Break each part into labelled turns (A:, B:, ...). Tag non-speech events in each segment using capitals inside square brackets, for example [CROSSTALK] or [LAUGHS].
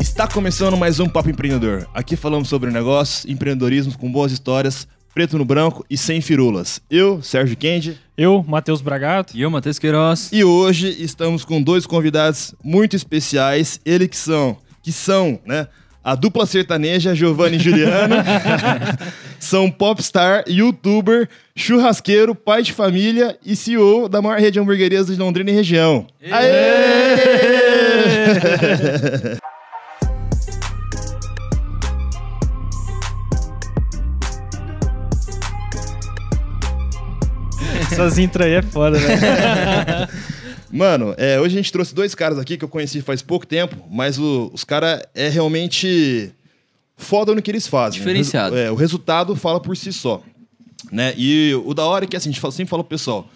A: Está começando mais um Papo Empreendedor. Aqui falamos sobre negócios, empreendedorismo com boas histórias, preto no branco e sem firulas. Eu, Sérgio Kendi,
B: Eu, Matheus Bragato.
C: E eu, Matheus Queiroz.
A: e hoje estamos com dois convidados muito especiais, eles que são, que são, né? A dupla sertaneja Giovanni e Juliana são popstar, youtuber, churrasqueiro, pai de família e CEO da maior rede de hamburguerias de Londrina e região. Aê!
B: Essas intras aí é foda,
D: [LAUGHS]
B: né?
A: Mano, é, hoje a gente trouxe dois caras aqui que eu conheci faz pouco tempo, mas o- os caras é realmente foda no que eles fazem.
C: Diferenciado.
A: O resu- é, o resultado fala por si só. Né? E o da hora é que assim, a gente fala- sempre fala pro pessoal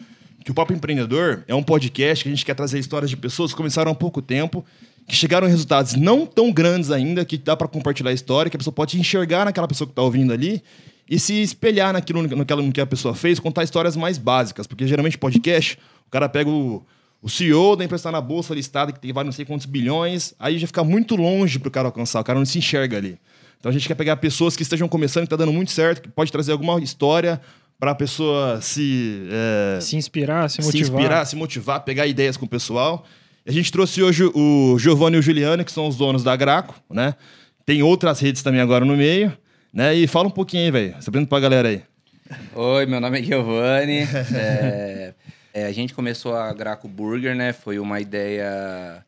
A: que o Papo Empreendedor é um podcast que a gente quer trazer histórias de pessoas que começaram há pouco tempo, que chegaram em resultados não tão grandes ainda, que dá pra compartilhar a história, que a pessoa pode enxergar naquela pessoa que tá ouvindo ali e se espelhar naquilo, naquela, no que a pessoa fez, contar histórias mais básicas, porque geralmente podcast, o cara pega o, o CEO da empresa que tá na bolsa listada, que tem vários não sei quantos bilhões, aí já fica muito longe pro cara alcançar, o cara não se enxerga ali. Então a gente quer pegar pessoas que estejam começando, que tá dando muito certo, que pode trazer alguma história pra pessoa se. é,
B: Se inspirar, se
A: se
B: motivar.
A: inspirar, se motivar, pegar ideias com o pessoal. A gente trouxe hoje o Giovanni e o Juliano, que são os donos da Graco, né? Tem outras redes também agora no meio, né? E fala um pouquinho aí, velho. Você apresenta pra galera aí.
D: Oi, meu nome é
E: [LAUGHS]
D: Giovanni. É, é, a gente começou a Graco Burger, né? Foi uma ideia.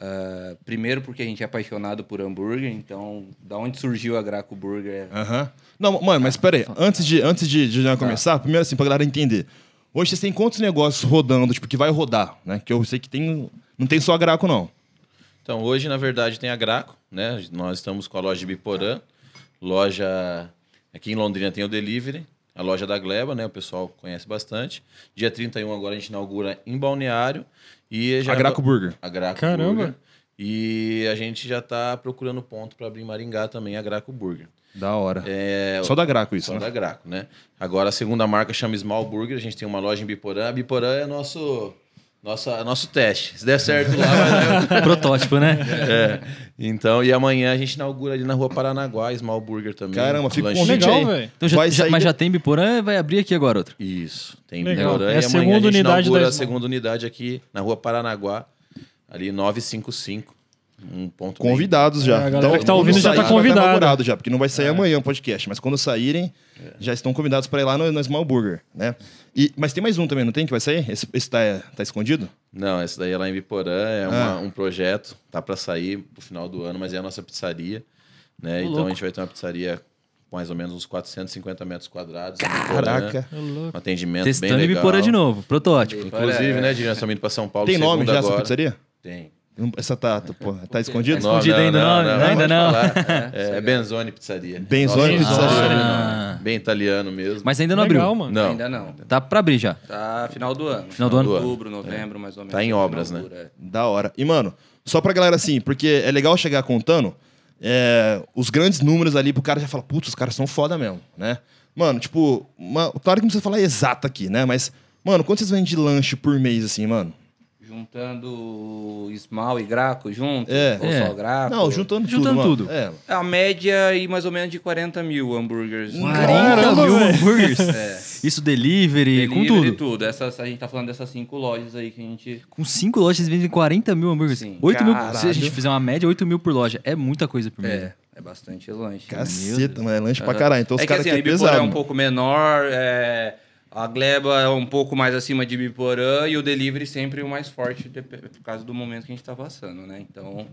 D: ah, primeiro, porque a gente é apaixonado por hambúrguer, então, da onde surgiu a Graco Burger?
A: Aham. Não, mano, mas pera aí. Antes de, antes de, de já começar, primeiro assim, pra galera entender. Hoje vocês têm quantos negócios rodando, tipo, que vai rodar, né? Que eu sei que tem... Não tem só a Graco, não.
E: Então, hoje, na verdade, tem a Graco, né? Nós estamos com a loja de Biporã, loja. Aqui em Londrina tem o Delivery, a loja da Gleba, né? O pessoal conhece bastante. Dia 31 agora a gente inaugura em Balneário. E já
A: A Graco Burger.
E: A Graco
B: Caramba.
E: Burger. E a gente já está procurando ponto para abrir em Maringá também a Graco Burger.
A: Da hora.
E: É,
A: Só da Graco isso,
E: só
A: né?
E: da Graco, né? Agora a segunda marca chama Small Burger, a gente tem uma loja em Biporã. A Biporã é nosso, nossa, nosso teste. Se der certo lá, vai
A: [LAUGHS]
E: dar
C: Protótipo, né?
E: é. Então, e amanhã a gente inaugura ali na rua Paranaguá, Small Burger também.
A: Caramba, fica um o
E: Lanche-
A: convite
B: Legal,
A: aí.
B: velho.
C: Então já,
A: Vai
C: já-
A: sair
C: mas
A: do-
C: já tem Biporã, vai abrir aqui agora outro.
E: Isso, tem
B: Legal.
E: Biporã.
B: É a
E: e amanhã
B: segunda
E: a gente
B: unidade da
E: inaugura
B: Small.
E: a segunda unidade aqui na rua Paranaguá, ali 955. Um ponto meio.
A: Convidados já. Então,
B: É, a galera que tá
A: quando
B: ouvindo já
A: sair,
B: tá É. convidada.
A: vai inaugurado já, porque não vai sair amanhã o podcast, mas quando saírem, já estão convidados para ir lá no, no Small Burger, né? E, mas tem mais um também, não tem que vai sair? Esse, esse tá, tá escondido?
E: Não, essa daí é lá em Biporã, é uma-
A: Ah.
E: um projeto, tá para sair pro final do ano, mas é a nossa pizzaria, né? então a gente vai ter uma pizzaria com mais ou menos uns 450 metros quadrados. em Biporã,
A: Caraca.
E: Um atendimento
C: Testando
E: bem
C: em
E: legal.
C: Biporã de novo. Protótipo.
E: Inclusive, né, Dino, nós estamos indo para São Paulo
A: Tem
E: segunda
A: nome já essa
E: agora.
A: pizzaria?
E: Tem.
A: Não- Essa tá, tá, pô, tá
B: É
A: escondido?
C: Não. escondido ainda não, ainda não.
E: É, é Benzone Pizzaria.
A: Benzone
E: Nossa,
A: Pizzaria.
C: Ah.
E: Bem italiano mesmo.
C: Mas ainda não abriu.
B: Legal, mano.
E: não,
D: Ainda não.
C: Tá pra abrir já.
D: Tá final do ano.
C: Final do ano.
D: Outubro, novembro, mais ou menos.
E: Tá em
D: a gente
E: obras, né?
D: inaugura.
A: Da hora. E, mano, só pra galera assim, porque é legal chegar contando é, os grandes números ali pro cara já fala, putz, os caras são foda mesmo, né? Mano, tipo, uma, claro que não precisa falar exato aqui, né? Mas, mano, quanto vocês vendem de lanche por mês, assim, mano?
D: Juntando Esmal e Graco junto?
A: É.
D: Ou
C: É.
D: só Graco?
A: Não, juntando,
C: Juntando
A: tudo.
C: tudo.
A: mano. É.
D: A média aí mais ou menos de 40 mil hambúrgueres.
C: 40 mil
B: velho.
C: hambúrgueres. Isso delivery, com
D: Delivery
C: tudo.
D: tudo. Essas, a gente tá falando dessas cinco lojas aí que a gente
C: Com cinco lojas, eles vendem 40 mil hambúrgueres.
D: Sim.
C: 8 mil,
A: Caralho.
C: se a gente fizer uma média, 8 mil por loja. É muita coisa por mês.
D: É, é bastante lanche.
A: Caceta, mano, é lanche pra caralho. Então os
D: é que
A: caras
D: assim,
A: aqui é
D: a Ibiporã
A: pesado.
D: é um
A: mano.
D: pouco menor, é, a Gleba é um pouco mais acima de Ibiporã e o delivery sempre o mais forte dep- por causa do momento que a gente tá passando, né? Então,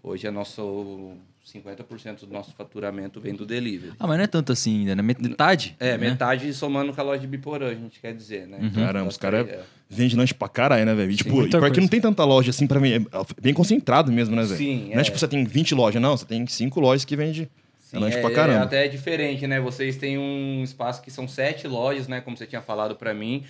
D: hoje é nosso 50% do nosso faturamento vem do delivery.
C: Ah, mas não é tanto assim ainda, né? Met- Metade?
D: É,
C: né?
D: metade somando com a loja de Biporã, a gente quer dizer, né? Então,
A: Caramba, os
D: bastante-
A: caras
D: é.
A: vendem lanche pra caralho, né, velho? E, Tipo, e
B: muita
A: pior que
B: coisa.
A: não tem tanta loja assim pra mim. É bem concentrado mesmo, né, velho?
D: Sim,
A: Não é
D: é.
A: tipo você tem 20 lojas, não. Você tem 5 lojas que vende
D: Sim,
A: lanche
D: é,
A: pra caramba.
D: É até diferente, né? Vocês têm um espaço que são sete lojas, né? Como você tinha falado pra mim,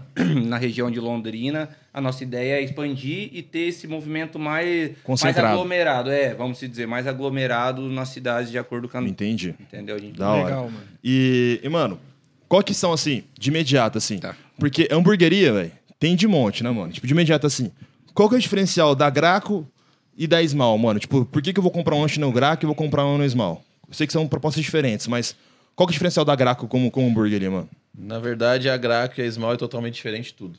D: [CLEARS THROAT] na região de Londrina. A nossa ideia é expandir e ter esse movimento mais, mais
A: Concentrado.
D: aglomerado. É, vamos dizer, mais aglomerado nas cidades de acordo com a...
A: Entendi.
D: Entendeu? A gente
A: Da hora.
B: Legal, mano.
A: E, e, mano, qual que são, assim, de imediato, assim?
D: Tá.
A: Porque hamburgueria, velho, tem de monte, né, mano? Tipo, de imediato, assim. Qual que é o diferencial da Graco e da Esmal, mano? Tipo, por que, que eu vou comprar um lanche no Graco e vou comprar um no Esmal? Eu sei que são propostas diferentes, mas qual que é o diferencial da Graco como, como hambúrguer ali, mano?
E: Na verdade, a Graco e a Esmal é totalmente diferente de tudo.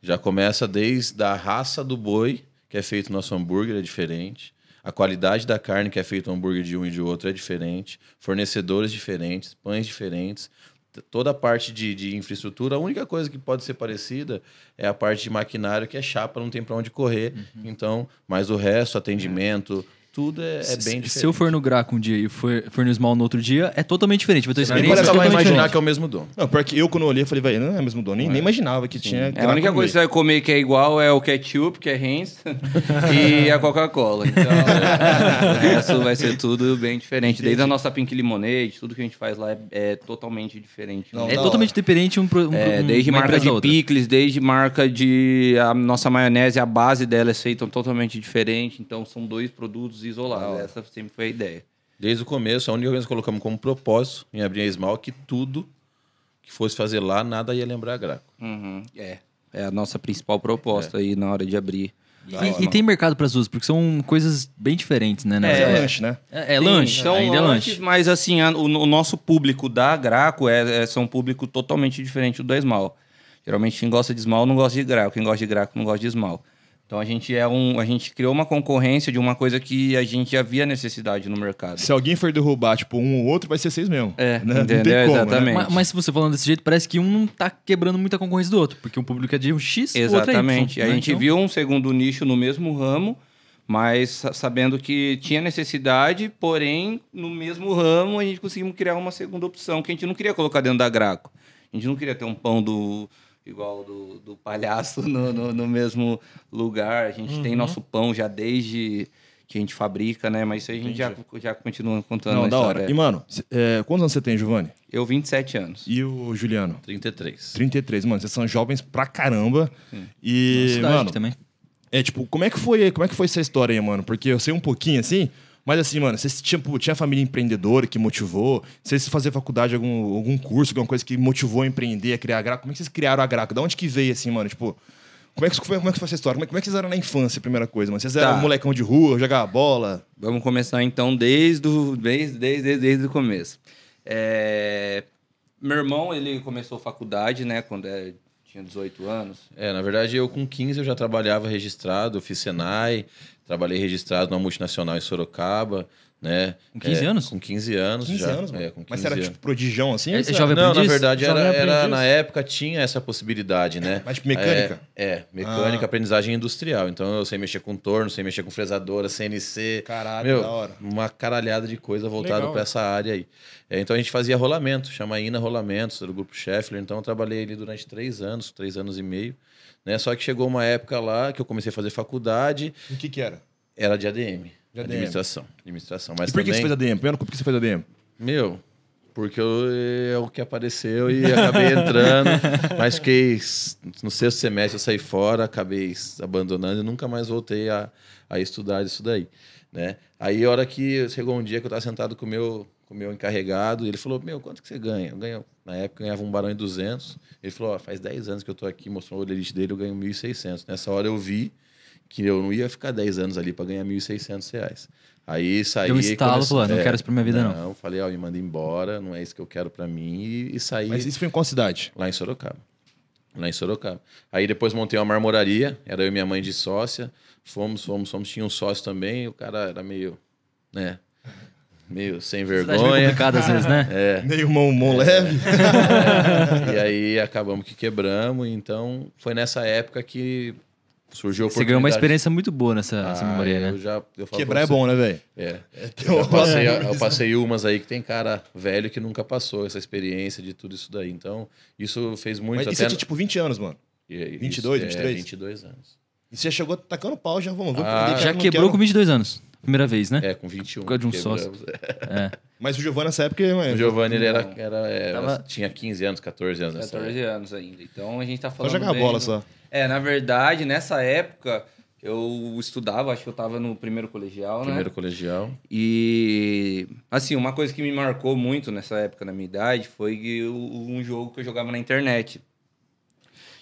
E: Já começa desde a raça do boi, que é feito o nosso hambúrguer, é diferente. A qualidade da carne que é feito o hambúrguer de um e de outro é diferente. Fornecedores diferentes, pães diferentes. T- Toda a parte de, de infraestrutura, a única coisa que pode ser parecida é a parte de maquinário, que é chapa, não tem pra onde correr.
C: Uhum.
E: Então, mas o resto, atendimento, tudo é, é bem
C: Se-
E: diferente.
C: Se eu for no Graco um dia e for, for no Small no outro dia, é totalmente diferente. Vai ter uma
E: Nem
A: parece
E: você
C: experiência
A: totalmente
E: vai
C: totalmente
E: imaginar
C: diferente.
E: que é o mesmo dono.
A: Não, pior que eu quando eu olhei, eu falei, velho, não é mesmo dono, nem, nem imaginava que tinha.
D: É, a única coisa que você vai comer que é igual é o ketchup, que é Heinz, [LAUGHS] e a Coca-Cola. Então, o resto vai ser tudo bem diferente. Desde a nossa Pink Lemonade, tudo que a gente faz lá é, é totalmente diferente.
A: Não,
D: Né?
C: É
A: Da
C: totalmente diferente um, pro- um,
D: É,
C: um-
D: desde
C: uma
D: marca
C: empresa
D: de
C: a outra.
D: picles, desde marca de... A nossa maionese, a base dela é feita totalmente diferente. Então, são dois produtos isolados. Essa sempre foi a ideia.
E: Desde o começo, a única coisa que colocamos como propósito em abrir a Esmal é que tudo que fosse fazer lá, nada ia lembrar a Graco.
D: Uhum, É. É a nossa principal proposta aí na hora de abrir.
C: E- E, tem mercado para as duas, porque são coisas bem diferentes, né? na
A: É,
C: verdade.
A: lanche, né?
C: é, é
D: Sim,
C: lanche,
D: são
C: ainda é
D: lanches,
C: lanche.
D: Mas assim, a- o, o nosso público da Graco é, é- são um público totalmente diferente do Esmal. Geralmente quem gosta de Esmal não gosta de Graco, quem gosta de Graco não gosta de Esmal. Então a gente é um, a gente criou uma concorrência de uma coisa que a gente havia necessidade no mercado.
A: Se alguém for derrubar, tipo, um ou outro, vai ser seis mesmo.
D: É,
A: né? Não tem
D: entendeu?
A: como, né?
D: Exatamente.
C: Ma- Mas, se você falando desse jeito, parece que um não tá quebrando muita concorrência do outro, porque um público é de um X, o outro é Y,
D: Exatamente.
C: né?
D: A gente
C: Então-
D: viu um segundo nicho no mesmo ramo, mas sa- sabendo que tinha necessidade, porém, no mesmo ramo, a gente conseguiu criar uma segunda opção que a gente não queria colocar dentro da Graco. A gente não queria ter um pão do igual do, do palhaço [LAUGHS] no, no, no mesmo lugar. A gente
C: Uhum.
D: tem nosso pão já desde que a gente fabrica, né? Mas isso aí a gente já, já continua contando.
A: Não,
D: a
A: da
D: história.
A: hora. E, mano, cê- é, quantos anos você tem, Giovanni?
D: Eu, 27 anos.
A: E o Juliano?
E: 33.
A: 33, mano, vocês são jovens pra caramba. E,
C: Cidade
A: mano,
C: também.
A: é tipo, como é que foi, como é que foi essa história aí, mano? Porque eu sei um pouquinho assim, mas assim, mano, vocês tinham, tipo, tinha família empreendedora que motivou, vocês fazer faculdade algum algum curso, alguma coisa que motivou a empreender, a criar a Graco. Como é que vocês criaram a Graco? Da onde que veio assim, mano? Tipo, como é que foi, como é que foi essa história? Como é, como é que vocês eram na infância, primeira coisa, mano? Vocês eram um
D: Tá.
A: molecão de rua, jogava bola?
D: Vamos começar então desde o, desde, desde, desde, desde o começo. É, Meu irmão, ele começou faculdade, né? Quando é, tinha 18 anos.
E: É, na verdade, eu com 15 eu já trabalhava registrado, eu fiz Senai, trabalhei registrado numa multinacional em Sorocaba, né?
C: Com 15
E: É,
C: anos?
E: Com 15 anos
A: 15
E: já.
A: anos, mano.
E: É, com 15
A: mas você era,
E: anos.
A: tipo, prodigão assim?
C: É,
A: Ou você era-
C: jovem
E: Não, na
C: aprendiz?
E: verdade, era,
B: Jovem
E: era-
B: aprendiz.
E: na época tinha essa possibilidade, né?
A: Mas tipo, mecânica?
E: É, é,
A: Ah.
E: mecânica, aprendizagem industrial. Então eu sei mexer com torno, sei mexer com fresadora, CNC.
A: Caralho,
E: Meu,
A: da hora.
E: uma caralhada de coisa voltada
B: Legal.
E: para essa área aí. É, então a gente fazia rolamento, chama INA Rolamentos, era o grupo Scheffler. Então eu trabalhei ali durante três anos, três anos e meio. Né? Só que chegou uma época lá que eu comecei a fazer faculdade,
A: O que que era?
E: era de ADM.
A: De ADM.
E: Administração. Administração. Mas
A: e por que
E: também-
A: você fez a DM? Primeiro, por que você fez a DM?
E: meu, porque eu, é o que apareceu e acabei
C: [LAUGHS]
E: entrando, mas fiquei s- no sexto semestre eu saí fora, acabei s- abandonando e nunca mais voltei a, a estudar isso daí, né? Aí a hora que chegou um dia que eu estava sentado com o meu com o meu encarregado, e ele falou: "Meu, quanto que você ganha?" Eu ganho, na época eu ganhava um barão e 200. Ele falou: "Ó, faz 10 anos que eu tô aqui", mostrou o olheirite dele, eu ganho 1.600. Nessa hora eu vi que eu não ia ficar 10 anos ali para ganhar 1.600 reais. Aí saí
C: Deu um
E: e É.
C: estalo,
E: comecei-
C: falou, "Ah, não quero isso pra minha vida, não."
E: não, Então, falei, ó, me manda embora, não é isso que eu quero pra mim. E, e saí
A: Mas isso foi em qual cidade?
E: lá em Sorocaba. Lá em Sorocaba. Aí depois montei uma marmoraria, era eu e minha mãe de sócia. Fomos, fomos, fomos. Tinha um sócio também, o cara era meio, né? Meio sem
C: Cidade meio
E: vergonha.
C: complicada às vezes, né?
E: É.
A: Meio mão, mão leve.
E: E aí acabamos que quebramos. Então foi nessa época que surgiu a
C: Você ganhou uma
E: oportunidade.
C: experiência muito boa nessa, nessa
E: Ah,
C: memória, né?
E: eu já, eu
A: [LAUGHS]
E: falo
A: Quebrar é
E: pra você.
A: bom, né, velho?
E: É.
A: Então,
E: Eu passei, eu passei umas aí que tem cara velho que nunca passou essa experiência de tudo isso daí. Então, isso fez muito
A: Mas isso
E: até.
A: é tipo 20 anos, mano.
E: E- isso,
A: 22,
E: é,
A: 23?
E: 22 anos.
A: E você já chegou tacando pau, já vamos. vamos
E: Ah,
A: perder,
C: Já
A: não
C: quebrou
A: quero.
C: com 22 anos. Primeira vez, né?
E: É, com 21.
C: Por causa de um
E: quebramos.
C: sócio.
A: Mas o Giovanni nessa época. mano,
E: O Giovanni, ele era, era, é,
C: Tava-
E: tinha 15 anos, 14 anos nessa
D: 14
E: época.
D: anos ainda. Então a gente tá
A: Só
D: falando.
A: jogar a
D: bem
A: bola
D: do-
A: só.
D: É, na verdade, nessa época, eu estudava, acho que eu tava no primeiro colegial, né?
E: Primeiro colegial.
D: E, assim, uma coisa que me marcou muito nessa época, na minha idade, foi que eu- um jogo que eu jogava na internet.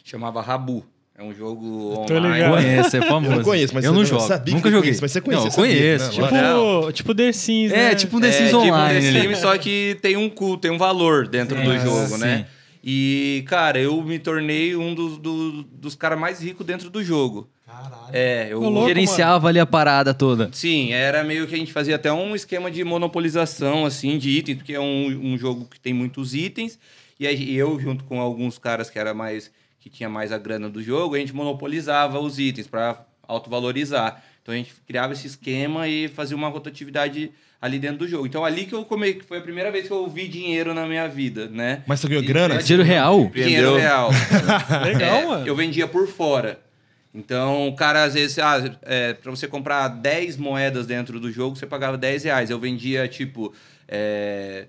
D: Chamava Rabu. É É um jogo
B: Tô
D: online.
B: ligado.
C: Conheço, é famoso.
A: Eu não conheço, mas
C: eu
A: você-
C: não
A: eu
C: jogo.
A: sabia que
C: Nunca
A: você
C: joguei.
A: conhecia, mas você
C: Não,
A: conhecia,
C: eu
A: sabia,
C: conheço.
A: né?
C: tipo-
B: Tipo, tipo The Sims, né?
C: é, tipo um The Sims
D: tipo um
C: Online.
D: The
C: ali.
D: Sims, só que tem um cu, tem um valor dentro do jogo,
C: sim.
D: né? E, cara, eu me tornei um dos, do- dos caras mais ricos dentro do jogo. Caralho. É, eu
B: Ô, louco,
C: Gerenciava ali a parada toda.
D: Sim, era meio que a gente fazia até um esquema de monopolização, assim, de itens, porque é um, um jogo que tem muitos itens. E aí eu, junto com alguns caras que era mais que tinha mais a grana do jogo, a gente monopolizava os itens para autovalorizar. Então a gente criava esse esquema e fazia uma rotatividade ali dentro do jogo. Então ali que eu comei, que foi a primeira vez que eu vi dinheiro na minha vida, né?
A: Mas você ganhou grana?
C: Dinheiro real?
D: Dinheiro real.
B: Legal,
D: É,
B: mano.
D: Eu vendia por fora. Então, o cara, às vezes, ah, é, pra você comprar 10 moedas dentro do jogo, você pagava 10 reais. Eu vendia, tipo, é,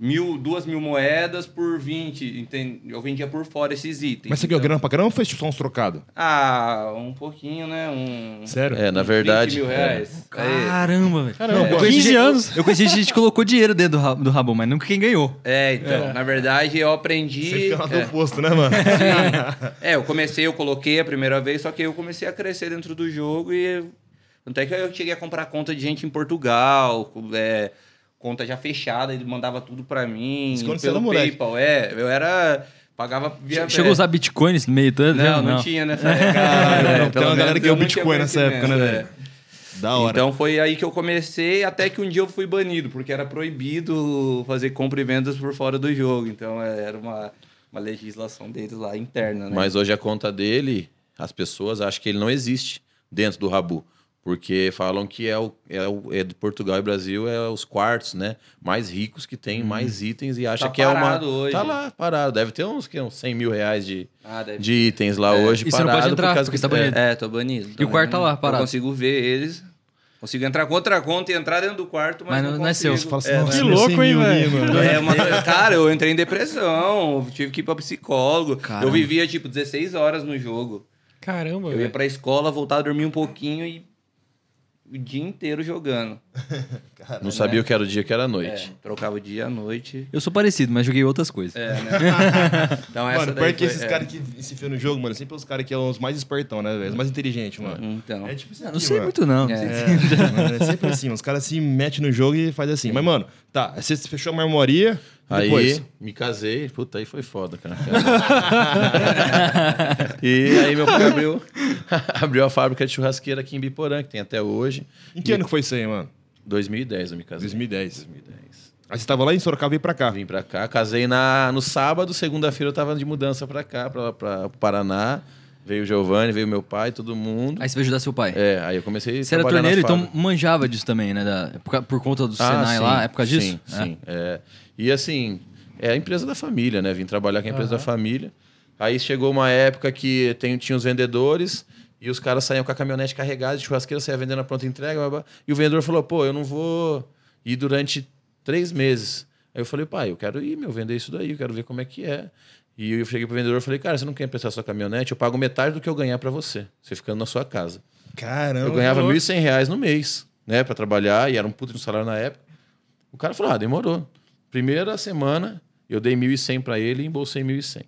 D: mil, duas mil moedas por 20. entende? Eu vendia por fora esses itens.
A: Mas você ganhou
D: Então-
A: grana pra caramba ou foi tipo, só uns trocados?
D: Ah, um pouquinho, né? Um,
A: Sério?
E: É, na
D: uns
E: verdade.
D: 20 mil
E: é.
D: reais. É.
C: Caramba, velho.
B: Caramba,
C: Eu conheci
B: 15
C: gente-
B: anos.
C: Eu conheci gente que colocou dinheiro dentro do, ra- do rabo, mas nunca quem ganhou.
D: É, então, na verdade, eu aprendi...
A: Você fica lá do
D: é.
A: oposto, né, mano?
D: É, eu comecei, eu coloquei a primeira vez, só que eu comecei a crescer dentro do jogo e. Tanto é que eu cheguei a comprar conta de gente em Portugal, co- é, conta já fechada, ele mandava tudo pra mim.
A: Isso quando você
D: pelo
A: era moleque.
D: PayPal, é. Eu era. Pagava via.
C: Chegou a usar bitcoins no meio tá
D: é,
C: tanto?
D: Não, não, tinha nessa
C: [LAUGHS]
D: época.
A: Não,
D: né?
A: tem uma
D: Pelo
A: galera
D: menos
A: que ganhou
D: eu não tinha
A: Bitcoin nessa época, né,
D: conhecimento,
A: velho?
D: é.
A: Da hora.
D: Então foi aí que eu comecei, até que um dia eu fui banido, porque era proibido fazer compra e vendas por fora do jogo. Então é, era uma, uma legislação deles lá interna, né?
E: Mas hoje a conta dele, as pessoas acham que ele não existe dentro do Rabu. Porque falam que é, o, é, o, é de Portugal e Brasil, é os quartos, né? Mais ricos que tem
C: Uhum.
E: mais itens e acha
D: Tá
E: que é uma.
D: parado hoje.
E: Tá lá, parado. Deve ter uns, que, uns 100 mil reais de,
D: Ah, deve
E: de itens lá hoje.
C: É. e você não pode
E: parado
C: entrar,
E: por causa
C: porque
E: que
C: tá banido.
D: É, tô banido.
C: E o quarto tá lá,
D: Eu
C: parado.
D: consigo ver eles. Consigo entrar contra a conta e entrar dentro do quarto, mas,
C: Mas
D: não,
C: não- não é
D: consigo.
C: seu, você fala
A: assim,
D: É,
A: nossa,
B: Que
A: meu
B: louco, hein,
A: 100 mil ali,
B: velho?
A: mano.
D: é uma- Cara, eu entrei em depressão, tive que ir pra psicólogo.
C: Caramba.
D: Eu vivia, tipo, 16 horas no jogo.
B: Caramba,
D: Eu ia
B: velho.
D: pra escola, voltava a dormir um pouquinho e... O dia inteiro jogando.
E: é,
D: É,
E: Não
C: É.
E: sabia o que era o dia, que era a noite.
D: Trocava o dia à noite.
C: Eu sou parecido, mas joguei outras coisas.
D: É, né? [LAUGHS] Então essa
A: Mano,
D: daí
A: pior que
D: foi-
A: esses
D: é.
A: caras que se enfiam no jogo, mano, sempre os caras que são os mais espertão, né, velho? Os mais inteligentes, mano.
D: Então.
A: É tipo isso
C: Ah,
A: aqui,
C: Não sei
A: mano.
C: muito, não.
D: É.
A: É, mano, é sempre assim, os caras se metem no jogo e fazem assim. Mas, mano, tá, você fechou a marmoria,
E: Aí
A: depois.
E: me casei, puta, aí foi foda,
C: [LAUGHS]
E: cara. e aí meu pai abriu, [LAUGHS] abriu a fábrica de churrasqueira aqui em Biporã, que tem até hoje.
A: Em que ano que foi isso aí, mano?
E: 2010 eu me casei.
A: 2010.
E: 2010.
A: Aí você tava lá em Sorocaba e veio pra cá.
E: Vim pra cá, casei na, no sábado, segunda-feira eu tava de mudança pra cá, pra, pra pro Paraná. Veio o Giovanni, veio meu pai, todo mundo.
C: Aí você vai ajudar seu pai.
E: É, aí eu comecei a
C: Você era
E: trabalhar na
C: torneiro, então
E: fábrica.
C: manjava disso também, né? da- por, ca- por conta do
E: Ah,
C: Senai
E: sim,
C: lá, é por causa disso?
E: Sim, sim. é. E assim, é a empresa da família, né? Vim trabalhar com a empresa da família. Aí chegou uma época que tem, tinha os vendedores e os caras saíam com a caminhonete carregada de churrasqueira, saia vendendo a pronta entrega. blá, blá. E o vendedor falou, pô, eu não vou ir durante três meses. Aí eu falei, pai, eu quero ir, meu, vender isso daí, eu quero ver como é que é. E eu cheguei pro vendedor e falei, cara, você não quer emprestar sua caminhonete? Eu pago metade do que eu ganhar para você, você ficando na sua casa.
A: Caramba.
E: Eu ganhava
A: louco.
E: R$ 1.100 reais no mês, né, Pra trabalhar, e era um puto de um salário na época. O cara falou: "Ah, demorou". Primeira semana, eu dei 1.100 pra ele e embolsei 1.100.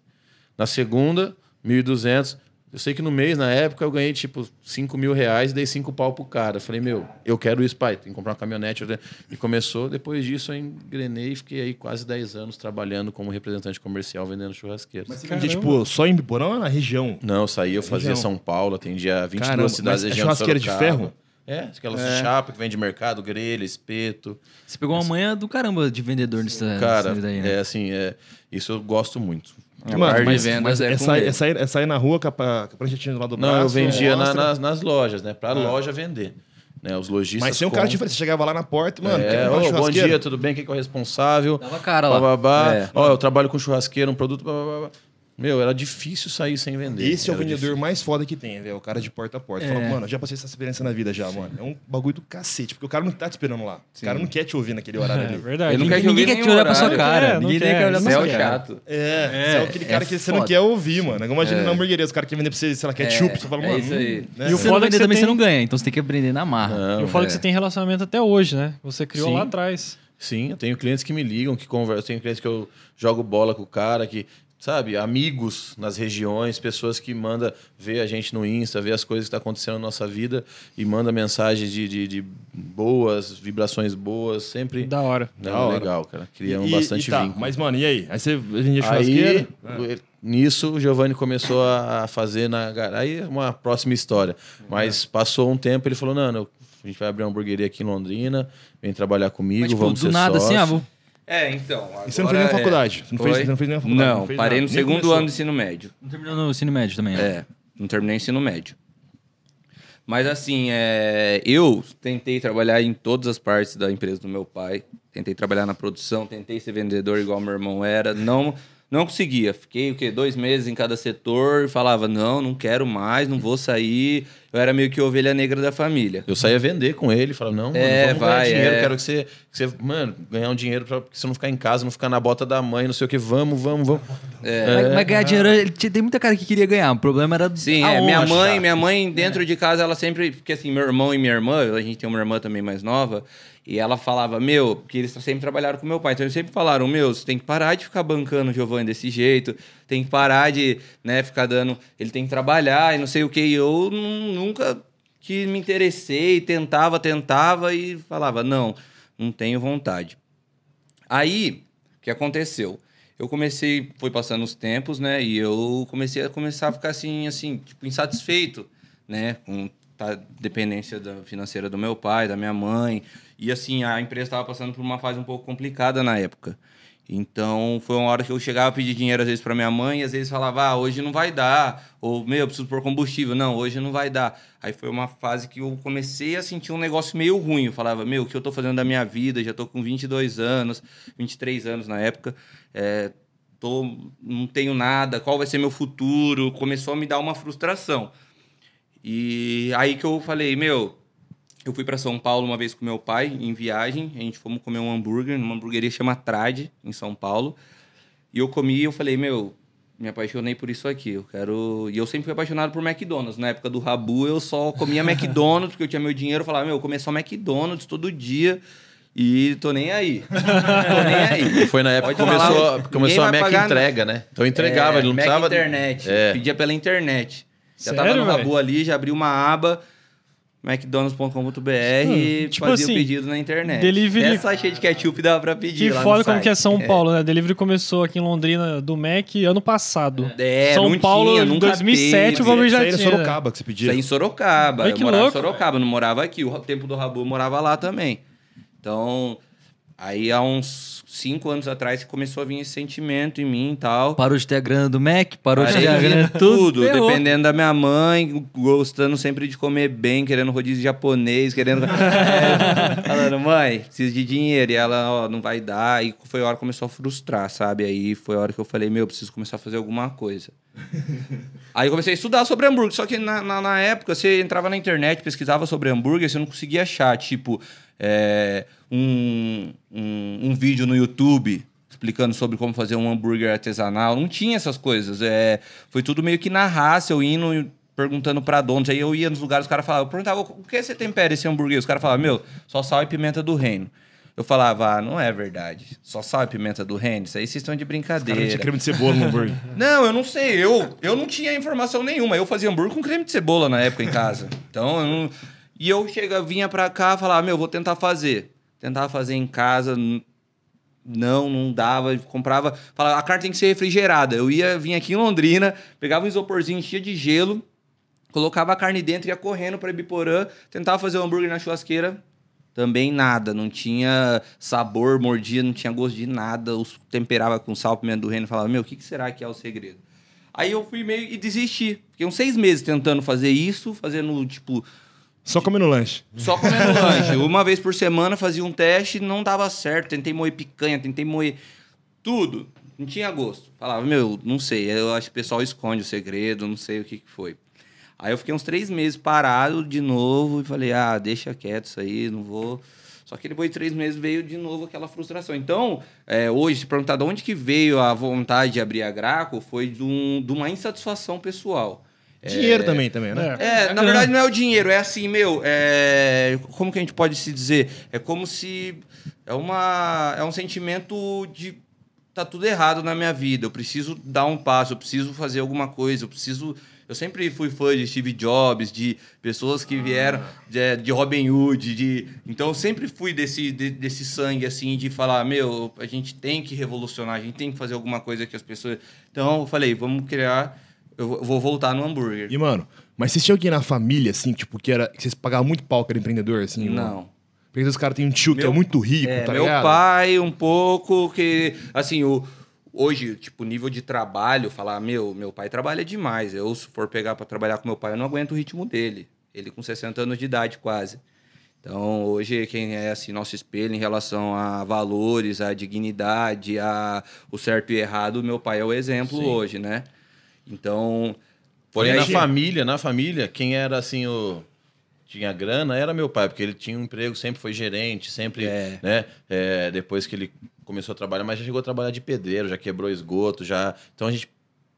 E: Na segunda, 1.200. Eu sei que no mês, na época, eu ganhei tipo 5 mil reais e dei 5 pau pro cara. Eu falei, meu, eu quero isso, pai, tem que comprar uma caminhonete. E começou, depois disso, eu engrenei e fiquei aí quase 10 anos trabalhando como representante comercial vendendo churrasqueiras.
A: Mas você vendia, tipo, só em Biporã ou na região?
E: Não, eu saía, eu fazia
A: Região.
E: São Paulo, atendia 22
A: Caramba,
E: cidades
A: mas é
E: região do
A: churrasqueira de
E: Sorocaba.
A: ferro?
E: É, aquelas chapa que vem de mercado, grelha, espeto.
C: Você pegou uma manha do caramba de vendedor nessa,
E: Cara,
C: nessa vida aí, né?
E: é assim, é, isso eu gosto muito.
D: parte de
A: mas,
D: vendas
A: mas
D: é
A: é,
D: com
A: sair,
D: ele.
A: é, sair, é sair na rua com a, pa- com a pranchetinha do lado do
E: Não,
A: braço.
E: eu vendia na-
A: mostra. Ah.
E: nas, nas lojas, né? Pra loja vender. Né? Os lojistas.
A: Mas tem um cara
E: compram.
A: diferente, você chegava lá na porta, mano, quer
E: É,
A: comprar uma
E: "Ô, bom
A: churrasqueira?"
E: dia, tudo bem? Quem que é o responsável?
C: Dava cara
E: Bá,
C: lá.
E: bá, bá.
C: É.
E: Ó, eu trabalho com churrasqueiro, um produto. Blá, blá, blá. Meu, era difícil sair sem vender.
A: Esse é o
E: Era
A: vendedor
E: difícil.
A: mais foda que tem, velho. O cara de porta a porta. Fala, mano, eu já passei essa experiência na vida já, mano. É um bagulho do cacete, porque o cara não tá te esperando lá. O cara não quer te ouvir naquele horário
B: É
A: ali.
B: verdade.
D: Ele não
C: Ninguém,
D: quer que
C: ninguém
D: eu
C: quer
D: ganhe
C: te
D: um
C: olhar pra
D: horário.
C: sua cara.
B: É, não
C: ninguém quer,
B: quer.
C: olhar pra
D: Céu
C: sua cara.
D: chato.
A: É, é, aquele
C: é
A: cara que você
C: foda.
A: não quer ouvir, mano. É como imagina na hamburgueria, os caras querem vender pra você, sei lá, ketchup. você fala,
D: é
A: mano.
D: isso aí.
A: hum, né?
B: E o
C: Se você não
B: foda é que
C: vender
B: você
C: também,
B: tem...
C: você não ganha. Então você tem que aprender na marra.
E: Não,
B: Eu falo
C: é.
B: que você tem relacionamento até hoje, né? Você criou
E: Sim.
B: lá atrás.
E: Sim, eu tenho clientes que me ligam, que conversam. Tenho clientes que eu jogo bola com o cara, que sabe, amigos nas regiões, pessoas que mandam ver a gente no Insta, ver as coisas que estão acontecendo na nossa vida e manda mensagens de, de, de boas, vibrações boas, sempre.
B: Da hora.
E: Né,
A: Da hora.
E: legal, cara.
A: E-
E: Criamos
A: e-
E: um bastante
A: e tá,
E: vínculo.
A: Mas, mano, e aí? Aí você, a gente é
E: Aí,
A: churrasqueiro?
E: ele- nisso, o Giovanni começou a fazer na gar- Aí é uma próxima história. Mas
C: É.
E: passou um tempo, ele falou: Não, eu- a gente vai abrir uma hamburgueria aqui em Londrina, vem trabalhar comigo,
C: Mas, tipo,
E: vamos
C: do
E: ser
C: nada, assim,
E: sócio."
C: ah, vou...
D: É, então. Agora,
A: E você não fez nem faculdade? Você não fez-
D: Oi?
A: você não fez nem faculdade,
D: Não,
A: não fez
D: parei
A: nada,
D: no
A: nem
D: segundo
A: começou.
D: ano do ensino médio.
C: não terminou no ensino médio também, né?
D: É, não terminei o ensino médio. Mas assim, é, eu tentei trabalhar em todas as partes da empresa do meu pai. Tentei trabalhar na produção, tentei ser vendedor igual meu irmão era. Não, não conseguia. Fiquei o quê? Dois meses em cada setor e falava: não, não quero mais, não vou sair. Eu era meio que ovelha negra da família.
E: Eu saía vender com ele, falava, não, mano,
D: É,
E: vamos ganhar
D: vai,
E: dinheiro,
D: é.
E: quero que você, que você, mano, ganhar um dinheiro pra que você não ficar em casa, não ficar na bota da mãe, não sei o que, vamos, vamos, vamos.
C: Mas, mas É. ganhar dinheiro, ele tinha- tem muita cara que queria ganhar. O problema era
D: Sim,
C: a
D: é. Minha
C: honra.
D: mãe, minha mãe dentro de casa, ela sempre. Porque assim, meu irmão e minha irmã, a gente tem uma irmã também mais nova, e ela falava, meu, porque eles sempre trabalharam com meu pai. Então eles sempre falaram, meu, você tem que parar de ficar bancando o Giovanni desse jeito, tem que parar de, né, ficar dando. Ele tem que trabalhar e não sei o que. E eu nu- nunca que me interessei, tentava, tentava e falava, não, não tenho vontade. Aí, o que aconteceu? Eu comecei, foi passando os tempos, né? E eu comecei a começar a ficar assim, assim, tipo, insatisfeito, né? Com a dependência da- financeira do meu pai, da minha mãe. E assim, a empresa estava passando por uma fase um pouco complicada na época. Então, foi uma hora que eu chegava a pedir dinheiro às vezes para minha mãe, e às vezes falava, ah, hoje não vai dar, ou meu, eu preciso pôr combustível, não, hoje não vai dar. Aí foi uma fase que eu comecei a sentir um negócio meio ruim. Eu falava, meu, o que eu tô fazendo da minha vida? Já tô com 22 anos, 23 anos na época, é, tô, não tenho nada, qual vai ser meu futuro? Começou a me dar uma frustração. E aí que eu falei, meu, eu fui para São Paulo uma vez com meu pai, em viagem. A gente fomos comer um hambúrguer numa hamburgueria chamada Trade, em São Paulo. E eu comi e eu falei, meu, me apaixonei por isso aqui. Eu quero. E eu sempre fui apaixonado por McDonald's. Na época do Rabu, eu só comia McDonald's, porque eu tinha meu dinheiro. Eu falava, meu, eu comia só McDonald's todo dia. E tô nem aí. tô nem aí.
E: E foi na época que
D: Pode falar,
E: começou,
D: ninguém
E: começou a
D: vai
E: Mac
D: pagar
E: entrega, né? Então entregava,
D: É,
E: ele não
D: Mac
E: precisava...
D: internet.
E: É.
D: Pedia pela internet. Já
B: Sério,
D: tava no
B: véi?
D: Rabu ali, já abri uma aba mcdonalds.com.br e
B: tipo
D: fazia o
B: assim,
D: pedido na internet.
B: delivery-
D: Essa cheia de ketchup dava pra pedir
B: Que
D: lá no
B: foda como
D: site.
B: que é São Paulo, né? Delivery começou aqui em Londrina do Mac ano passado.
D: É,
B: São
D: não
B: Paulo,
D: tinha,
B: em
D: nunca
B: 2007,
D: teve. é.
B: o bagulho já
A: Isso aí
B: tinha. né?
A: era Sorocaba que você
D: Isso
A: pedia.
D: é em Sorocaba.
B: Olha
D: eu
B: que
D: morava
B: louco,
D: em Sorocaba, não morava aqui. O tempo do Rabu eu morava lá também. Então, aí há uns cinco anos atrás que começou a vir esse sentimento em mim e tal.
C: Parou de ter a grana do Mac, parou de
D: Parei
C: ter a grana
D: de
C: de tudo.
D: tudo,
C: ferrou.
D: dependendo da minha mãe, gostando sempre de comer bem, querendo rodízio japonês,
C: [LAUGHS]
D: querendo. É, falando, mãe, preciso de dinheiro. E ela, ó, não vai dar. E foi a hora que começou a frustrar, sabe? Aí foi a hora que eu falei, meu, eu preciso começar a fazer alguma coisa. Aí eu comecei a estudar sobre hambúrguer. Só que na, na, na época você entrava na internet, pesquisava sobre hambúrguer, você não conseguia achar, tipo, é, um, um, um vídeo no YouTube explicando sobre como fazer um hambúrguer artesanal. Não tinha essas coisas. É, foi tudo meio que na raça, eu indo e perguntando pra donos. Aí eu ia nos lugares, os caras falavam, eu perguntava, o que você tempera esse hambúrguer? Os caras falavam, meu, só sal e pimenta do reino. Eu falava, ah, não é verdade. Só sal e pimenta do reino? Isso aí vocês estão de
A: Cara,
D: brincadeira.
A: não tinha creme de cebola no hambúrguer.
D: Não, eu não sei. Eu, eu não tinha informação nenhuma. Eu fazia hambúrguer com creme de cebola na época em casa. Então, eu não... E eu chega, vinha pra cá e falava, meu, vou tentar fazer. Tentava fazer em casa, n- não, não dava. Comprava, falava, a carne tem que ser refrigerada. Eu ia, vinha aqui em Londrina, pegava um isoporzinho, enchia de gelo, colocava a carne dentro, ia correndo pra Ibiporã, tentava fazer o hambúrguer na churrasqueira. Também nada, não tinha sabor, mordia, não tinha gosto de nada. Os temperava com sal, pimenta do reino e falava, meu, o que, que será que é o segredo? Aí eu fui meio e desisti. Fiquei uns seis meses tentando fazer isso, fazendo, tipo,
A: Só comendo lanche.
D: só comendo lanche. Uma vez por semana fazia um teste, não dava certo. Tentei moer picanha, tentei moer tudo. Não tinha gosto. Falava, meu, não sei. Eu acho que o pessoal esconde o segredo, não sei o que, que foi. Aí eu fiquei uns três meses parado de novo e falei, ah, deixa quieto isso aí, não vou. Só que depois de três meses veio de novo aquela frustração. Então, é, hoje, se perguntar de onde que veio a vontade de abrir a Graco, foi de, um- de uma insatisfação pessoal.
A: Dinheiro também, também, né?
D: É, na verdade não é o dinheiro, é assim, meu, é... como que a gente pode se dizer? É como se é uma é um sentimento de tá tudo errado na minha vida, eu preciso dar um passo, eu preciso fazer alguma coisa, eu preciso. Eu sempre fui fã de Steve Jobs, de pessoas que vieram, de, de Robin Hood, de. Então eu sempre fui desse, de- desse sangue, assim, de falar, meu, a gente tem que revolucionar, a gente tem que fazer alguma coisa que as pessoas. Então eu falei, vamos criar. Eu vou- vou voltar no hambúrguer.
A: E, mano, mas vocês tinham alguém na família, assim, tipo, que era. Que vocês pagavam muito pau que era empreendedor, assim? mano?
D: Não.
A: Porque às vezes os caras têm um tio que
D: Meu-
A: é muito rico,
D: É,
A: tá
D: meu
A: ligado?
D: pai um pouco que assim o hoje tipo nível de trabalho falar meu meu pai trabalha demais eu se for pegar pra trabalhar com meu pai eu não aguento o ritmo dele ele com 60 anos de idade quase então hoje quem é assim nosso espelho em relação a valores a dignidade a o certo e errado meu pai é o exemplo hoje né então
E: Porém,
D: E
E: na
D: aí-
E: família, na família, quem era assim o. Tinha grana, era meu pai, porque ele tinha um emprego, sempre foi gerente, sempre,
D: É.
E: né? é, depois que ele começou a trabalhar, mas já chegou a trabalhar de pedreiro, já quebrou esgoto, já. Então a gente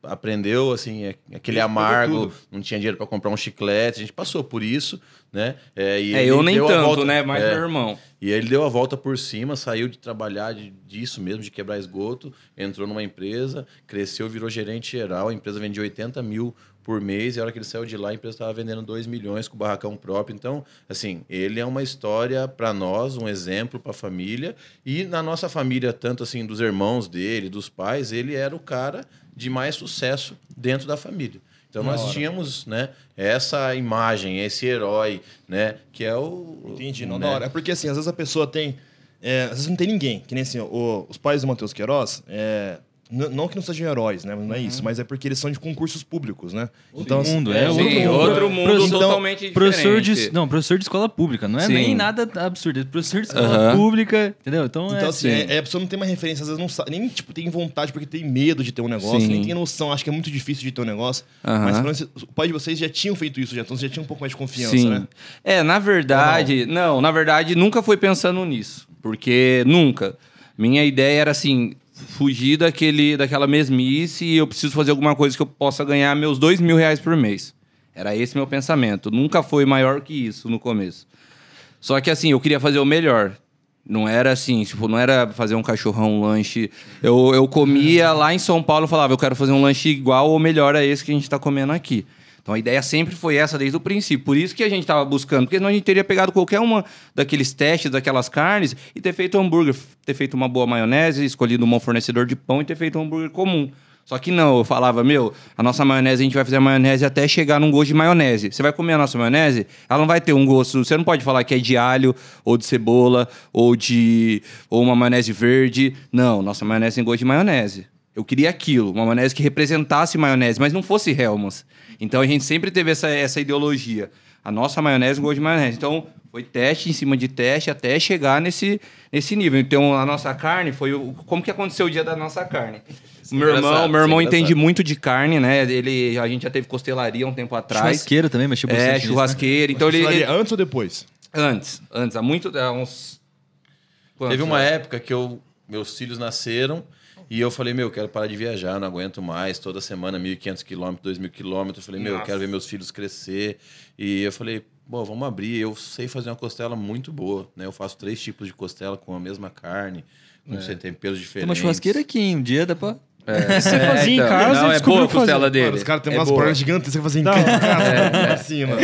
E: aprendeu, assim, é- aquele amargo, não tinha dinheiro para comprar um chiclete, a gente passou por isso, né? é, e
D: é,
E: ele
D: eu nem
E: deu a
D: tanto
E: volta-
D: né mas
E: é.
D: meu irmão
E: E aí ele deu a volta por cima, saiu de trabalhar de, disso mesmo, de quebrar esgoto, entrou numa empresa, cresceu, virou gerente geral, a empresa vendia 80 mil por mês, e a hora que ele saiu de lá, a empresa estava vendendo 2 milhões com o barracão próprio. Então, assim, ele é uma história para nós, um exemplo para a família, e na nossa família, tanto assim, dos irmãos dele, dos pais, ele era o cara de mais sucesso dentro da família. Então nós tínhamos, né, essa imagem, esse herói, né, que é o
A: Entendi, não,
E: né?
A: da hora. É porque, assim, às vezes a pessoa tem... é, às vezes não tem ninguém. Que nem, assim, o- os pais do Matheus Queiroz... é, n- não que não sejam heróis, né? Não é
D: Uhum.
A: isso. Mas é porque eles são de concursos públicos, né? Então, assim,
C: mundo, é,
A: sim,
C: outro
D: Sim,
C: mundo.
D: outro mundo
C: Professor-
A: então,
D: totalmente diferente.
C: Professor de, não, professor de escola pública, não é
D: Sim.
C: nem nada absurdo. é Professor de escola
D: Aham.
C: pública, entendeu? Então, é
A: Então, assim, é, é, a pessoa não tem uma referência, às vezes não sabe, nem tipo, tem vontade porque tem medo de ter um negócio,
D: Sim.
A: nem tem noção, acho que é muito difícil de ter um negócio.
D: Aham.
A: Mas pelo menos o pai de vocês já tinham feito isso, já, então vocês já tinham um pouco mais de confiança, né?
D: É, na verdade, não? na verdade nunca foi pensando nisso, porque nunca. Minha ideia era assim, fugir daquele, daquela mesmice e eu preciso fazer alguma coisa que eu possa ganhar meus dois mil reais por mês. Era esse meu pensamento. Nunca foi maior que isso no começo. Só que assim, eu queria fazer o melhor. Não era assim, tipo, não era fazer um cachorrão, um lanche. Eu, eu comia lá em São Paulo e falava, eu quero fazer um lanche igual ou melhor a esse que a gente tá comendo aqui. Então a ideia sempre foi essa desde o princípio. Por isso que a gente tava buscando, porque senão a gente teria pegado qualquer uma daqueles testes, daquelas carnes e ter feito um hambúrguer, ter feito uma boa maionese, escolhido um bom fornecedor de pão e ter feito um hambúrguer comum. Só que não, eu falava, meu, a nossa maionese, a gente vai fazer a maionese até chegar num gosto de maionese. Você vai comer a nossa maionese, ela não vai ter um gosto, você não pode falar que é de alho, ou de cebola, ou de. ou uma maionese verde. Não, nossa maionese tem gosto de maionese. Eu queria aquilo, uma maionese que representasse maionese, mas não fosse Hellmann's. Então a gente sempre teve essa, essa ideologia. A nossa maionese, um gosto de maionese. Então, foi teste em cima de teste até chegar nesse, nesse nível. Então, a nossa carne foi. o- Como que aconteceu o dia da nossa carne? meu irmão,
E: engraçado,
D: meu irmão
E: isso é
D: entende
E: engraçado.
D: muito de carne, né? Ele, a gente já teve costelaria um tempo atrás.
C: churrasqueira também, mas tipo
D: É, churrasqueiro. Então, ele,
A: Isso ali
D: ele-
A: é Antes ou depois?
D: Antes, antes, há muito. Há uns.
E: Teve
D: quantos
E: uma
D: anos?
E: época que eu, meus filhos nasceram e eu falei, meu, eu quero parar de viajar, não aguento mais, toda semana 1.500 quilômetros, 2.000 quilômetros. Eu falei, meu, eu
D: Nossa.
E: quero ver meus filhos crescer. E eu falei, bom, vamos abrir. Eu sei fazer uma costela muito boa, né? Eu faço três tipos de costela com a mesma carne, com é. temperos
C: Tem
E: diferentes.
C: uma churrasqueira aqui, hein? um dia dá pra...
B: Você fazia em
D: então,
B: casa
D: não,
B: e
D: é
B: descobriu
D: boa a costela
B: fazer.
D: dele.
A: Mano, os caras têm
D: É
A: umas
D: boa. [LAUGHS]
A: paradas gigantes, você fazem em casa,
D: é.
A: como assim, mano.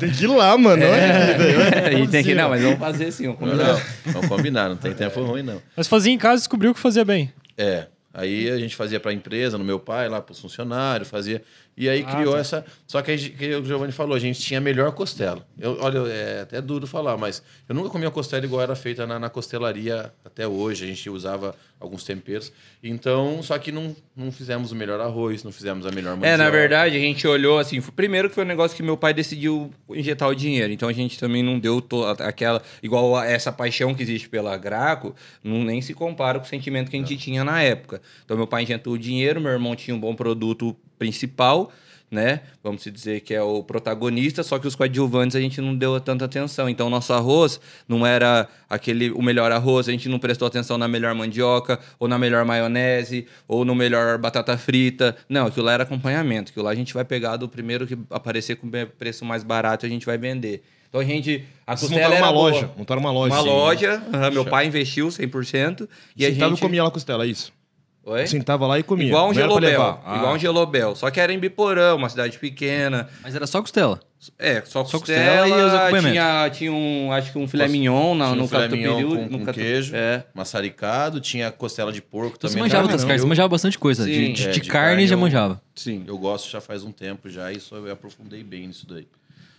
A: Tem que ir lá, mano. olha aqui, velho, olha
D: A gente É. tem que.
A: assim,
D: Não,
A: ó.
D: mas vamos fazer um sim, vamos
E: Não,
D: combinar.
E: não, vamos combinar, não tem tempo ruim, não.
B: Mas fazia em casa e descobriu que fazia bem.
E: É. Aí a gente fazia para a empresa, no meu pai, lá para os funcionários, fazia. E aí
D: Ah,
E: criou
D: tá.
E: essa. Só que, a gente- que o Giovanni falou, a gente tinha a melhor costela. Eu, olha, é até duro falar, mas eu nunca comi uma costela igual era feita na, na costelaria até hoje. A gente usava alguns temperos. Então, só que não, não fizemos o melhor arroz, não fizemos a melhor
D: É,
E: mandioca.
D: na verdade, a gente olhou assim. foi- Primeiro que foi um negócio que meu pai decidiu injetar o dinheiro. Então a gente também não deu to- a- aquela. Igual a- essa paixão que existe pela Graco, não, nem se compara com o sentimento que a gente tinha na época. Então meu pai injetou o dinheiro, meu irmão tinha um bom produto principal, né? Vamos se dizer que é o protagonista, só que os coadjuvantes a gente não deu tanta atenção. Então nosso arroz não era aquele o melhor arroz, a gente não prestou atenção na melhor mandioca, ou na melhor maionese, ou no melhor batata frita. Não, aquilo lá era acompanhamento, aquilo lá a gente vai pegar do primeiro que aparecer com o preço mais barato, a gente vai vender. Então a gente a
A: Vocês
D: costela
A: montaram
D: era
A: uma
D: boa.
A: loja, montaram uma loja.
D: Uma
A: assim.
D: loja, aham, meu pai investiu 100% e
A: E
D: a
A: Sentado
D: gente
A: comia lá costela, é isso?
D: Oi?
A: Eu sentava lá e comia.
D: Igual um
A: Não era pra
D: Gelobel.
A: levar. Ah.
D: Igual um Gelobel. Só que era em Biporã, uma cidade pequena.
C: Mas era só costela.
D: É, só
C: Só
D: costela,
C: costela e os acompanhamentos.
D: tinha, tinha um, acho que um filé mignon na,
E: Tinha
D: no
E: um filé mignon com-
D: catupiry, no
E: com
D: catu-
E: queijo.
D: É.
E: Maçaricado, tinha costela de porco
C: Então você
E: também.
C: manjava outras
E: Cara,
C: carnes, você
E: eu-
C: manjava bastante coisa. de-
D: né? Sim,
C: de
E: é,
C: de
E: de
C: carne
E: carne
C: já
E: eu-
C: manjava.
D: Sim.
E: Eu gosto já faz um tempo já, e só eu aprofundei bem nisso daí.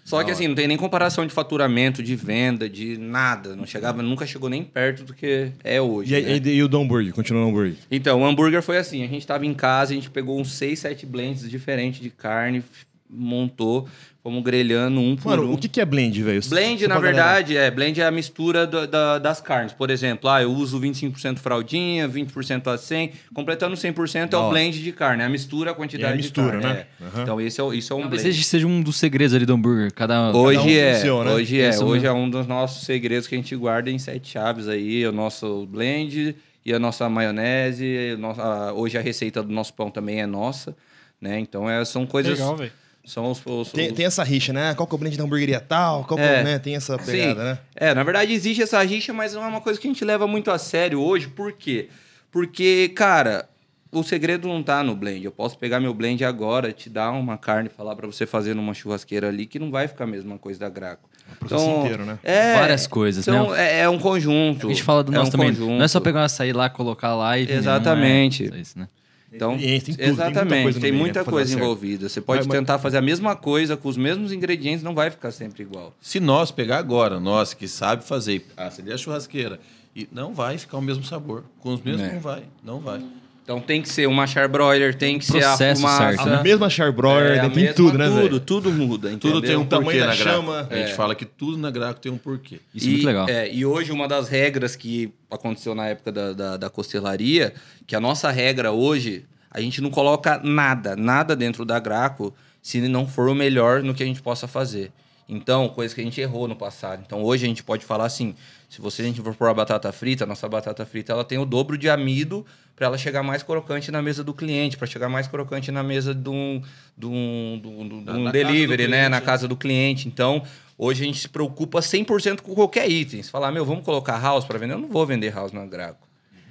D: Só que assim, não tem nem comparação de faturamento, de venda, de nada. Não chegava, nunca chegou nem perto do que é hoje.
A: E, aí-
D: né?
A: e, e o do hambúrguer? Continua no hambúrguer.
D: Então, o hambúrguer foi assim: a gente tava em casa, a gente pegou uns 6, 7 blends diferentes de carne, f- montou, fomos grelhando um por
A: Mano,
D: um.
A: o que, que é blend, velho?
D: Blend,
A: Só
D: na
A: pra galera.
D: verdade, é. Blend é a mistura do- da- das carnes. Por exemplo, ah, eu uso 25% fraldinha, 20% a 100. Completando 100% é
A: Da
D: o
A: hora.
D: blend de carne. É a mistura, a quantidade
A: É a mistura,
D: de carne.
A: né?
D: é.
A: Aham.
D: Então, esse é, o- isso é um
C: Talvez
D: blend.
C: esse seja um dos segredos ali do hambúrguer. Cada,
D: Hoje
A: Cada um
D: é,
A: tem o seu, né?
D: hoje é,
C: Isso
D: hoje é um dos nossos segredos que a gente guarda em sete chaves aí, o nosso blend e a nossa maionese, o nosso- a- hoje a receita do nosso pão também é nossa, né? Então é- são coisas,
B: Legal, velho.
D: são os, os-
A: Tem,
D: os-
A: tem essa rixa, né? Ah, Qual que é o blend da hamburgueria tal? Qual que é,
D: É.
A: o- né? Tem essa
D: Sim.
A: pegada, né?
D: É, na verdade existe essa rixa, mas não é uma coisa que a gente leva muito a sério hoje. Por quê? Porque, cara, o segredo não tá no blend. Eu posso pegar meu blend agora, te dar uma carne, falar pra você fazer numa churrasqueira ali, que não vai ficar a mesma coisa da Graco.
A: processo inteiro, né?
D: É,
C: Várias coisas,
D: então,
C: né?
D: É, é um conjunto.
C: A gente fala do
D: é
C: nosso
D: um
C: também.
D: Conjunto.
C: Não é só pegar um açaí lá, colocar lá e... vender, não é
D: Exatamente.
C: só isso, né?
D: Então,
A: Tem experiência, tem tudo, tem muita coisa
D: exatamente,
A: no
D: tem
A: meio,
D: muita
A: né, pra
D: coisa
A: dar certo.
D: envolvida. Você pode
A: Mas- mas-
D: tentar fazer a mesma coisa com os mesmos ingredientes, não vai ficar sempre igual.
E: Se nós pegar agora, nós que sabe fazer, acender a churrasqueira, e não vai ficar o mesmo sabor. Com os mesmos
D: É.
E: não vai, não vai.
D: Então tem que ser uma charbroiler, tem que ser a
C: Processo
D: fumaça.
C: certo, né?
A: A mesma charbroiler,
D: É, a
A: tem
D: mesma-
A: tudo, né,
D: Tudo,
A: velho?
D: tudo muda,
E: Tudo tem
D: entendeu?
E: um
A: O tamanho
E: porquê
A: da
E: na
A: chama.
E: Graco. A gente fala que tudo na Graco tem um porquê.
C: Isso é muito legal.
D: é, e hoje uma das regras que aconteceu na época da, da, da costelaria, que a nossa regra hoje, a gente não coloca nada, nada dentro da Graco, se não for o melhor no que a gente possa fazer. Então, coisa que a gente errou no passado. Então, hoje a gente pode falar assim, se você a gente for pôr a batata frita, a nossa batata frita, ela tem o dobro de amido para ela chegar mais crocante na mesa do cliente, para chegar mais crocante na mesa de um, de um, de um- de um
E: Na- na casa do
D: delivery, né?
E: cliente, né?
D: Na casa casa do cliente. Então, hoje a gente se preocupa 100% com qualquer item. Se falar, meu, vamos colocar house para vender, eu não vou vender house na Graco.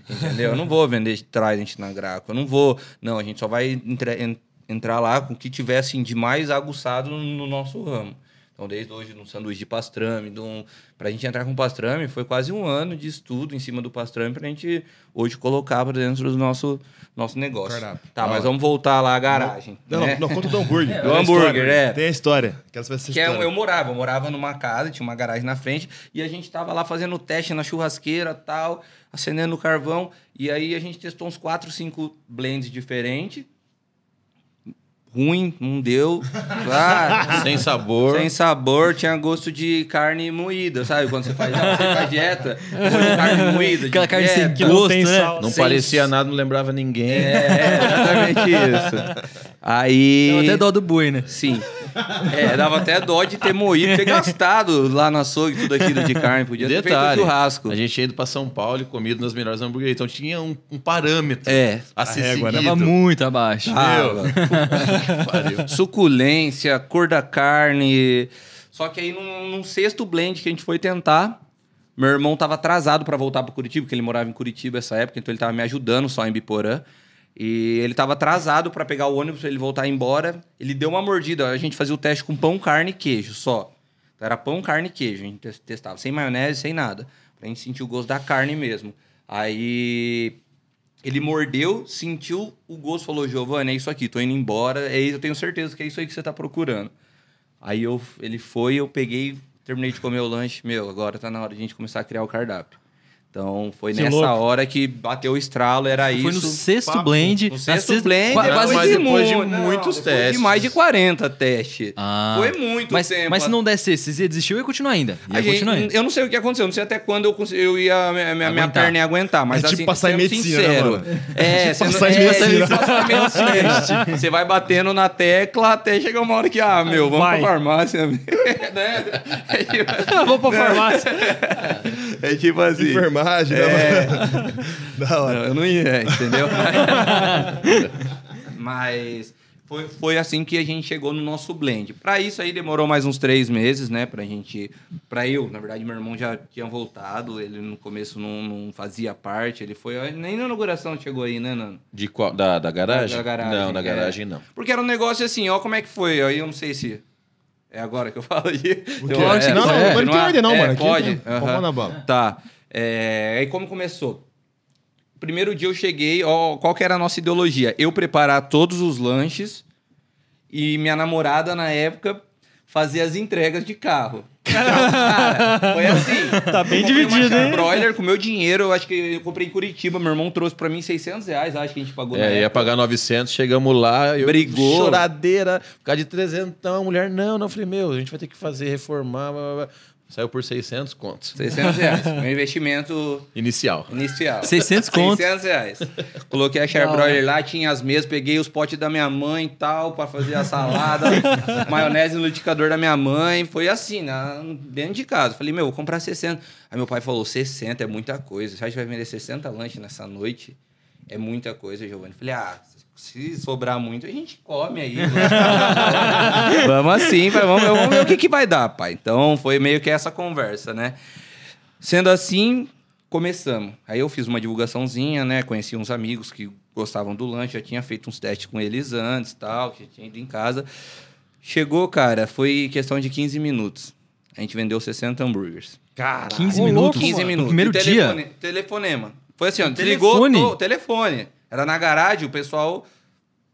D: Entendeu? Eu não vou vender Trident na Graco. Eu não vou. Não, a gente só vai entra- en- entrar lá com o que tiver assim, de mais aguçado no nosso ramo. Então, desde hoje, num sanduíche de pastrame, de um... para a gente entrar com pastrame, foi quase um ano de estudo em cima do pastrame para a gente hoje colocar para dentro do nosso, nosso negócio.
A: Cardápio.
D: Tá, mas vamos voltar lá à garagem.
A: Não,
D: né?
A: não, não, conta do hambúrguer.
D: Do hambúrguer, é.
A: Tem a história. Quero saber essa
D: Que é,
A: história.
D: eu morava, eu morava numa casa, tinha uma garagem na frente, e a gente tava lá fazendo o teste na churrasqueira tal, acendendo o carvão, e aí a gente testou uns 4, 5 blends diferentes. Ruim, não
C: [LAUGHS]
D: deu. Ah,
E: Sem sabor.
D: sem sabor, tinha gosto de carne moída, sabe? Quando você faz, você faz dieta, gosto de carne moída.
C: Aquela
D: de
C: carne sem
D: dieta.
B: Que não
C: Gosto,
B: tem
C: né?
B: sal.
E: Não
D: sem-
E: parecia nada, não lembrava ninguém. [LAUGHS]
D: É, é, exatamente
C: [LAUGHS]
D: isso. Aí.
C: Deu até dó do boi, né?
D: Sim. É, dava até dó de ter moído, ter gastado lá na açougue tudo aquilo de carne. Podia ter feito um
E: Detalhe,
D: churrasco.
E: a gente tinha ido pra São Paulo e comido nas melhores hamburguerias. Então tinha um, um parâmetro
D: É.
E: a ser
A: régua, né?
E: seguido.
C: Tava muito abaixo.
D: Tava.
E: [LAUGHS]
D: [LAUGHS] Suculência, cor da carne. Só que aí num, num sexto blend que a gente foi tentar, meu irmão tava atrasado pra voltar para Curitiba, porque ele morava em Curitiba essa época, então ele tava me ajudando só em Biporã. E ele tava atrasado pra pegar o ônibus pra ele voltar embora. Ele deu uma mordida. A gente fazia o teste com pão, carne e queijo só. Então era pão, carne e queijo. A gente tes- testava sem maionese, sem nada. Pra gente sentir o gosto da carne mesmo. Aí ele mordeu, sentiu o gosto, falou: Giovanni, é isso aqui, tô indo embora. É isso, eu tenho certeza que é isso aí que você tá procurando. Aí eu, ele foi, eu peguei, terminei de comer o lanche. Meu, agora tá na hora de a gente começar a criar o cardápio. Então foi
B: Que
D: nessa
B: louco.
D: hora que bateu o estralo, era isso.
C: é Foi no sexto
A: papo,
C: blend.
D: No
C: na
D: sexto
C: sexta-
D: blend, né?
C: qua-
D: depois
C: quase
E: mas
D: de,
C: de-
E: depois de
D: mu-
E: muitos
D: depois
E: testes.
D: De mais de 40 testes.
C: Ah.
D: Foi muito
C: mas,
D: tempo. é.
C: Mas se não desse, vocês iam desistir, eu ia continuar ainda.
D: A
C: Ia
D: gente-
C: continuar ainda.
D: eu não sei o que aconteceu, não sei até quando eu, consegui- eu ia minha, minha- minha
C: Aguentar.
D: perna ia aguentar, mas
A: É tipo
D: assim,
A: passar em
D: sendo
A: medicina, né,
D: sincero,
A: mano? [LAUGHS]
D: É,
A: tipo
D: sendo-
A: passar em
D: é,
A: medicina.
D: tipo passar em medicina. Você vai batendo na tecla até chegar uma hora que, ah, meu, vamos
B: Vai.
D: pra
B: [LAUGHS]
D: farmácia. né? É tipo-
B: Vou pra farmácia.
D: É tipo assim.
A: Enfermagem,
D: É.
A: né? [LAUGHS] mano? da hora.
D: Eu não ia, entendeu? [LAUGHS] Mas Foi, foi assim que a gente chegou no nosso blend. Para isso aí demorou mais uns três meses, né? Pra gente. Pra eu, na verdade, meu irmão já tinha voltado. Ele no começo não, não fazia parte. Ele foi. Nem na inauguração chegou aí, né, Nano?
E: De qual? Da, da garagem?
D: Da garagem,
E: Não, da
D: é.
E: garagem não.
D: Porque era um negócio assim, ó, como é que foi? Aí eu não sei se. É agora que eu [LAUGHS] falo aí.
A: quê? É, Não, não,
D: "É,
A: mas não tem ordem não, mano. Aqui
D: pode.
A: tem- pode
D: aham.
A: mandar bala.
D: Tá. É, aí como começou? Primeiro dia eu cheguei, ó, qual que era a nossa ideologia? Eu preparar todos os lanches e minha namorada, na época, fazia as entregas de carro. Então, Cara, foi assim.
A: [LAUGHS]
B: Tá bem
D: Eu comprei uma
B: dividido, hein?
D: Broiler com meu dinheiro, eu acho que eu comprei em Curitiba, meu irmão trouxe pra mim 600 reais, acho que a gente pagou na
E: É, ia
D: época.
E: pagar 900, chegamos lá, eu
D: Brigou.
E: choradeira, por causa de 300, então a mulher, não, não, eu falei, meu, a gente vai ter que fazer, reformar, blá, blá, blá. saiu por 600 contos,
D: 600 reais, meu investimento
E: inicial.
D: Inicial. [LAUGHS]
C: 600 conto.
D: 600 reais. Coloquei a Charbroiler lá, tinha as mesas, peguei os potes da minha mãe e tal, pra fazer a salada, [LAUGHS] maionese no liquidificador da minha mãe. Foi assim, na, dentro de casa. Falei, meu, vou comprar 60. Aí meu pai falou, 60 é muita coisa. Você acha que vai vender 60 lanches nessa noite? É muita coisa, Giovanni. Falei, ah... Se sobrar muito, a gente come aí. né?" [LAUGHS] vamos assim, falei, vamos, vamos ver o que, que vai dar, pai. Então foi meio que essa conversa, né? Sendo assim, começamos. Aí eu fiz uma divulgaçãozinha, né? Conheci uns amigos que gostavam do lanche, já tinha feito uns testes com eles antes tal, já tinha ido em casa. Chegou, cara, foi questão de 15 minutos. A gente vendeu 60 hambúrgueres.
A: Cara,
C: 15
B: Ô, louco,
C: minutos.
D: 15
C: No
D: minutos.
C: primeiro
D: E
C: dia.
D: telefone- Telefonema. Foi assim, ó, desligou
C: Telefone?
D: to- o telefone. Era na garagem, o pessoal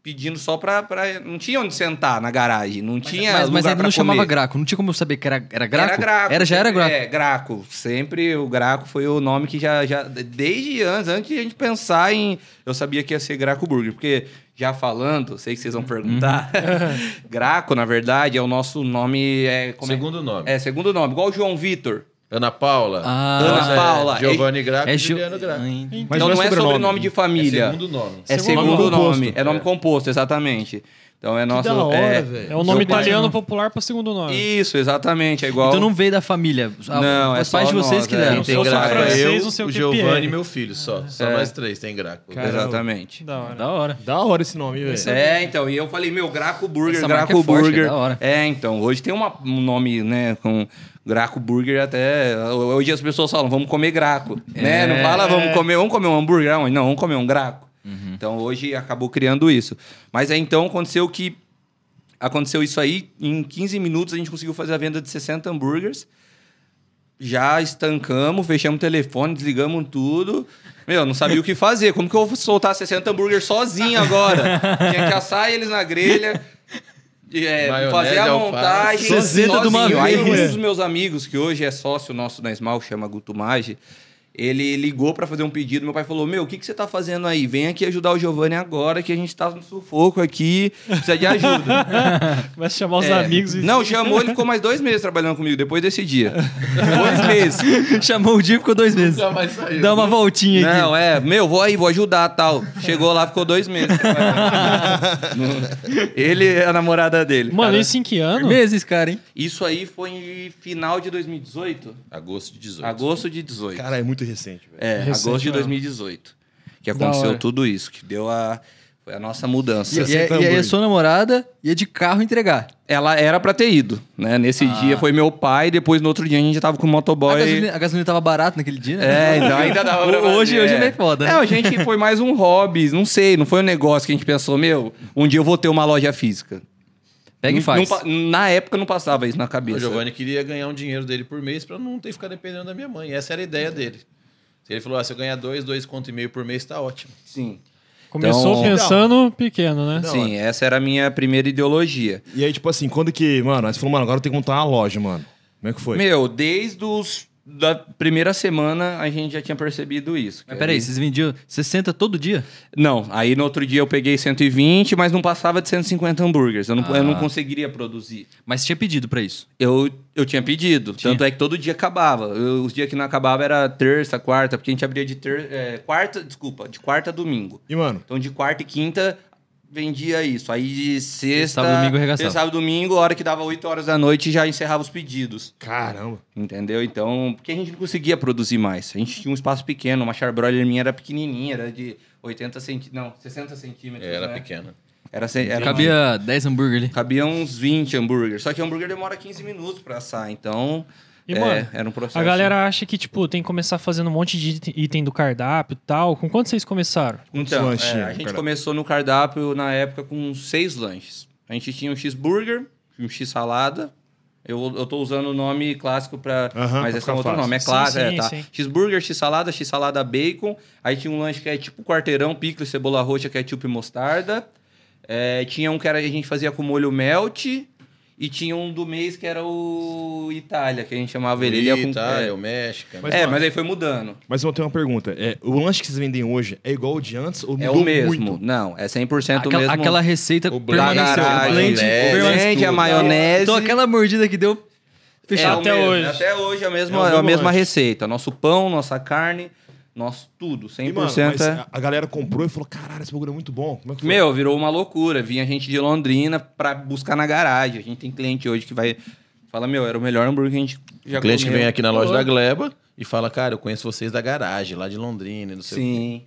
D: pedindo só pra... pra- não tinha onde sentar na garagem, não tinha
C: mas mas
D: lugar
C: ainda
D: pra
C: não chamava
D: comer.
C: Graco. Não tinha como eu saber que era, era Graco?
D: Era Graco.
C: já era Graco.
D: É, Graco. Sempre o Graco foi o nome que já, já. Desde antes, antes de a gente pensar em. Eu sabia que ia ser Graco Burger, porque já falando, sei que vocês vão perguntar. [LAUGHS] Graco, na verdade, é o nosso nome. É, como é-
E: Segundo nome.
D: é, segundo nome, igual o João Vitor.
E: Ana Paula.
C: Ah.
E: Nós
D: Ana Paula.
E: Giovanni Graco
C: É
E: e
C: Ju-
E: Juliano Graco.
C: Ai,
A: Mas
D: então não é sobrenome, de
E: É
D: família.
E: segundo nome.
D: É
B: Segundo
D: segundo,
A: nome
D: nome.
A: composto.
D: É nome composto, exatamente. Então é nosso.
A: da hora,
D: é,
A: velho.
B: É o nome
D: Seu pai-
B: italiano popular pra segundo nome.
D: Isso, exatamente. É igual.
C: Então não veio da família. Ah,
D: Não, é
C: Os pais
D: só
C: de vocês
D: nós,
C: que
D: é.
C: deram.
B: Não sou
E: Tem Graco,
B: francês,
E: eu,
B: não sei o
E: o
B: que
E: Giovanni
B: Pierre.
E: e meu filho só. Só
D: É.
E: nós três tem Graco. [LAUGHS]
D: Exatamente.
B: Da hora.
C: Da hora.
A: Da hora esse nome, velho.
D: É, então, e eu falei, meu, Graco Burger,
C: Essa marca
D: Graco
C: é forte,
D: Burger.
C: é da hora.
D: É, então, hoje tem uma- um nome, né, com Graco Burger até... Hoje as pessoas falam, vamos comer Graco,
C: É.
D: né? Não fala, vamos comer, vamos comer um hambúrguer, não, não, vamos comer um Graco.
C: Uhum.
D: Então, hoje acabou criando isso. Mas aí, então, aconteceu que... Aconteceu isso aí, em 15 minutos a gente conseguiu fazer a venda de 60 hambúrgueres. Já estancamos, fechamos o telefone, desligamos tudo. Meu, não sabia o que fazer. Como que eu vou soltar 60 hambúrguer sozinho agora? Tinha que assar eles na grelha, e, é,
E: Maionese,
D: fazer a
E: alface.
D: montagem.
C: 60 de uma
D: sozinho. Aí
C: vez.
D: um dos meus amigos, que hoje é sócio nosso na Esmal, chama Guto Maggi, ele ligou pra fazer um pedido. Meu pai falou: Meu, o que, que você tá fazendo aí? Vem aqui ajudar o Giovanni agora, que a gente tá no sufoco aqui, precisa de ajuda.
B: Começa a chamar os
D: É.
B: amigos e...
D: Não, chamou, ele ficou mais dois meses trabalhando comigo, depois desse dia. dois meses.
C: Chamou o dia e ficou dois meses.
E: mais saiu.
C: Dá uma voltinha aqui.
D: Não, é, meu, vou aí, vou ajudar tal. Chegou lá, ficou dois meses. [LAUGHS] ele é a namorada dele.
B: Mano,
D: cara.
B: isso em que ano?
C: Meses, cara, hein?
D: Isso aí foi em final de 2018?
E: Agosto de 18.
D: Agosto de 18.
A: Cara, é muito recente, velho.
D: é,
B: recente
D: agosto de
B: mesmo.
D: 2018. Que
B: Da
D: aconteceu
B: hora.
D: tudo isso, que deu a. Foi a nossa
C: E,
D: mudança.
C: e, é, e aí a sua namorada ia de carro entregar.
D: Ela era pra ter ido, né? Nesse dia foi meu pai, depois no outro dia a gente já tava com o motoboy.
C: A gasolina, a gasolina tava barata naquele dia, né?
D: É, então ainda dava pra fazer,
C: Hoje, hoje é meio foda,
D: Não,
C: né?
D: a gente foi mais um hobby, não sei, não foi um negócio que a gente pensou, meu, um dia eu vou ter uma loja física.
C: Pega e
D: Não-
C: faz.
D: não pa- na época não passava isso na
E: O
D: cabeça.
E: Giovanni queria ganhar um dinheiro dele por mês pra não ter que ficar dependendo da minha mãe. Essa era a ideia dele. Ele falou, ah, se eu ganhar dois, dois conto e meio por mês, tá ótimo.
D: Sim.
B: Começou
D: Então-
B: pensando pequeno, né?
D: Sim, essa era a minha primeira ideologia.
A: E aí, tipo assim, quando que. Mano, aí você falou, mano, agora tem que montar uma loja, mano. Como é que foi?
D: Meu, desde os da primeira semana a gente já tinha percebido isso.
C: Mas peraí, vocês vendiam 60 todo dia?
D: Não, aí no outro dia eu peguei 120, mas não passava de 150 hambúrgueres. Eu não, eu
C: Ah.
D: não conseguiria produzir.
C: Mas tinha pedido pra isso.
D: Eu, eu tinha pedido. Tanto é que todo dia acabava. Eu- os dias que não acabava era terça, quarta, porque a gente abria de ter, é, quarta, desculpa, de quarta a domingo.
A: E, mano,
D: Então de quarta e quinta vendia isso. Aí de sexta,
C: sábado e domingo arregaçava.
D: sexta, sábado, e domingo, a hora que dava 8 horas da noite já encerrava os pedidos.
A: caramba.
D: Entendeu? Então, porque a gente não conseguia produzir mais. A gente tinha um espaço pequeno, uma charbroiler minha era pequenininha, era de 80 centímetros, não, 60 centímetros,
E: Era
D: né?
E: pequena.
D: Era, se- era
C: Cabia 10 hambúrguer ali.
D: Cabia uns 20 hambúrguer. Só que hambúrguer demora 15 minutos pra assar, então.
B: E,
D: é,
B: mano,
D: era um processo.
B: A galera acha que, tipo, tem que começar fazendo um monte de item- item do cardápio e tal. Com quanto vocês começaram?
D: Então,
A: Um lanches
D: é,
A: tinha no
D: a gente
A: cardápio?
D: começou no cardápio na época com seis lanches. A gente tinha um cheeseburger, um x-salada. Eu, eu tô usando o nome clássico pra.
A: Aham, pra
D: mas esse é
A: ficar
D: um outro
A: fácil.
D: nome, é
B: Sim,
D: clássico.
B: sim,
D: é, tá.
B: sim.
D: Cheeseburger, x-salada, x-salada bacon. Aí tinha um lanche que é tipo quarteirão, picles, cebola roxa, é ketchup e mostarda. É, tinha um que era, a gente fazia com molho melt. E tinha um do mês que era o Itália, que a gente chamava ele. Ele ia com-
E: Itália,
D: é.
E: o México. né?
A: Mas,
D: é,
A: mano,
D: mas aí foi mudando.
A: Mas eu tenho uma pergunta. É, o lanche que vocês vendem hoje é igual o de antes ou
D: É
A: mudou
D: o mesmo.
A: muito?
D: Não, é 100% o
C: Aquela,
D: mesmo.
C: aquela receita
E: O
D: da
E: blend,
C: permaneceu.
E: o
D: garagem.
E: blend,
D: Blend,
E: tudo.
D: a maionese.
C: Então aquela mordida que deu...
D: É
B: Fechado
D: o
B: até
D: mesmo.
B: hoje.
D: Até hoje é a mesma,
A: É o
D: é a
A: mesmo
D: mesma
A: lanche.
D: receita. Nosso pão, nossa carne, nosso tudo. 100%
A: E, mano, mas
D: é...
A: a- a galera comprou e falou: caralho, esse bagulho é muito bom. Como é que foi?
D: Meu, virou uma loucura. Vinha gente de Londrina pra buscar na garagem. A gente tem cliente hoje que vai... Fala, meu, era o melhor hambúrguer que a gente já
E: O cliente que
D: comeu.
E: vem aqui na loja da Gleba e fala, cara, eu conheço vocês da garagem, lá de Londrina, não sei o quê.
D: Sim.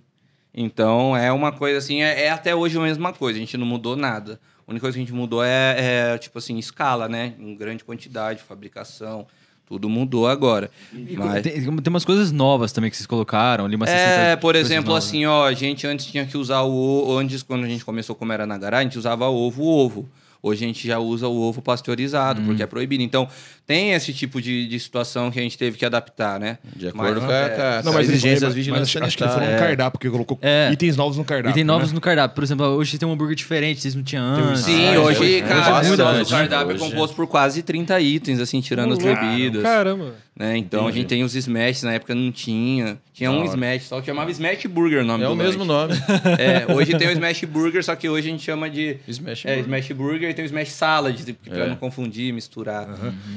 D: Então é uma coisa assim, é, é até hoje a mesma coisa, a gente não mudou nada. A única coisa que a gente mudou é, é, tipo assim, escala, né? Em grande quantidade, fabricação, tudo mudou agora. Mas-
C: Tem, tem umas coisas novas também que vocês colocaram ali, umas 60
D: é, por
C: coisas
D: exemplo,
C: novas.
E: né?
D: assim, ó, a gente antes tinha que usar o ovo, antes quando a gente começou como era na garagem, a gente usava ovo, ovo. Hoje a gente já usa o ovo pasteurizado,
E: Uhum.
D: porque é proibido. Então, tem esse tipo de, de situação que a gente teve que adaptar, né?
E: De acordo
D: Mas-
E: com a, com a- com a
A: mas
E: exigência das
A: mas
E: vigilâncias
A: acho, acho que ele
D: tá-
A: falou
E: sanitárias.
A: no cardápio, porque colocou
C: É.
A: itens novos no cardápio.
C: E tem novos
A: né?
C: no cardápio. Por exemplo, hoje tem um hambúrguer diferente, vocês não tinham antes.
D: um Sim,
E: Ah,
D: hoje,
E: hoje-
D: cara,
E: hoje
D: o
E: muda
D: nosso
E: bastante.
D: cardápio é
E: Hoje, Uhum.
D: composto por quase 30 itens, assim, tirando as bebidas.
B: Caramba.
D: né? Então a gente tem os smash, na época não tinha. Tinha um smash, só que chamava smash burger o nome
E: É
D: do
E: o mesmo
D: lanche.
E: nome. [LAUGHS]
D: É, hoje tem o smash burger, só que hoje a gente chama de
E: Smash
D: é,
E: Burger.
D: smash burger e tem o smash salad, porque pra
E: É.
D: não confundir, misturar.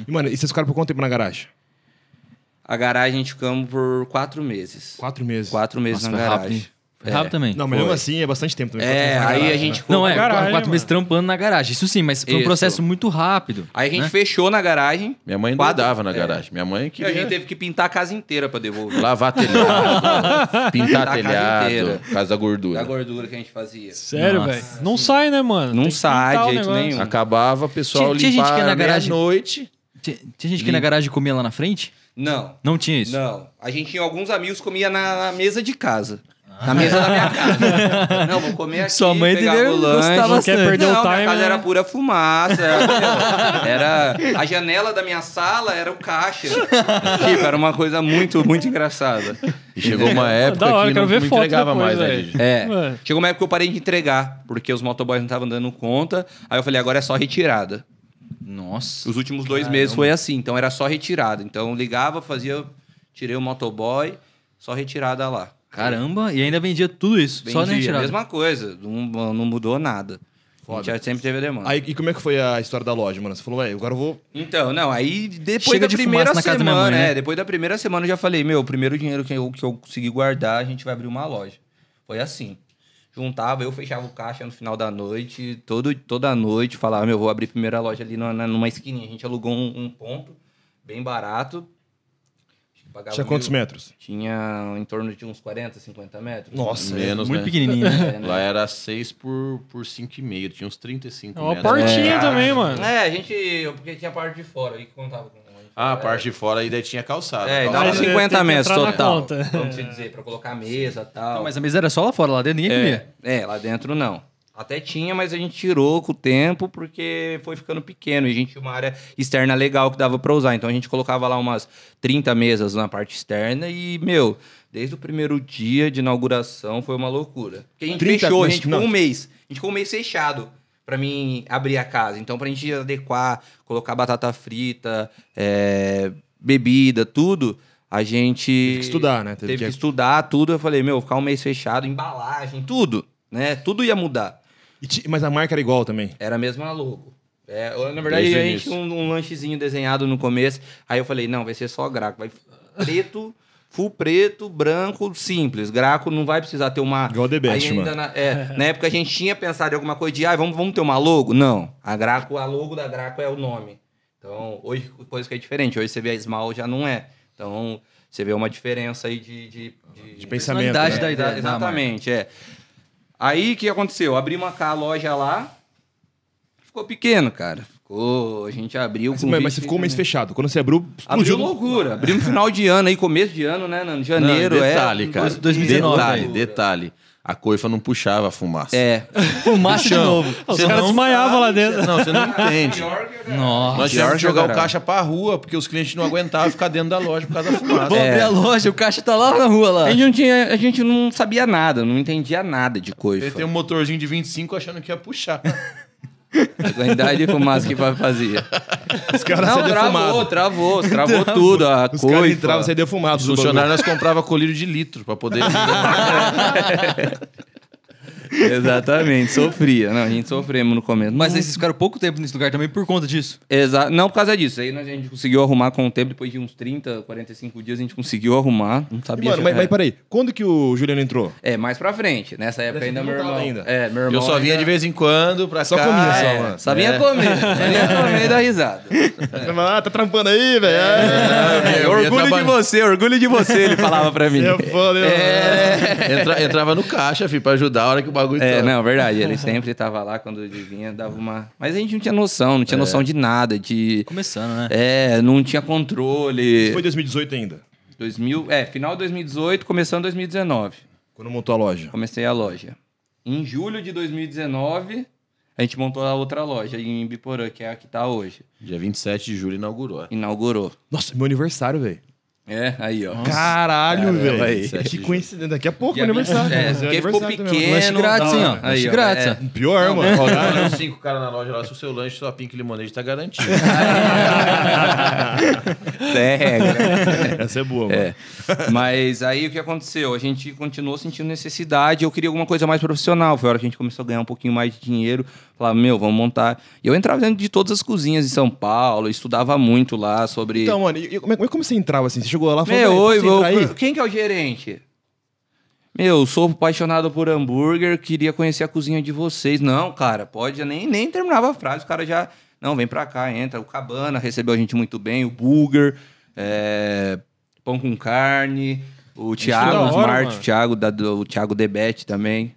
A: E, mano, e vocês ficaram por quanto tempo na garagem?
D: A garagem a gente ficamos por quatro meses.
A: Quatro meses.
D: Quatro meses
C: Nossa,
D: na
C: foi rápido,
D: garagem.
C: hein? Foi rápido também.
A: Não, mas mesmo assim é bastante tempo também. quatro
D: É,
A: meses na
D: aí a
A: garagem,
D: gente
A: né?
D: ficou
C: Não, é,
B: Caralho,
C: quatro meses
B: mano.
C: trampando na garagem. Isso sim, mas foi um
D: Isso.
C: processo muito rápido.
D: Aí a gente
C: né?
D: fechou na garagem.
E: Minha mãe não
D: Quatro-
E: dava na
D: é.
E: garagem. Minha mãe
D: E
E: que
D: a gente teve que pintar a casa inteira pra devolver.
E: lavar telhado,
D: Pintar a
E: pintar
D: casa
E: telhado,
D: inteira.
E: por causa da
D: Da
E: gordura.
D: gordura que a gente fazia.
B: Sério,
C: Nossa.
B: velho. Não sai, né, mano?
D: Não
B: Tem que
D: sai
B: pintar o
D: de jeito
B: negócio.
D: nenhum.
E: Acabava, o pessoal
C: Tinha- tinha gente que ia
E: limpar
C: na garagem.
E: meia-noite.
C: Tinha, tinha gente que ia na garagem comia lá na frente?
D: Não.
C: Não tinha isso.
D: Não. A gente tinha alguns amigos que comia na, na mesa de casa. Na mesa da minha
C: [LAUGHS]
D: casa. Não, vou comer aqui,
C: Ah. Sua mãe
D: pegava
C: deve
D: o lanche.
C: gostar
B: não quer
C: bastante.
B: perder o
D: não, minha
B: time,
D: casa
B: né?
D: era pura fumaça. Era, era- a janela da minha sala era o caixa. tipo, era uma coisa muito, muito engraçada.
E: E chegou uma época
B: Da hora,
E: que
B: quero
E: não,
B: ver
E: não
B: foto
E: entregava
B: depois,
E: mais, né,
B: velho.
E: Didi?
D: É.
B: Mano.
D: Chegou uma época que eu parei de entregar, porque os motoboys não estavam dando conta. Aí eu falei, agora é só retirada.
C: Nossa.
D: Os últimos dois meses foi assim, então era só retirada. Então eu ligava, fazia, tirei o motoboy, só retirada lá.
C: Caramba, e ainda vendia tudo isso. só na
D: Vendi, é
C: retirada.
D: Mesma coisa, não, não mudou nada. A gente sempre teve a demanda.
A: Aí, e como é que foi a história da loja, mano? Você falou, ué, agora eu vou.
D: então, não, aí depois da
C: Chega de
D: primeira
C: fumaça na casa da minha
D: semana,
C: mãe, né?
D: é, depois da primeira semana eu já falei, meu, o primeiro dinheiro que eu, que eu consegui guardar, a gente vai abrir uma loja. Foi assim. Juntava, eu fechava o caixa no final da noite, todo, toda noite, falava, meu, vou abrir primeira loja ali na- na- numa esquininha. A gente alugou um, um ponto bem barato. Acho que pagava
A: Tinha quantos
D: mil-
A: metros?
D: Tinha em torno de uns 40, 50 metros.
A: Nossa, é.
E: Menos,
C: Muito
E: né?
C: pequenininho, né?
D: [LAUGHS] É, né?
E: Lá era 6 por 5,5, tinha uns 35
B: É uma
E: metros.
B: portinha também, mano.
D: É, a gente. Porque tinha a parte de fora, aí que contava com.
E: Ah, a parte de fora aí daí tinha calçada.
D: É, dá
E: Calçada.
D: uns
B: Mas, é, tem
D: 50
B: que
D: metros
B: entrar na
D: total.
B: conta.
D: Vamos se dizer, pra colocar a mesa e tal.
C: Não, mas a mesa era só lá fora, lá dentro ninguém
D: é,
C: comia.
D: é, lá dentro não. Até tinha, mas a gente tirou com o tempo porque foi ficando pequeno. E a gente tinha uma área externa legal que dava pra usar. Então a gente colocava lá umas 30 mesas na parte externa e, meu, desde o primeiro dia de inauguração foi uma loucura. Porque a gente
A: 30
D: fechou, a
A: meses,
D: gente ficou
A: não.
D: um mês. A gente ficou um mês fechado pra mim abrir a casa. Então, pra gente adequar, colocar batata frita, é, bebida, tudo, a gente.
A: Teve que estudar, né?
D: Teve que estudar tudo. Eu falei, meu, ficar um mês fechado, embalagem, tudo, né? Tudo ia mudar.
A: E ti- Mas a marca era igual também.
D: Era a mesma logo. É, eu- na verdade,
E: Desde o
D: a gente tinha um, um lanchezinho desenhado no começo. Aí eu falei, não, vai ser só graco. Vai preto, full preto, branco, simples. Graco não vai precisar ter uma...
A: Igual o The Best,
D: Aí
A: mano.
D: ainda Na, é, na época a gente tinha pensado em alguma coisa de, ah, vamos, vamos ter uma logo? Não. A Graco, a logo da Graco é o nome. Então, hoje, coisa que é diferente. Hoje você vê a Small, já não é. Então, você vê uma diferença aí de... De, de,
A: De pensamento.
C: Personalidade
A: né?
C: da-
D: é, exatamente, é. Aí o que aconteceu? Abrimos a loja lá, ficou pequeno, cara. Ficou, a gente abriu
A: Mas,
D: com
A: mas
D: 20
A: você ficou um mês
D: também.
A: fechado. Quando você abriu,
D: Abriu
A: explodiu. [LAUGHS]
D: loucura. Abriu no final de ano aí, começo de ano, né, Nando? Janeiro,
E: Não,
D: é.
E: detalhe, cara.
C: 2019.
E: Detalhe, detalhe. A coifa não puxava a fumaça.
D: É.
C: Fumaça de
E: Chão.
C: novo.
B: Os
E: Você
B: caras
E: não-
B: desmaiavam lá dentro.
E: Não, você não entende.
C: Nossa.
E: Nós tivemos que
D: Georgia,
E: jogar o
D: caralho.
E: caixa pra rua, porque os clientes não aguentavam ficar dentro da loja por causa da fumaça.
C: Vou abrir a loja, o caixa tá lá na rua lá.
D: A gente, não tinha, a gente não sabia nada, não entendia nada de
E: Ele
D: coifa.
E: tem um motorzinho de 25 achando que ia puxar.
D: Na idade fumaça que fazia.
A: Os caras
D: não,
A: saíram
D: travou,
A: defumados.
D: travou,
A: [LAUGHS]
D: travou tudo. A
A: Os
D: coifa.
A: caras entravam e saíram defumados.
E: Os
A: do
E: funcionários nós comprava colírio de litro pra poder. [LAUGHS]
D: Exatamente, sofria. Não, a gente sofremos no começo.
C: Mas
D: Não-
C: aí vocês ficaram pouco tempo nesse lugar também por conta disso.
D: Exa não por causa disso. Aí nós- a gente conseguiu arrumar com o tempo, depois de uns 30, 45 dias, a gente conseguiu arrumar. Não
A: bagulho.
D: sabia.
A: Mano, mas,
D: é.
A: mas peraí. Quando que o Juliano entrou?
D: É, mais pra frente. Nessa época ainda meu
A: não tava
D: irmão.
A: ainda.
D: É, meu irmão.
E: Eu só vinha de
D: ainda-
E: vez em quando pra
A: Só
E: cá.
A: comia, só,
E: É.
A: mano.
D: Só vinha comer. Só
E: [LAUGHS]
D: vinha comer e dar risada.
A: Ah, tá trampando aí, velho. É,
E: É, eu ia trabalhar-
D: você, orgulho de você, ele falava pra mim.
A: é foda, é.
E: Entra- entrava no caixa, filho, pra ajudar a hora que o bagulho
D: É,
E: tava.
D: não, verdade. Ele sempre tava lá quando ele vinha, dava uma. Mas a gente não tinha noção,
E: É.
D: não tinha noção de nada, de.
C: Começando, né?
D: É, não tinha controle.
A: Foi 2018 ainda,
D: 2000, é, final de 2018, começando 2019.
A: quando montou a loja.
D: Comecei a loja. Em julho de 2019, a gente montou a outra loja em Biporã, que é a que tá hoje.
E: Dia 27 de julho inaugurou.
D: Inaugurou.
A: Nossa, meu aniversário, velho.
D: É, aí, ó.
A: Caralho,
E: aí.
A: velho. Que coincidência. Daqui a pouco
D: Dia
A: é aniversário.
D: 27,
C: né?
D: é,
A: Mas
D: porque ficou
A: aniversário também,
D: pequeno.
A: mano.
C: Lanche grátis,
D: da
C: hein,
D: hora.
C: ó.
D: Aí,
C: Lanche
D: ó,
C: grátis.
D: é.
C: ó. [LAUGHS]
A: Pior, mano. tá?
E: Ó, cara, os cinco caras na loja lá, se o seu lanche, sua pink limonade tá [LAUGHS] garantido.
D: É
A: [LAUGHS]
D: regra.
A: Essa é boa, mano.
D: É. Mas aí o que aconteceu? A gente continuou sentindo necessidade. Eu queria alguma coisa mais profissional. Foi a hora que a gente começou a ganhar um pouquinho mais de dinheiro. Falava, meu, vamos montar. E eu entrava dentro de todas as cozinhas em São Paulo, estudava muito lá sobre.
A: Então, mano, e- e como é, como é que você entrava assim? Você chegou lá e
D: Meu,
A: falou,
D: oi,
A: "Peraí, posso
D: meu,
A: entrar aí?
D: quem que é o gerente? Meu, sou apaixonado por hambúrguer, queria conhecer a cozinha de vocês. Não, cara, pode, eu nem, nem terminava a frase, o cara já. Não, vem pra cá, entra. O Cabana recebeu a gente muito bem, o Burger, é, Pão com Carne, o
A: é
B: da
D: Thiago
B: hora,
D: Smart,
B: mano.
D: o Thiago, da, do- o Thiago Debete também.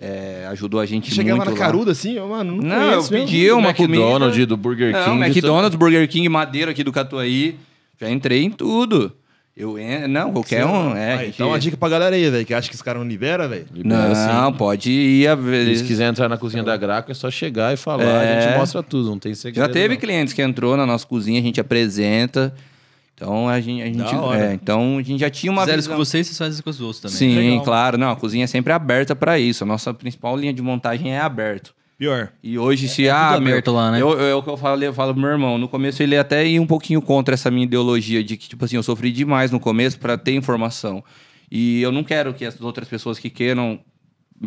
D: é, ajudou a gente
A: Chegava
D: muito
A: na
D: lá.
A: caruda assim, eu, mano, não
D: Não, eu
A: conheço mesmo.
D: pedi uma comida.
E: McDonald's, do Burger King.
D: Não,
E: de
D: McDonald's, Burger King, Madeira aqui do Catuaí. Já entrei em tudo. Eu en... Não, qualquer um. É,
A: Ah,
D: gente-
A: Então, uma dica pra galera aí, velho, que acha que os caras não liberam, velho.
E: tudo. Libera,
C: assim,
D: Não,
E: sim.
D: pode ir. A... ver-
E: E se quiser entrar na cozinha da Graco, é só chegar e falar. A gente mostra tudo, não tem segredo.
D: É. Já teve
E: não.
D: clientes que entrou na nossa cozinha, a gente apresenta. Então a gente, a gente, é, então a gente já tinha uma
C: Fizeram isso
D: visão.
C: com vocês, vocês fazem isso com os outros também.
D: Sim,
B: Legal.
D: claro. Não, a cozinha é sempre aberta pra isso. A nossa principal linha de montagem é aberto.
A: Pior.
D: E hoje, se ah,
C: É tudo aberto
D: meu,
C: lá, né?
D: Eu, eu- é o que eu falo, eu falo pro meu irmão. No começo ele até ia um pouquinho contra essa minha ideologia de que, tipo assim, eu sofri demais no começo pra ter informação. E eu não quero que as outras pessoas que queiram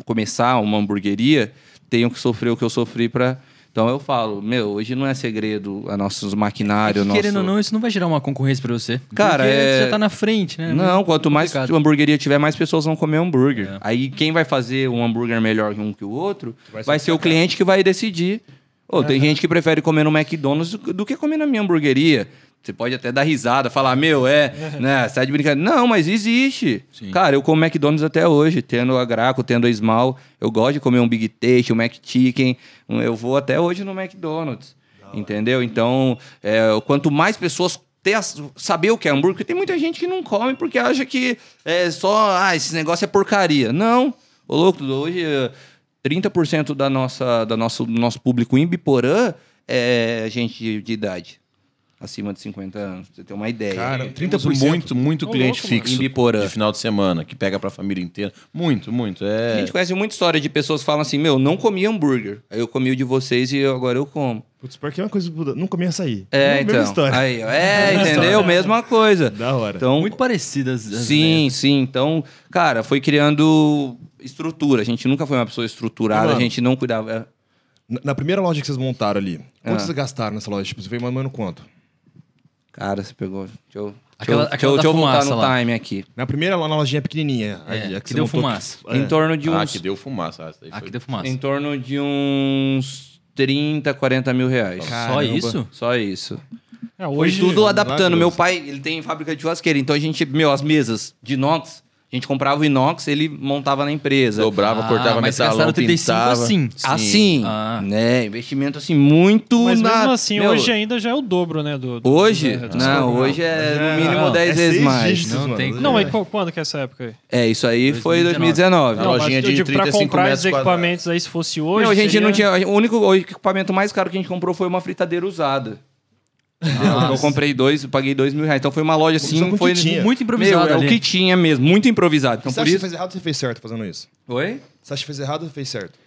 D: começar uma hamburgueria tenham que sofrer o que eu sofri pra. Então eu falo, meu, hoje não é segredo a nossos maquinários, nosso...
C: É Querendo ou não, isso não vai gerar uma concorrência pra você.
D: Cara,
C: Porque
D: é-
C: você já tá na frente, né?
D: Não, quanto mais
C: complicado.
D: hamburgueria tiver, mais pessoas vão comer hambúrguer.
C: É.
D: Aí quem vai fazer um hambúrguer melhor que um que o outro vai, ser o cliente que vai decidir. Ô, tem gente que prefere comer no McDonald's do, do que comer na minha hamburgueria. Você pode até dar risada, falar, meu, é, né, sai de brincadeira. Não, mas existe. Cara, eu como McDonald's até hoje, tendo a Graco, tendo a Small. Eu gosto de comer um Big Taste, um McChicken. um- Eu vou até hoje no McDonald's. Entendeu? Então, é, quanto mais pessoas ter as- saber o que é hambúrguer, porque tem muita gente que não come porque acha que é só, ah, esse negócio é porcaria. Não. Ô, louco, hoje é, 30% da nossa, da nosso, do nosso público em Biporã é gente de, de idade. Acima de 50 anos, pra você ter uma ideia.
A: Cara,
E: Temos
A: 30%.
E: Muito, muito
A: Ô,
E: cliente
A: louco, mano.
E: fixo
D: Em Biporã.
E: de final de semana, que pega pra família inteira. Muito, muito.
D: A
E: É...
D: gente conhece muita história de pessoas que falam assim: meu, não comi hambúrguer. Aí eu comi o de vocês e eu- agora eu como.
A: Putz, pior que é uma coisa... Não comia açaí.
D: É,
A: Mesma
D: então.
A: história.
D: Aí, ó. é, entendeu? Mesma coisa.
A: Da hora.
D: Então,
C: Muito parecidas. as
D: Sim, sim. Então, cara, foi criando estrutura. A gente nunca foi uma pessoa estruturada,
A: Mano.
D: a gente não cuidava. é,
A: Na na primeira loja que vocês montaram ali, quanto
D: Ah.
A: vocês gastaram nessa loja? Tipo, você veio mandando quanto?
D: Cara, você pegou. Deixa eu, deixa
C: Aquela-
D: eu- deixa
C: aquela
D: eu,
C: da
D: deixa eu voltar
C: fumaça
D: no
C: lá.
D: time aqui.
A: Na primeira, lá na lojinha pequenininha.
C: É,
A: a- a
C: que
A: você
C: deu
A: montou
C: fumaça.
A: é.
D: Em torno de
E: Ah,
D: uns.
E: que deu fumaça. Ah, isso daí foi-
C: Aqui da fumaça.
D: em torno de uns 30, 40 mil reais.
C: Só isso?
D: Só isso.
B: É,
D: Foi
B: hoje
D: tudo adaptando.
A: maravilhoso.
D: Meu pai, ele tem fábrica de churrasqueira, então a gente, meu, as mesas de inox, A gente comprava o inox, ele montava na empresa.
E: Dobrava,
C: Ah,
E: cortava
C: mas
E: metalão,
C: gastaram 35
E: pintava.
C: assim.
D: Assim,
C: Ah.
D: né? Investimento assim muito
B: Mas
D: na-
B: mesmo assim,
D: Meu,
B: hoje ainda já é o dobro, né? Do, do-
D: Hoje?
B: do- do-
D: Não, hoje é no mínimo
C: não,
D: 10
A: é
D: vezes
A: seis
D: mais.
A: dígitos,
C: Não
A: mano.
C: tem
B: Não, mas qual- quando que é essa época aí?
D: É, isso aí foi 2019.
C: 2019.
E: Na
B: Não, mas
E: lojinha
B: eu
E: de
B: digo, pra
E: 35
B: comprar
E: metros
B: esses equipamentos aí, se fosse hoje.
D: Não, a gente
B: seria-
D: não tinha. O único equipamento mais caro que a gente comprou foi uma fritadeira usada. Eu comprei dois, eu paguei dois mil reais. Então foi uma loja
A: Só com
D: assim,
A: o
D: foi
A: que tinha.
C: Muito improvisado
D: Meu, é
C: ali.
D: o que tinha mesmo, muito improvisado. Então
A: Você
D: por
A: acha que
D: isso.
A: fez errado ou você fez certo fazendo isso?
D: Oi?
A: Você acha que fez errado ou fez certo?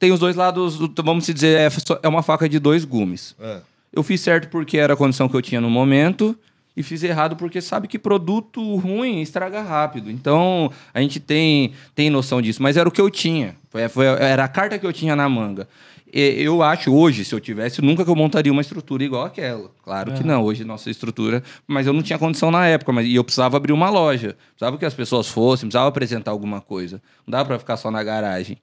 D: Tem os dois lados, vamos se dizer, é só- é uma faca de dois gumes.
A: É.
D: Eu fiz certo porque era a condição que eu tinha no momento e fiz errado porque sabe que produto ruim estraga rápido. Então, a gente tem, tem noção disso, mas era o que eu tinha. Foi- foi- era a carta que eu tinha na manga. E- eu acho hoje, se eu tivesse, nunca que eu montaria uma estrutura igual aquela. Claro que não, hoje nossa estrutura, mas eu não tinha condição na época, mas e eu precisava abrir uma loja, precisava que as pessoas fossem, precisava apresentar alguma coisa. Não dava pra ficar só na garagem.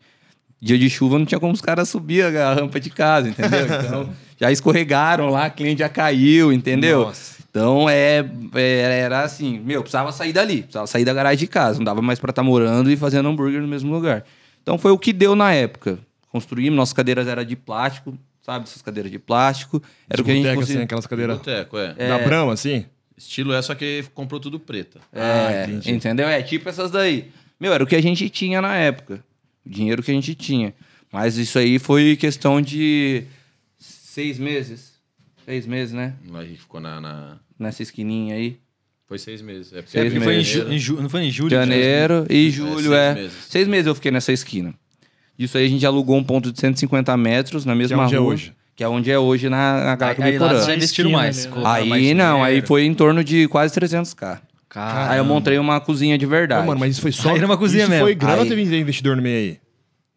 D: Dia de chuva não tinha como os caras subir a rampa de casa, entendeu? Então, já escorregaram lá, a cliente já caiu, entendeu? Então, é, é- era assim, meu, precisava sair dali, precisava sair da garagem de casa, não dava mais pra estar morando e fazendo hambúrguer no mesmo lugar. Então, foi o que deu na época. Construímos, nossas cadeiras eram de plástico, sabe? Essas cadeiras de plástico. Era
A: De
D: o que a gente
A: boteco, assim,
D: conseguia.
A: aquelas cadeiras
E: Boteco, é.
A: da Brahma, assim?
E: Estilo é, só que comprou tudo preta.
D: É, entendeu? É tipo essas daí. Meu, era o que a gente tinha na época. O dinheiro que a gente tinha. Mas isso aí foi questão de seis meses. Seis meses, né?
E: Aí ficou na... na-
D: Nessa esquininha aí.
E: Foi seis meses. É porque
D: Seis
E: abriu
C: Foi em
D: meses.
E: janeiro.
C: ju- em ju- Não foi em julho?
D: Janeiro e julho,
E: seis
D: é.
E: meses.
D: Seis meses eu fiquei nessa esquina. Isso aí a gente alugou um ponto de 150 metros na mesma
A: onde é
D: rua.
A: hoje.
D: que é onde é hoje na, na Gato
C: Aí, aí lá
D: Biporã.
C: já investiram
B: Esquina
C: mais.
B: ali, né?
C: colocaram
D: Aí,
C: mais
D: não, aí
C: dinheiro.
D: foi em torno de quase 300k.
C: Cara,
D: Aí eu montei uma cozinha de verdade.
A: Não, mano, mas isso foi só.
C: Aí era uma cozinha
A: isso
C: mesmo.
A: foi grana ou
D: Aí-
A: teve investidor no meio aí?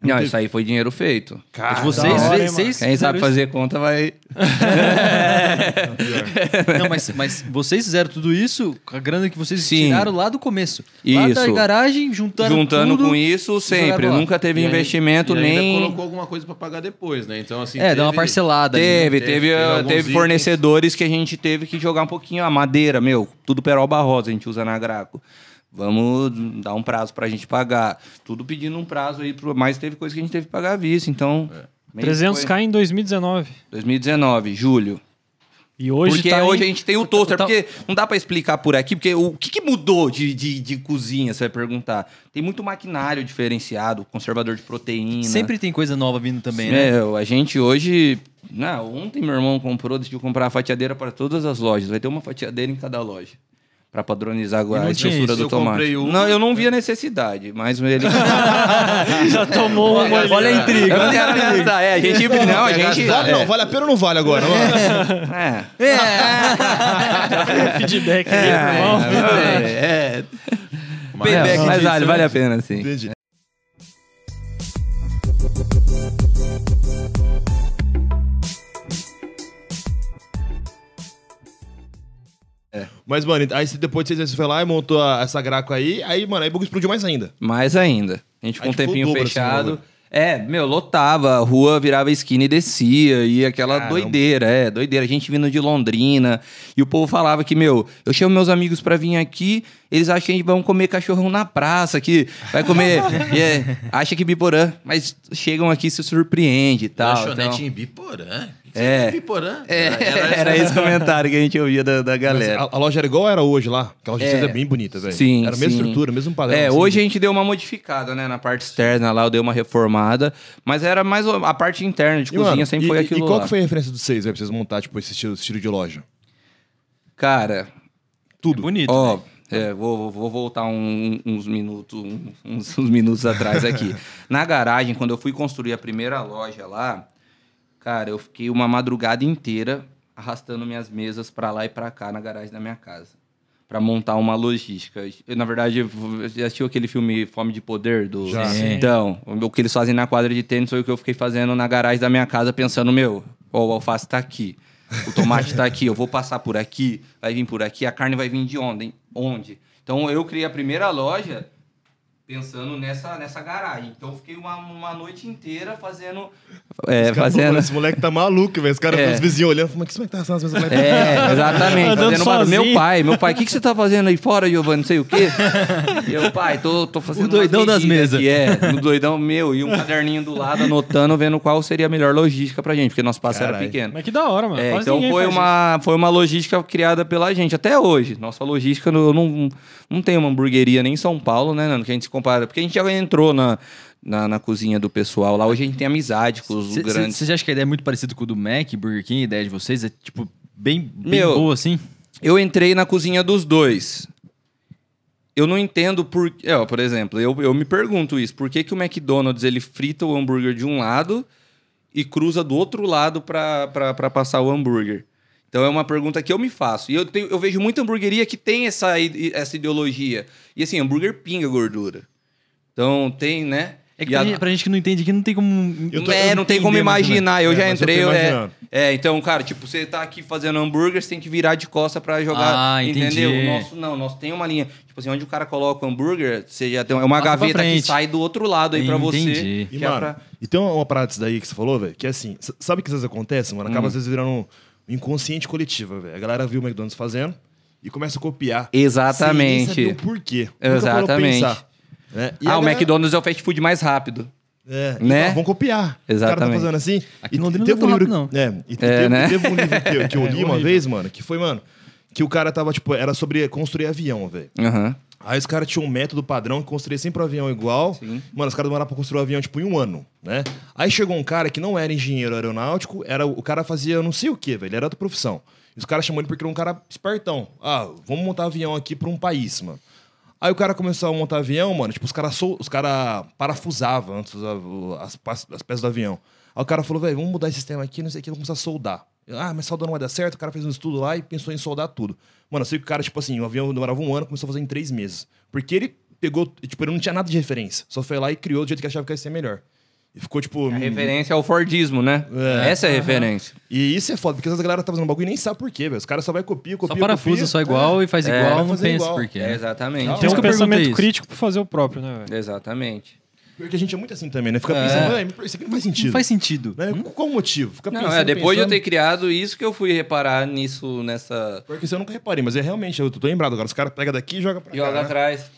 D: não, isso aí foi dinheiro feito.
A: Cara,
B: da
C: vocês,
B: hora, hein, mano.
C: vocês, vocês
D: Quem
C: fizeram
D: sabe
C: isso?
D: fazer conta vai.
C: [LAUGHS] Não, mas, mas vocês fizeram tudo isso com a grana que vocês
D: Sim.
C: tiraram lá do começo. Lá da
D: Isso.
C: garagem, juntando,
D: juntando
C: tudo.
D: com isso sempre.
C: jogaram lá.
D: Nunca
E: E
D: teve
E: ainda-
D: investimento,
E: e ainda
D: nem.
E: colocou alguma coisa pra pagar depois, né? Então, assim...
C: É, dá uma
E: teve-
C: parcelada. ali, né?
D: Teve,
E: Teve,
D: teve,
E: teve
D: ah,
E: alguns
D: teve
E: itens.
D: fornecedores que a gente teve que jogar um pouquinho. A madeira, meu, tudo peroba rosa a gente usa na Graco. Vamos dar um prazo pra gente pagar. Tudo pedindo um prazo aí, pro- mas teve coisa que a gente teve que pagar à vista, então.
E: É.
D: meio que foi
B: 300k em 2019.
D: 2019, julho.
B: E hoje
D: porque
B: tá
D: hoje
B: em-
D: a gente tem o toaster, porque não dá pra explicar por aqui, porque o que, que mudou de, de, de cozinha, você vai perguntar. Tem muito maquinário diferenciado, conservador de proteína.
C: Sempre tem coisa nova vindo também, né?
D: Meu, é, a gente hoje. Não, ontem meu irmão comprou, decidiu comprar a fatiadeira para todas as lojas. Vai ter uma fatiadeira em cada loja. Pra padronizar agora
C: não
D: a
C: tinha
D: espessura
E: isso.
D: do
E: Eu
D: tomate.
E: comprei um.
D: Não, eu não vi a necessidade, mas ele. [LAUGHS]
B: já tomou uma
E: Olha-
B: ali.
E: olha a
D: Eu não quero
C: [LAUGHS]
D: gastar. É, a gente. Não, a gente.
A: Vale, não, vale a pena ou não vale
D: [LAUGHS]
A: agora? Mano?
D: É.
B: um feedback
D: É,
B: aí, irmão.
E: Ah,
D: é, é.
E: Mas-
D: Payback,
E: Não,
D: mas vale, vale a pena, sim.
A: Entendi. É. Mas, mano, aí você- depois vocês foi lá e montou a- essa graco aí, aí, mano, aí o bagulho explodiu mais ainda.
D: Mais ainda. A gente
A: Aí
D: ficou um
A: ficou o
D: tempinho
A: dobro, assim, o
D: fechado.
A: valor.
D: é, meu, lotava, a rua virava esquina e descia, e aquela doideira, é, doideira. A gente vindo de Londrina, e o povo falava que, meu, eu chamo meus amigos pra vir aqui, eles acham que a gente vai comer cachorrão na praça, que vai
A: [LAUGHS]
D: comer, e é, acha que biporã, mas chegam aqui e se surpreende e tal.
E: Lanchonete
D: então-
E: em Biporã? Que
D: É.
E: que Biporã?
D: É, [LAUGHS] era esse comentário que a gente ouvia da, da galera.
A: A, a loja era igual era hoje lá. Aquela loja de
D: É.
A: vocês é bem bonita, velho.
D: Sim,
A: Era a mesma
D: sim.
A: estrutura, mesmo padrão.
D: É,
A: assim.
D: hoje a gente deu uma modificada, né? Na parte externa lá, eu dei uma reformada. Mas era mais o- a parte interna de
A: E,
D: cozinha,
A: mano,
D: sempre
A: e-
D: foi
A: e-
D: aquilo
A: E qual
D: lá.
A: que foi a referência dos seis, velho, pra vocês montar, tipo, esse estilo, estilo de loja?
D: Cara,
A: Tudo.
C: Bonito.
D: ó, é, vou, vou- vou voltar um- uns minutos um- uns, uns minutos atrás
A: [LAUGHS]
D: aqui. na garagem, quando eu fui construir a primeira loja lá, cara, eu fiquei uma madrugada inteira arrastando minhas mesas pra lá e pra cá na garagem da minha casa. Pra montar uma logística. Eu, na verdade, eu- já assistiu aquele filme Fome de Poder do.
A: Já.
C: Sim.
D: Então, o que eles fazem na quadra de tênis foi o que eu fiquei fazendo na garagem da minha casa, pensando, meu, ó, o alface tá aqui. O tomate tá aqui, eu vou passar por aqui, vai vir por aqui, a carne vai vir de onde? hein? Onde? Então eu criei a primeira loja pensando nessa, nessa garagem. Então eu fiquei uma, uma noite inteira fazendo.
A: Os caras
D: É,
A: falam, "Mano,
D: fazendo.
A: Esse moleque tá maluco, velho. Os caras,
D: É.
A: os vizinhos olhando, falando, mas como é que tá essas mesas?
B: [LAUGHS]
D: É, exatamente.
B: Andando
D: fazendo barulho.
B: sozinho.
D: Meu pai, meu pai, o que, que você tá fazendo aí fora, Giovanni? Não sei o quê. Meu pai, tô, tô fazendo.
C: O doidão
D: umas
C: das
D: medidas
C: mesas.
D: aqui, é, no doidão meu e um caderninho do lado anotando, vendo qual seria a melhor logística pra gente, porque nosso passo era
A: Caralho.
D: pequeno.
B: Mas que da hora, mano.
D: É,
B: Quase
D: então
B: ninguém
D: foi
B: faz
D: uma, foi uma logística criada pela gente, até hoje. Nossa logística, no- eu não, não tenho uma hamburgueria nem em São Paulo, né, Nando? Que a gente se compara. Porque a gente já entrou na, na, na cozinha do pessoal lá. Hoje a gente tem amizade com os grandes.
C: Você acha que a ideia é muito parecida com o do Mac, Burger King, a ideia de vocês? É, tipo, bem, bem
D: Meu,
C: boa, assim?
D: Eu entrei na cozinha dos dois. Eu não entendo por. É, ó, por exemplo, eu, eu me pergunto isso. Por que, que o McDonald's ele frita o hambúrguer de um lado e cruza do outro lado para passar o hambúrguer? Então é uma pergunta que eu me faço. E eu, tenho- eu vejo muita hamburgueria que tem essa, i- essa ideologia. E assim, hambúrguer pinga gordura. Então tem, né?
C: É que
D: E
C: pra,
D: a-
C: gente, pra gente que não entende aqui, não tem como.
A: Eu tô-
D: é,
A: eu
D: não tem
A: entendi, mas
D: como
A: não é.
D: imaginar. Eu
A: É,
D: já
A: mas eu tô
D: entrei. eu- é,
A: imaginando.
D: é, então, cara, tipo, você tá aqui fazendo hambúrguer, você tem que virar de costa pra jogar.
C: Ah, entendi.
D: entendeu? O nosso não, o nosso tem uma linha. Tipo assim, onde o cara coloca o hambúrguer, você já tem uma
C: Passa pra
D: gaveta que
C: frente.
D: sai do outro lado aí pra você.
C: Entendi.
A: E,
D: que é
A: mano,
D: pra-
A: e tem uma, uma parada disso daí que você falou, velho, que é assim, s- sabe o que às vezes acontece, mano?
D: Hum.
A: Acaba às vezes virando um inconsciente coletivo, velho. A galera viu o McDonald's fazendo e começa a copiar. Sem nem
D: Exatamente.
A: saber o porquê. Nunca parou pra
D: Exatamente.
A: pensar, né? E
D: é ah,
A: a
D: o
A: galera-
D: McDonald's é o fast food mais rápido.
A: É,
D: Né?
A: então, vão copiar. O cara tá
D: Exatamente.
A: fazendo assim.
C: Aqui em Londrina não
A: um
C: é tão
A: livro,
C: rápido,
A: É, e te-
D: É,
A: teve,
D: né?
A: teve um livro que, eu-
C: [LAUGHS]
A: que eu li uma vez, mano, que foi, mano, que o cara tava, tipo, era sobre construir avião, velho.
D: Aham.
A: Aí os caras tinham um método padrão que construía sempre um avião igual. Mano, os caras demoraram pra construir o avião, tipo, em um ano, né? Aí chegou um cara que não era engenheiro aeronáutico, era o cara fazia não sei o que, velho, ele era outra profissão. E os caras chamou ele porque era um cara espertão. Ah, vamos montar avião aqui pra um país, mano. Aí o cara começou a montar avião, mano, tipo, os caras sol... os cara parafusavam antes os av- as, pas- as peças do avião. Aí o cara falou, velho, vamos mudar esse sistema aqui, não sei o que, vamos começar a soldar. Ah, mas soldar não vai dar certo. O cara fez um estudo lá e pensou em soldar tudo. Mano, eu sei que o cara, tipo assim, o avião demorava um ano, começou a fazer em três meses. Porque ele pegou, tipo, ele não tinha nada de referência. Só foi lá e criou do jeito que achava que ia ser melhor. E ficou, tipo.
D: A
A: hum,
D: referência é o Fordismo, né?
A: É.
D: Essa é a referência.
A: E isso é foda, porque às vezes a galera tá fazendo bagulho e nem sabe por quê, velho. Os caras só vai copiar,
C: Só
A: copia,
C: parafusa,
A: copia.
C: só igual e faz
D: É,
C: igual,
A: vai
C: não
A: fazer
C: pensa
A: igual.
C: por quê.
D: É,
C: né?
D: exatamente.
B: Tem
C: Isso
B: um
C: que eu perguntei
B: pensamento
C: isso.
B: crítico pra fazer o próprio, né, velho?
D: Exatamente.
A: Porque a gente é muito assim também, né? Fica pensando, velho, isso aqui não faz sentido.
C: Não faz sentido.
A: Né?
E: Hum?
A: Qual o motivo? Fica
D: Não,
A: pensando,
D: é, depois de eu
A: pensando.
D: ter criado isso que eu fui reparar nisso, nessa.
A: Porque isso eu nunca reparei, mas é realmente, eu tô lembrado agora. Os caras pegam daqui e jogam pra
D: Joga
A: cá. né?
D: atrás.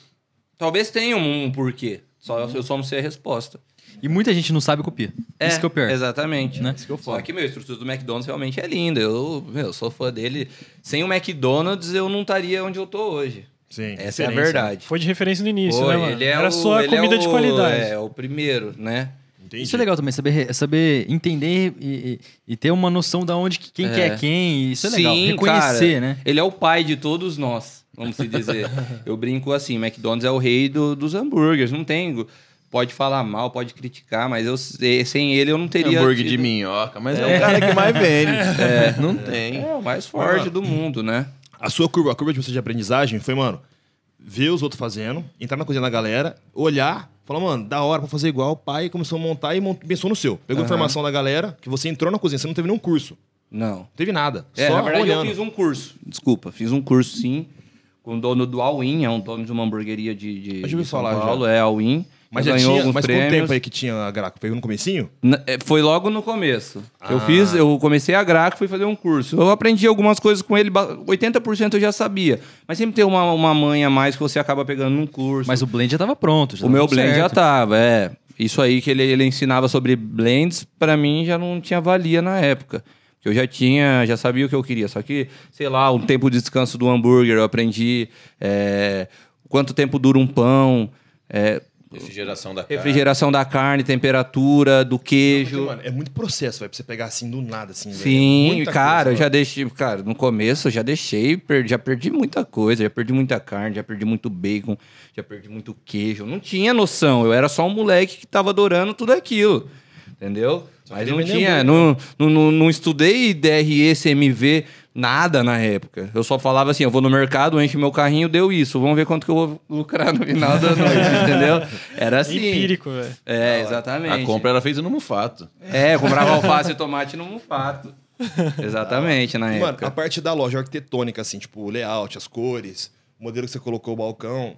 D: Talvez tenha um, porquê. Só eu- eu só não sei a resposta.
C: E muita gente não sabe copiar. Isso que é o pior.
D: Exatamente.
C: Né?
D: Isso que eu falo. Só que, meu, a estrutura do McDonald's realmente é linda. Eu, meu, sou fã dele. Sem o McDonald's, eu não estaria onde eu tô hoje.
A: Sim,
D: Essa é a
A: diferença, né?
D: verdade.
B: Foi de referência no início,
D: Foi,
B: né, mano?
D: ele é
B: Era
D: o-
B: só a
D: ele é
B: comida de
D: o-
B: qualidade.
D: É, o primeiro, né?
A: Entendi.
C: Isso é legal também, saber, re- saber entender e, e- e ter uma noção da onde que- quem que é quem. Isso é legal.
D: Sim,
C: Reconhecer,
D: cara.
C: né?
D: Ele é o pai de todos nós, vamos se
C: [LAUGHS]
D: dizer. eu brinco assim, McDonald's é o rei do- dos hambúrgueres. Não tem... Pode falar mal, pode criticar, mas eu, sem ele eu não teria...
E: Hambúrguer de
D: tido-
E: minhoca, mas é, o cara que mais vende. [LAUGHS] Não tem.
D: É, o mais forte do mundo, né?
A: [LAUGHS] A sua curva, a curva de você de aprendizagem foi, mano, ver os outros fazendo, entrar na cozinha da galera, olhar, falar, mano, da hora pra fazer igual, pai, começou a montar e mont- pensou no seu. Pegou a informação da galera, que você entrou na cozinha, você não teve nenhum curso, não
D: Não.
A: teve nada.
D: É,
A: só
D: na verdade
A: olhando.
D: eu fiz um curso. Desculpa, fiz um curso sim, com o dono do All-In, é um dono de uma hamburgueria de, de,
A: já ouvi
D: de São
A: falar, já.
D: Paulo, é All-In.
A: Mas já
D: ganhou
A: tinha,
D: alguns
A: mas quanto
D: prêmios.
A: tempo aí que tinha a Graco? Pegou no comecinho?
D: Na- é, Foi logo no começo.
A: Ah.
D: Eu fiz, eu comecei a Graco, fui fazer um curso. Eu aprendi algumas coisas com ele, ba- 80% eu já sabia. Mas sempre tem uma, uma manha a mais que você acaba pegando num curso.
C: Mas o blend já tava pronto. já
D: O
C: tava
D: meu
C: Tá tudo
D: blend já
C: certo.
D: tava, é. Isso aí que ele, ele ensinava sobre blends, pra mim já não tinha valia na época. Porque Eu já tinha, já sabia o que eu queria. Só que, sei lá, um tempo de descanso do hambúrguer, eu aprendi é, quanto tempo dura um pão, é,
E: Refrigeração da carne.
D: refrigeração da carne, temperatura do queijo.
A: Mano, é muito processo, vai pra você pegar assim do nada, assim. velho. É
D: Sim,
A: muita
D: cara, eu
A: coisa,
D: já deixei. Cara, no começo eu já deixei, per- já perdi muita coisa, já perdi muita carne, já perdi muito bacon, já perdi muito queijo. Eu não tinha noção, eu era só um moleque que tava adorando tudo aquilo. Entendeu? Mas
A: queria
D: não
A: vender
D: tinha, não, não, não, não estudei DRE, CMV, nada na época. Eu só falava assim: eu vou no mercado, encho meu carrinho, deu isso, vamos ver quanto que eu vou lucrar no final da noite,
A: [LAUGHS]
D: entendeu? Era assim.
B: Empírico, velho.
D: É, exatamente.
E: A compra era feita no mufato.
D: É, eu comprava alface e tomate no mufato. Exatamente, na
A: Mano, Mano,
D: época.
A: a parte da loja arquitetônica, assim, tipo, o layout, as cores, o modelo que você colocou, o balcão.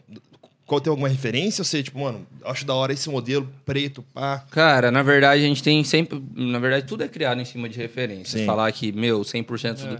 A: Qual tem alguma referência? Ou você, tipo, mano, acho da hora esse modelo preto, pá.
D: Cara, na verdade, a gente tem sempre. Na verdade, tudo é criado em cima de referências.
A: Sim.
D: Falar que, meu, 100%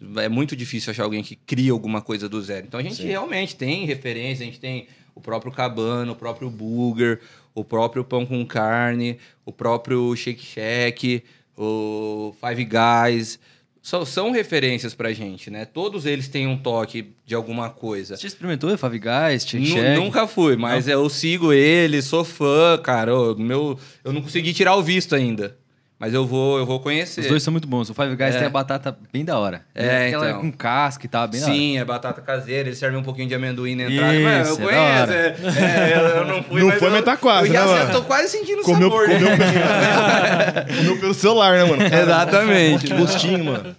D: do- é muito difícil achar alguém que cria alguma coisa do zero. Então a gente realmente tem referência, a gente tem o próprio cabano, o próprio burger, o próprio pão com carne, o próprio shake shake, o Five Guys. São, são referências pra gente, né? Todos eles têm um toque de alguma coisa.
C: Você experimentou Five Guys, Check
D: Nu-
C: Shack?
D: Nunca fui, mas eu sigo ele, sou fã, cara. ô, meu, eu não consegui tirar o visto ainda. Mas eu vou, eu vou conhecer.
C: Os dois são muito bons. O Five Guys
D: É.
C: tem a batata bem da hora.
D: É,
C: Aquela
D: então.
C: com casca e tal, bem da hora.
D: Sim, é batata caseira, ele serve um pouquinho de amendoim na entrada.
C: Isso,
D: mas eu
C: é da
D: conheço,
C: hora.
D: é, é, eu, eu não fui.
A: Não
D: mas
A: foi,
D: eu,
A: mas tá quase,
D: eu já
A: né,
D: sei,
A: mano?
D: eu tô quase sentindo o
A: Comeu,
D: sabor.
A: comeu,
C: [LAUGHS]
D: né?
A: [LAUGHS] comeu pelo celular, né, mano?
D: É, Exatamente.
A: Que gostinho, mano.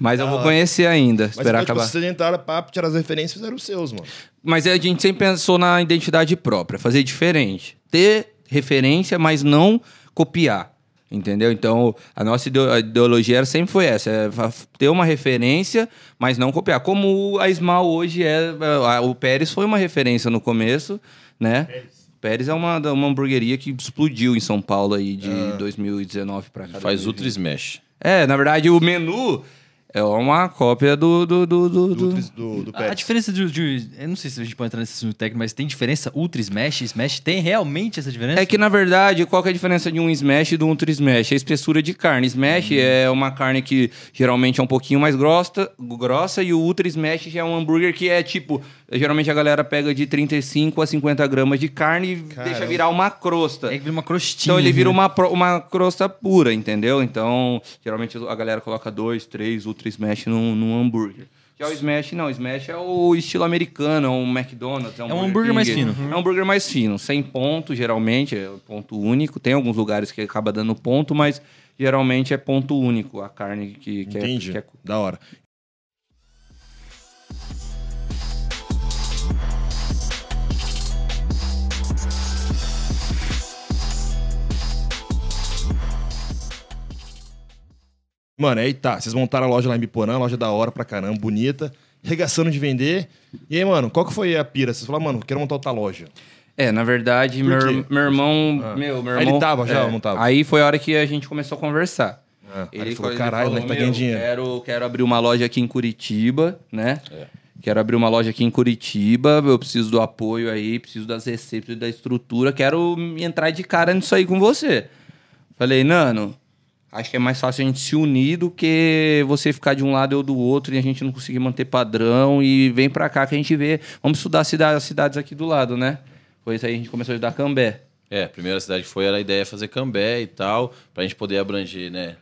D: Mas eu
C: Ah.
D: vou conhecer ainda,
A: Mas
D: esperar
A: então, tipo,
D: acabar.
A: vocês entraram, papo, tiraram as referências e fizeram os seus, mano.
D: Mas a gente sempre pensou na identidade própria, fazer diferente. Ter referência, mas não copiar. Entendeu? Então, a nossa ideo- a ideologia era- sempre foi essa: é fa- ter uma referência, mas não copiar. Como a Smal hoje é. a- O Pérez foi uma referência no começo, né? Pérez, é uma, uma hamburgueria que explodiu em São Paulo aí de 2019 pra cá.
E: Faz Ultra Smash.
D: É, na verdade, o menu é uma cópia do. do, do, do-
A: Do,
D: do-
A: do, do, do
C: Ah, A
A: Pérez.
C: diferença de, de- Eu não sei se a gente pode entrar nesse assunto técnico, mas tem diferença Ultra Smash e Smash? Tem realmente essa diferença?
D: É que, na verdade, qual que é a diferença de um smash e de um ultra smash? É a espessura de carne.
C: Uhum.
D: Smash é uma carne que geralmente é um pouquinho mais grossa, grossa e o ultra smash já é um hambúrguer que é tipo... Geralmente a galera pega de 35 a 50 gramas de carne e deixa virar uma crosta.
C: É que vira uma crostinha.
D: Então ele vira
C: né?
D: uma, pro- uma crosta pura, entendeu? Então, geralmente a galera coloca dois, três ultra smash num, num hambúrguer. Já o smash não, o smash é o estilo americano, é um McDonald's, é um,
C: É um hambúrguer mais
D: King.
C: fino.
D: É um hambúrguer mais fino, sem ponto, geralmente, é ponto único. Tem alguns lugares que acaba dando ponto, mas geralmente é ponto único a carne que, que, é,
A: Entendi.
D: que é
A: Da hora. Mano, aí tá. Vocês montaram a loja lá em Biporã, loja da hora pra caramba, bonita, regaçando de vender. E aí, mano, qual que foi a pira? Vocês falaram, mano, quero montar outra loja.
D: É, na verdade,
A: Por
D: meu,
A: quê?
D: meu irmão.
A: Ah.
D: Meu, meu
A: Aí
D: irmão.
A: ele tava já
D: é,
A: ou não tava?
D: Aí foi a hora que a gente começou a conversar.
A: Ah, aí ele falou, "Caralho, moleque, tá
D: "Meu,
A: ganhando dinheiro."
D: Quero, quero abrir uma loja aqui em Curitiba, né?
A: É.
D: Quero abrir uma loja aqui em Curitiba, eu preciso do apoio aí, preciso das receitas, da estrutura, quero entrar de cara nisso aí com você. Falei, Nano, acho que é mais fácil a gente se unir do que você ficar de um lado e eu do outro e a gente não conseguir manter padrão e vem pra cá que a gente vê. Vamos estudar cida- as cidades aqui do lado, né? Foi isso aí, a gente começou a estudar Cambé.
E: É, a primeira cidade que foi era a ideia é fazer Cambé e tal, pra gente poder abranger, né?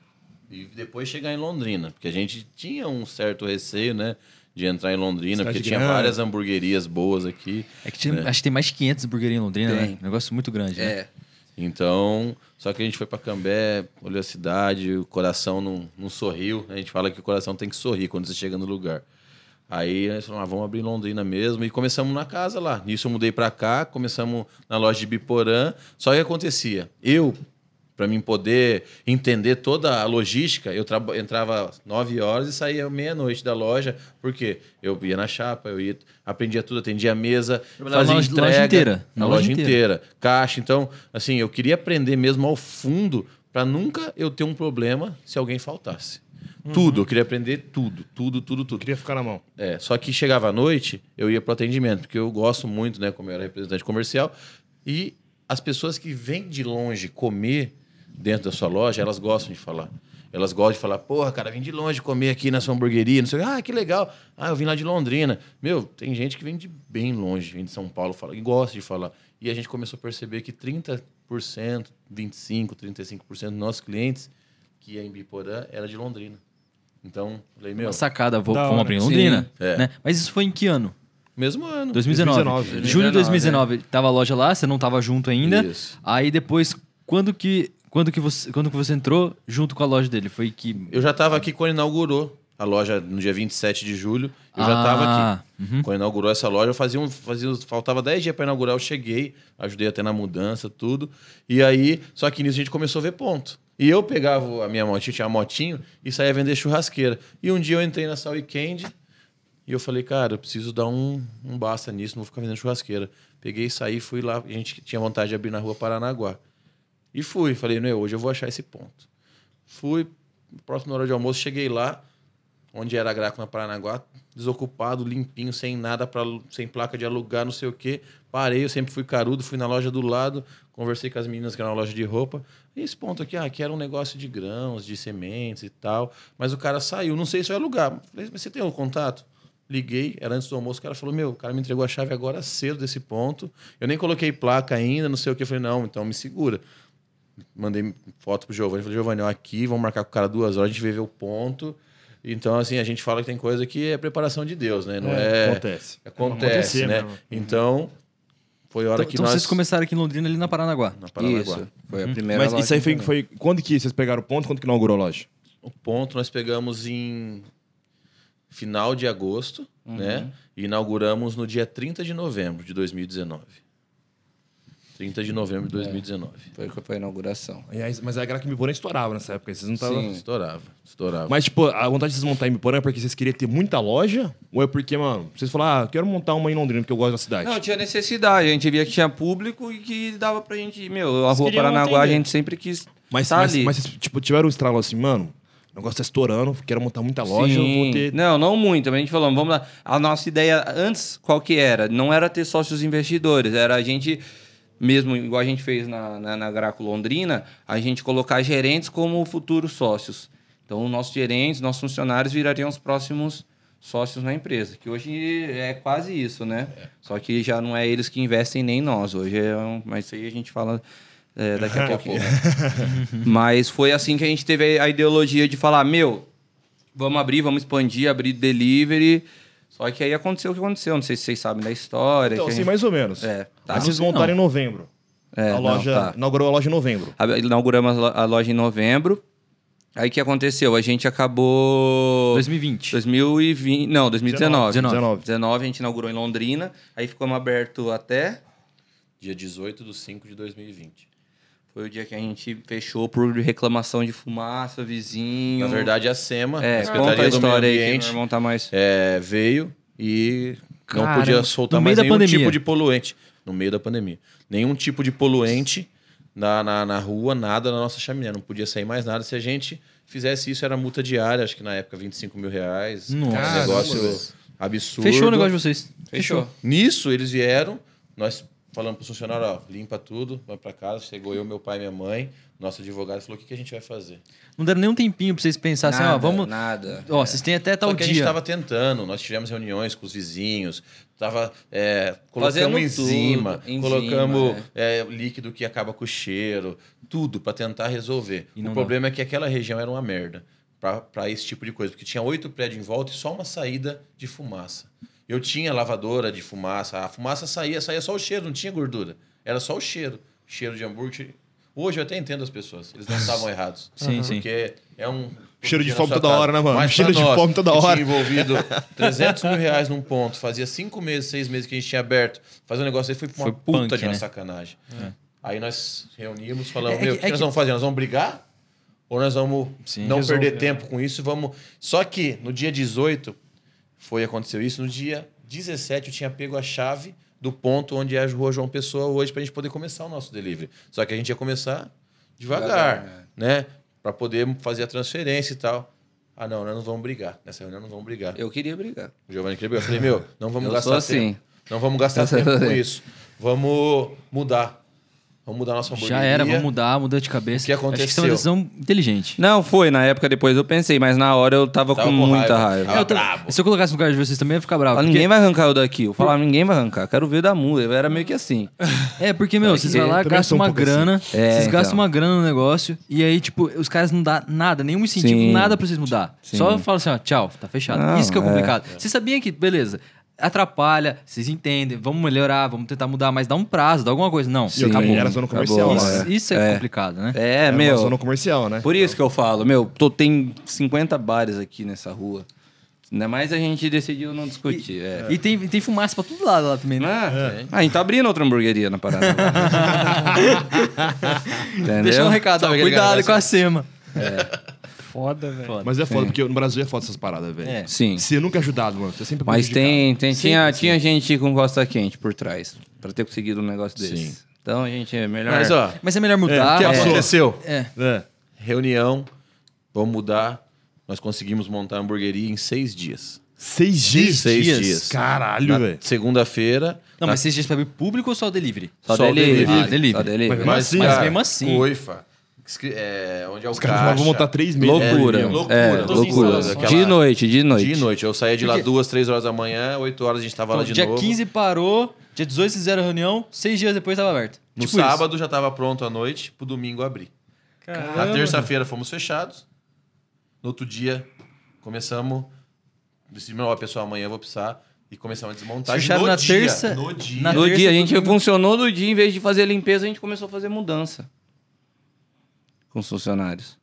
E: E depois chegar em Londrina, porque a gente tinha um certo receio, né? De entrar em Londrina,
A: Cidade
E: porque tinha
A: grande.
E: várias hamburguerias boas aqui.
C: É que tinha- acho que tem mais de 500 hamburguerias em Londrina,
D: Tem.
C: né? Um negócio muito grande. né?
E: Então, só que a gente foi pra Cambé, olhou a cidade, o coração não, não sorriu. né? A gente fala que o coração tem que sorrir quando você chega no lugar. Aí a gente falou, ah, vamos abrir em Londrina mesmo. E começamos na casa lá. Nisso eu mudei pra cá, começamos na loja de Biporã. Só que acontecia, eu, pra mim poder entender toda a logística, eu traba- entrava às 9 horas e saía meia-noite da loja. Por quê? Eu ia na chapa, eu ia, aprendia tudo, atendia a mesa,
C: Trabalhava
E: fazia
C: na loja-
E: entrega.
C: loja inteira.
E: Na loja inteira inteira, caixa. Então, assim, eu queria aprender mesmo ao fundo para nunca eu ter um problema se alguém faltasse. Tudo, eu queria aprender tudo, tudo, tudo, tudo.
A: Queria ficar na mão.
E: É, só que chegava à noite, eu ia pro atendimento, porque eu gosto muito, né, como eu era representante comercial, e as pessoas que vêm de longe comer dentro da sua loja, elas gostam de falar. Elas gostam de falar, porra, cara, vim de longe comer aqui na sua hamburgueria, não sei o quê. Ah, que legal. Ah, eu vim lá de Londrina. Meu, tem gente que vem de bem longe, vem de São Paulo, fala, e gosta de falar. E a gente começou a perceber que 30%, 25%, 35% dos nossos clientes que ia em Biporã era de Londrina. Então, falei, meu,
C: Uma sacada, vou,
B: Da
C: vamos
B: hora.
C: abrir em Londrina.
E: Sim. É.
C: né? Mas isso foi em que ano?
E: mesmo ano.
C: 2019.
A: 2019.
B: né?
C: Julho de 2019, tava a loja lá, você não tava junto ainda.
E: Isso.
C: Aí depois, quando que, quando, que você, quando que você entrou junto com a loja dele? Foi que.
E: Eu já estava aqui quando inaugurou a loja no dia 27 de julho. Eu já estava
C: Ah,
E: aqui. Quando inaugurou essa loja, eu fazia um, fazia, uns- faltava 10 dias para inaugurar, eu cheguei, ajudei até na mudança, tudo. E aí, só que nisso a gente começou a ver ponto. E eu pegava a minha motinha, tinha uma motinho, e saía vender churrasqueira. E um dia eu entrei na Sal Weekend, E eu falei, cara, eu preciso dar um, um basta nisso, não vou ficar vendendo churrasqueira. Peguei, saí, fui lá. A gente tinha vontade de abrir na rua Paranaguá. E fui. Falei, não, hoje eu vou achar esse ponto. Fui, próximo hora de almoço, cheguei lá, onde era a Graco na Paranaguá, desocupado, limpinho, sem nada, pra, sem placa de alugar, não sei o quê. Parei, eu sempre fui carudo, fui na loja do lado, conversei com as meninas que eram na loja de roupa. E esse ponto aqui, ah, aqui era um negócio de grãos, de sementes e tal. Mas o cara saiu, não sei se vai alugar. Falei, mas você tem um contato? Liguei, era antes do almoço, o cara falou: Meu, o cara me entregou a chave agora cedo desse ponto. Eu nem coloquei placa ainda, não sei o que. Eu falei: Não, então me segura mandei foto pro Giovanni. Falei, Giovanni, ó, aqui, vamos marcar com o cara duas horas, a gente vê ver o ponto. Então, assim, a gente fala que tem coisa que é preparação de Deus, né? Não é.
A: Acontece.
E: Acontece,
B: Acontecer
E: né?
B: mesmo.
E: Então, foi a hora
C: Então,
E: que
C: então
E: nós.
C: vocês começaram aqui em Londrina, ali na Paranaguá.
E: Na Paranaguá.
D: Isso, foi a primeira
A: Uhum. Mas
D: loja
A: isso aí foi,
D: que
A: foi- Quando que vocês pegaram o ponto? Quando que inaugurou a loja?
E: O ponto nós pegamos em final de agosto,
D: Uhum.
E: né? E inauguramos no dia 30 de novembro de 2019. 30 de novembro
D: É.
E: de 2019.
D: Foi, foi a inauguração.
A: Aliás, Mas a Graca Miporã estourava nessa época. Vocês não estavam.
D: Sim.
E: Estourava, estourava.
A: Mas, tipo, a vontade de vocês montar em Miporã é porque vocês queriam ter muita loja? Ou é porque, mano, vocês falaram, ah, quero montar uma em Londrina porque eu gosto da cidade?
D: Não, tipo, tinha necessidade. A gente via que tinha público e que dava pra gente. ir. Meu, a Rua
B: queriam
D: Paranaguá a
B: atender.
D: gente sempre quis.
A: mas,
D: tá
A: mas,
D: ali.
A: mas vocês, tipo, tiveram um estralo assim, mano, o negócio tá estourando, quero montar muita loja, eu vou
D: Sim.
A: ter.
D: Não, não muito. Mas a gente falou, vamos lá. A nossa ideia antes, qual que era? Não era ter sócios investidores, era a gente. Mesmo igual a gente fez na, na, na Graco Londrina, a gente colocar gerentes como futuros sócios. Então, nossos gerentes, nossos funcionários virariam os próximos sócios na empresa, que hoje é quase isso, né? Só que já não é eles que investem nem nós. Hoje é um, mas isso aí a gente fala
A: [LAUGHS]
D: é, daqui a pouquinho. mas foi assim que a gente teve a ideologia de falar, meu, vamos abrir, vamos expandir, abrir delivery. Só que aí aconteceu o que aconteceu. Não sei se vocês sabem da história.
A: Então,
D: que a
A: assim,
D: gente-
A: mais ou menos.
D: É, tá.
A: Mas vocês
D: Não sei,
A: montaram em novembro.
D: É,
A: a
D: não,
A: loja.
D: tá.
A: Inaugurou a loja em novembro.
D: A- Inauguramos a lo- a loja em novembro. Aí o que aconteceu? A gente acabou.
C: 2020.
D: 2020. Não, 2019.
A: 19.
D: 19 a gente inaugurou em Londrina. Aí ficamos aberto até.
E: Dia 18 de 5 de 2020.
D: Foi o dia que a gente fechou por reclamação de fumaça, vizinho.
E: Na verdade, a SEMA, a
D: um é, conta
E: Secretaria
D: a
E: do Meio
D: história aí que
E: Ambiente,
D: não montar mais.
E: é, veio e
C: Caramba,
E: não podia soltar
C: no
E: mais
C: meio da
E: nenhum
C: pandemia.
E: tipo de poluente. No meio da pandemia. Nenhum tipo de poluente na, na, na rua, nada na nossa chaminé. Não podia sair mais nada. Se a gente fizesse isso, era multa diária, acho que na época 25 mil reais.
C: Nossa.
E: Um
A: Caramba.
E: negócio absurdo.
C: Fechou o negócio de vocês.
D: Fechou.
E: Nisso, eles vieram, nós falamos pro funcionário, ó, limpa tudo, vai para casa. Chegou eu, meu pai e minha mãe. Nosso advogado falou, o que, que a gente vai fazer?
C: Não deram nem um tempinho pra vocês
D: Tá,
C: pensarem assim, ó, vamos...
D: Nada.
C: Ó, vocês têm até tal
E: Só que
C: dia.
E: a gente estava tentando, nós tivemos reuniões com os vizinhos, tava, é,
D: Fazendo
E: colocamos
D: tudo,
E: enzima,
D: enzima,
E: colocamos é, líquido que acaba com o cheiro, tudo para tentar resolver.
C: E
E: o
C: não dá.
E: problema é que aquela região era uma merda para esse tipo de coisa, porque tinha oito prédios em volta e só uma saída de fumaça. Eu tinha lavadora de fumaça, a fumaça saía, saía só o cheiro, não tinha gordura. Era só o cheiro. Cheiro de hambúrguer. Hoje eu até entendo as pessoas, eles não estavam errados.
C: Sim, sim.
E: Porque é um
A: Cheiro de
E: na
A: fome
E: sua
A: toda
E: casa.
A: hora, né, mano?
E: Mas
A: Cheiro
E: pra
A: de
E: nós,
A: fome toda
E: que
A: hora. [LAUGHS]
E: Tinha envolvido 300 mil reais num ponto. Fazia cinco meses, seis meses que a gente tinha aberto. Fazer um negócio aí foi uma
C: Foi
E: puta
C: punk,
E: de uma
C: né?
E: sacanagem. Aí nós reunimos, falamos,
C: É que-
E: meu, o que,
C: é que-
E: nós vamos fazer? Nós vamos brigar? Ou nós vamos
C: Sim. é.
E: não
B: Resolver,
E: perder tempo com isso? e Vamos... Só que no dia 18 foi, aconteceu isso. No dia 17 eu tinha pego a chave do ponto onde é a rua João Pessoa hoje pra gente poder começar o nosso delivery. Só que a gente ia começar devagar,
D: Devagar,
E: né? Pra poder fazer a transferência e tal. Ah, não, nós não vamos brigar. Nessa reunião não vamos brigar.
D: Eu queria brigar.
E: O Giovanni queria brigar. Eu falei, meu, não vamos
D: Eu
E: gastar
D: sou assim.
E: tempo. Não vamos gastar
D: Eu sou
E: tempo com
D: assim.
E: isso. Vamos mudar. Vamos mudar nossa
C: Já era,
E: hamburgueria.
C: vamos mudar, mudou de cabeça.
E: O que
C: Acho que isso é uma
E: aconteceu?
C: decisão inteligente.
D: Não, foi. Na época depois eu pensei, mas na hora eu tava,
E: Tava
D: com,
E: com
D: muita
E: raiva.
D: raiva.
E: Tava
D: Ah,
C: É, Eu tô-
E: brabo.
C: Se eu colocasse no lugar de vocês também, eu ia ficar bravo.
D: Fala,
C: porque-
D: ninguém vai arrancar eu daqui. Eu falava, ninguém vai arrancar. Quero ver da mula. Eu era meio
A: [LAUGHS]
D: que assim.
C: É, porque, meu, vocês vão lá,
A: Também sou
C: gastam
A: um
C: uma
A: pouco assim.
C: grana,
D: É,
C: vocês
D: então.
C: gastam uma grana no negócio, e aí, tipo, os caras não dá nada, nenhum incentivo,
D: Sim.
C: nada pra vocês mudar.
D: Sim.
C: Só falam assim, ó, tchau, tá fechado.
D: Não,
C: Isso que é
D: é.
C: complicado. Vocês sabiam que, beleza, atrapalha, vocês entendem, vamos melhorar, vamos tentar mudar, mas dá um prazo, dá alguma coisa.
A: E
C: Não,
A: eu
D: Sim.
A: também era zona comercial.
D: Acabou.
A: né?
C: Isso, isso é, complicado, né?
D: É,
A: Era
D: meu.
A: Uma zona comercial, né?
D: Por isso que eu falo, meu, tô, tem 50 bares aqui nessa rua. Ainda mais a gente decidiu não discutir. é.
C: E tem, e tem fumaça pra todo lado lá também, né?
D: Ah,
A: É.
D: a gente tá abrindo outra hamburgueria
A: [LAUGHS]
D: na parada. [LAUGHS] Entendeu?
C: Deixando um recado, ó,
E: Sabe aquele
C: cuidado
E: cara que
C: com a SEMA.
B: foda, velho.
C: Foda.
A: Mas é foda, porque no Brasil é foda essas paradas, velho.
C: É.
D: Sim.
A: Você nunca é ajudado, mano. Você é sempre
D: Mas
A: prejudicado.
D: tem, tem
A: Sempre,
D: tinha,
A: sim.
D: tinha gente com costa quente por trás pra ter conseguido um negócio desse.
E: Sim.
D: Então a gente é melhor.
E: Mas, ó,
C: Mas é melhor
E: o
D: Tá,
C: mudar.
E: que
C: é.
E: aconteceu?
C: É.
A: É.
E: Reunião, vamos mudar. Nós conseguimos montar a hamburgueria em seis dias.
A: Seis dias?
E: Seis dias.
A: Caralho,
E: Na
A: velho.
E: segunda-feira.
C: Não,
E: na-
C: mas vocês já sabem público ou só delivery?
D: só,
E: só o
D: delivery.
E: delivery.
D: Ah, delivery. Só delivery.
A: Mas
E: Mas,
A: assim,
E: a
A: cara,
C: mesmo assim.
E: coifa, escri- é, onde é o
A: Os caras falavam, vão montar três meses.
D: Loucura.
A: É,
D: É,
E: loucura,
D: loucura.
E: todas as instalações.
D: De
E: Aquela-
D: noite, de noite.
E: De noite. Eu saía de lá duas, três horas da manhã, oito horas a gente tava lá de
C: Então, dia
E: novo.
C: 15 parou, dia 18 fizeram a reunião, seis dias depois tava aberto.
E: No sábado já tava pronto à noite, pro domingo abrir.
B: Caramba.
E: Na terça-feira fomos fechados. No outro dia começamos. Decidimos, ó, pessoal, amanhã eu vou precisar. E começamos a desmontar.
C: Fecharam na terça-
E: No dia.
C: na-
D: No
C: terça,
D: dia, a gente
C: todo mundo-
D: funcionou no dia, em vez de fazer limpeza, a gente começou a fazer mudança com os funcionários.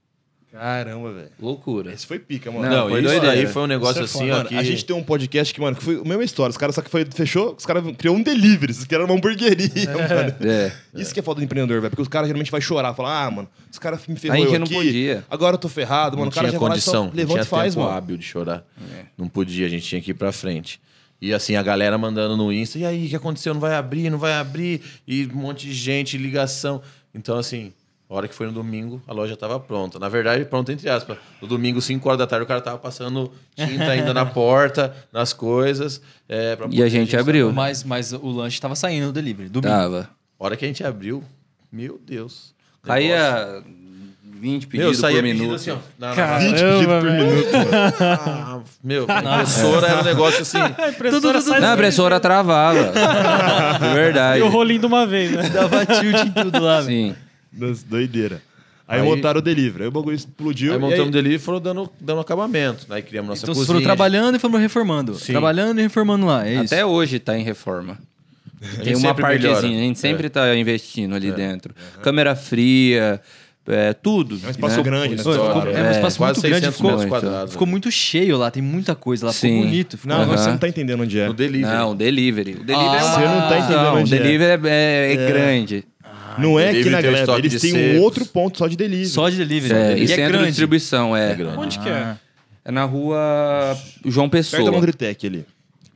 A: Caramba, velho.
D: Loucura.
A: Esse foi pica, mano.
E: Não,
D: Foi
E: isso
D: doideira.
E: aí foi um negócio
C: é
E: assim, ó.
A: Mano,
E: que-
A: a gente tem um podcast que, mano, que foi a mesma história. Os caras só que foi, fechou, os caras criou um delivery, os caras uma [LAUGHS] hamburgueria, mano.
D: É.
A: Isso que é falta do empreendedor, velho. Porque os caras geralmente vai chorar, falar, ah, mano, os caras me ferrou
D: A gente
A: eu
D: não
A: aqui,
D: podia.
A: agora eu tô ferrado, mano. o
E: não
A: cara
E: tinha
A: já vai lá e só
E: condição, não
A: levanta
E: tinha
A: e faz,
E: tempo
A: mano.
E: hábil de chorar.
D: É.
E: Não podia, a gente tinha que ir pra frente. E assim, a galera mandando no Insta, e aí, o que aconteceu? Não vai abrir, não vai abrir. E um monte de gente, ligação. Então, assim, a hora que foi no domingo, a loja tava pronta. Na verdade, pronta entre aspas. No domingo, 5 horas da tarde, o cara tava passando tinta ainda
D: [LAUGHS]
E: na porta, nas coisas. é, pra
D: E
E: poder
D: a gente abriu.
C: Mas, mas o lanche tava saindo no delivery, domingo.
D: Tava.
E: A hora que a gente abriu, meu Deus.
D: Aí
E: Negócio.
D: a 20
E: Meu,
D: pedidos
E: saía
D: por
E: pedido
D: minuto.
E: assim, ó. na- na-
B: Caramba,
A: 20 pedidos por
B: velho.
A: minuto.
E: Ah,
D: [LAUGHS]
E: meu, a impressora era um negócio assim.
B: A impressora sai
D: Não, a impressora travava. De verdade.
C: [LAUGHS]
B: E o rolinho de uma vez, né?
C: Tava tilt em
D: [LAUGHS]
C: tudo lá,
D: Sim.
C: velho.
A: Nossa, doideira. Aí,
E: Aí-
A: montaram o delivery. Aí o bagulho explodiu.
E: Aí
A: e
E: montamos delivery e foram dando, dando acabamento. Aí criamos nossa
C: Então vocês
E: cozinha.
C: foram trabalhando e foram reformando.
E: Sim.
C: Trabalhando e reformando lá, é isso.
D: Até hoje tá em reforma.
E: gente
D: Tem uma
E: sempre
D: partezinha,
E: melhora.
D: a gente sempre tá investindo ali dentro. Câmera fria, é, tudo.
A: É um espaço grande, né?
E: Foi,
A: Claro.
E: ficou-
C: É um espaço
E: quase
C: muito grande,
E: 600
C: ficou, então.
E: metros
D: muito.
E: quadrados.
C: ficou muito cheio lá, tem muita coisa lá,
D: Sim.
C: ficou bonito. Ficou
A: Não, agora
D: Aham.
A: você não tá entendendo onde é.
E: No delivery.
D: Não, delivery. O delivery é uma...
A: Você não tá entendendo
D: Não, o
A: onde é.
D: delivery é, é- é
A: É.
D: grande.
A: não é
E: delivery
A: aqui na
E: tem o
A: Gleba,
E: estoque de
A: eles têm um
E: secos.
A: outro ponto só de delivery.
C: Só de delivery.
D: É,
C: e
D: e centro
C: é
D: de
C: grande.
D: distribuição, é.
E: É grande.
B: Onde que é?
D: É na rua João Pessoa.
A: Perto da Londritec ali.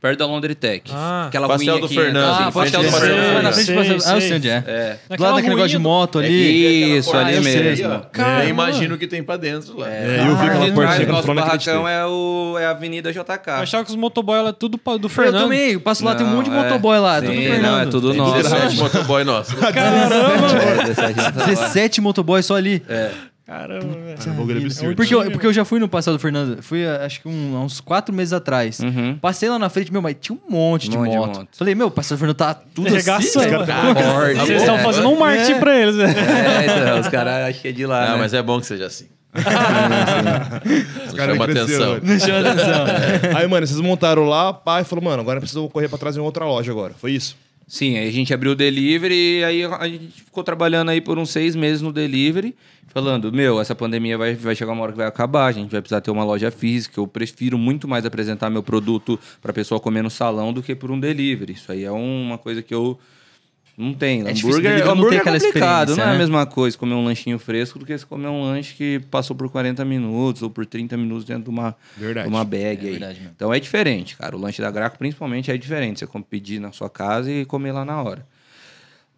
D: Perto da Londritec.
B: Ah.
D: Aquela
E: Pastel
D: ruinha
E: do
D: que
E: Fernando.
D: entra,
C: Ah,
D: assim,
E: Sim,
C: pastel do
E: sim,
C: pastel.
E: sim.
C: Ah, na frente do pastel. Ah, eu sei onde é.
D: É.
C: Do lado daquele negócio de moto
D: É
C: ali.
D: Isso, ali
C: eu sei,
D: mesmo.
C: ó.
E: Eu imagino o que tem pra dentro lá.
A: É, eu vi aquela
D: Caralho,
A: portinha
D: o
A: no
D: nosso
A: front
D: barracão é, o, é a Avenida JK.
B: Eu achava que os motoboy era tudo pa- do
C: Eu
B: Fernando.
C: também, eu passo lá, tem um monte de motoboy lá. é
D: Sim,
C: tudo
D: não, é
C: Fernando. [LAUGHS]
D: tudo
E: Tem
D: nosso.
E: 17 motoboy nosso.
D: [LAUGHS] É, 17
C: [LAUGHS]
D: motoboy.
C: 17 motoboy só ali.
D: É
B: Caramba, velho.
A: É um bagulho absurdo.
C: Porque eu, porque eu já fui no pastel do Fernando. Fui, ah, acho que um- há uns quatro meses atrás.
D: Uhum.
C: Passei lá na frente, meu, mas tinha um monte, de,
D: Um monte de
C: moto.
D: moto.
C: Falei, meu, o pastel do Fernando tá tudo assim.
B: Arregaçando.
C: velho.
D: Forte.
B: Vocês estão
D: É.
B: fazendo um marketing pra eles, velho.
D: É, então, os caras acham que é de lá.
E: Ah,
D: né?
E: mas é bom que seja
C: [LAUGHS]
E: assim. Não
A: caras
E: Chama
A: cresceram, né? [LAUGHS]
E: atenção.
A: velho. Aí, mano, vocês montaram lá, pai falou, mano, agora precisa correr pra trás em outra loja agora. Foi isso?
D: Sim, aí a gente abriu o delivery e aí a gente ficou trabalhando aí por uns seis meses no delivery, falando, meu, essa pandemia vai, vai chegar uma hora que vai acabar, a gente vai precisar ter uma loja física, eu prefiro muito mais apresentar meu produto pra pessoa comer no salão do que por um delivery. Isso aí é uma coisa que eu não tenho.
C: É difícil,
D: hambúrguer,
C: delivery não tem
D: hambúrguer
C: aquela
D: é complicado,
C: experiência,
D: não é
C: né?
D: a mesma coisa comer um lanchinho fresco do que se comer um lanche que passou por 40 minutos ou por 30 minutos dentro de uma,
A: Verdade.
D: de uma bag aí.
C: verdade mesmo.
D: Então é diferente, cara. O lanche da Graco, principalmente, é diferente. Você come pedir na sua casa e comer lá na hora.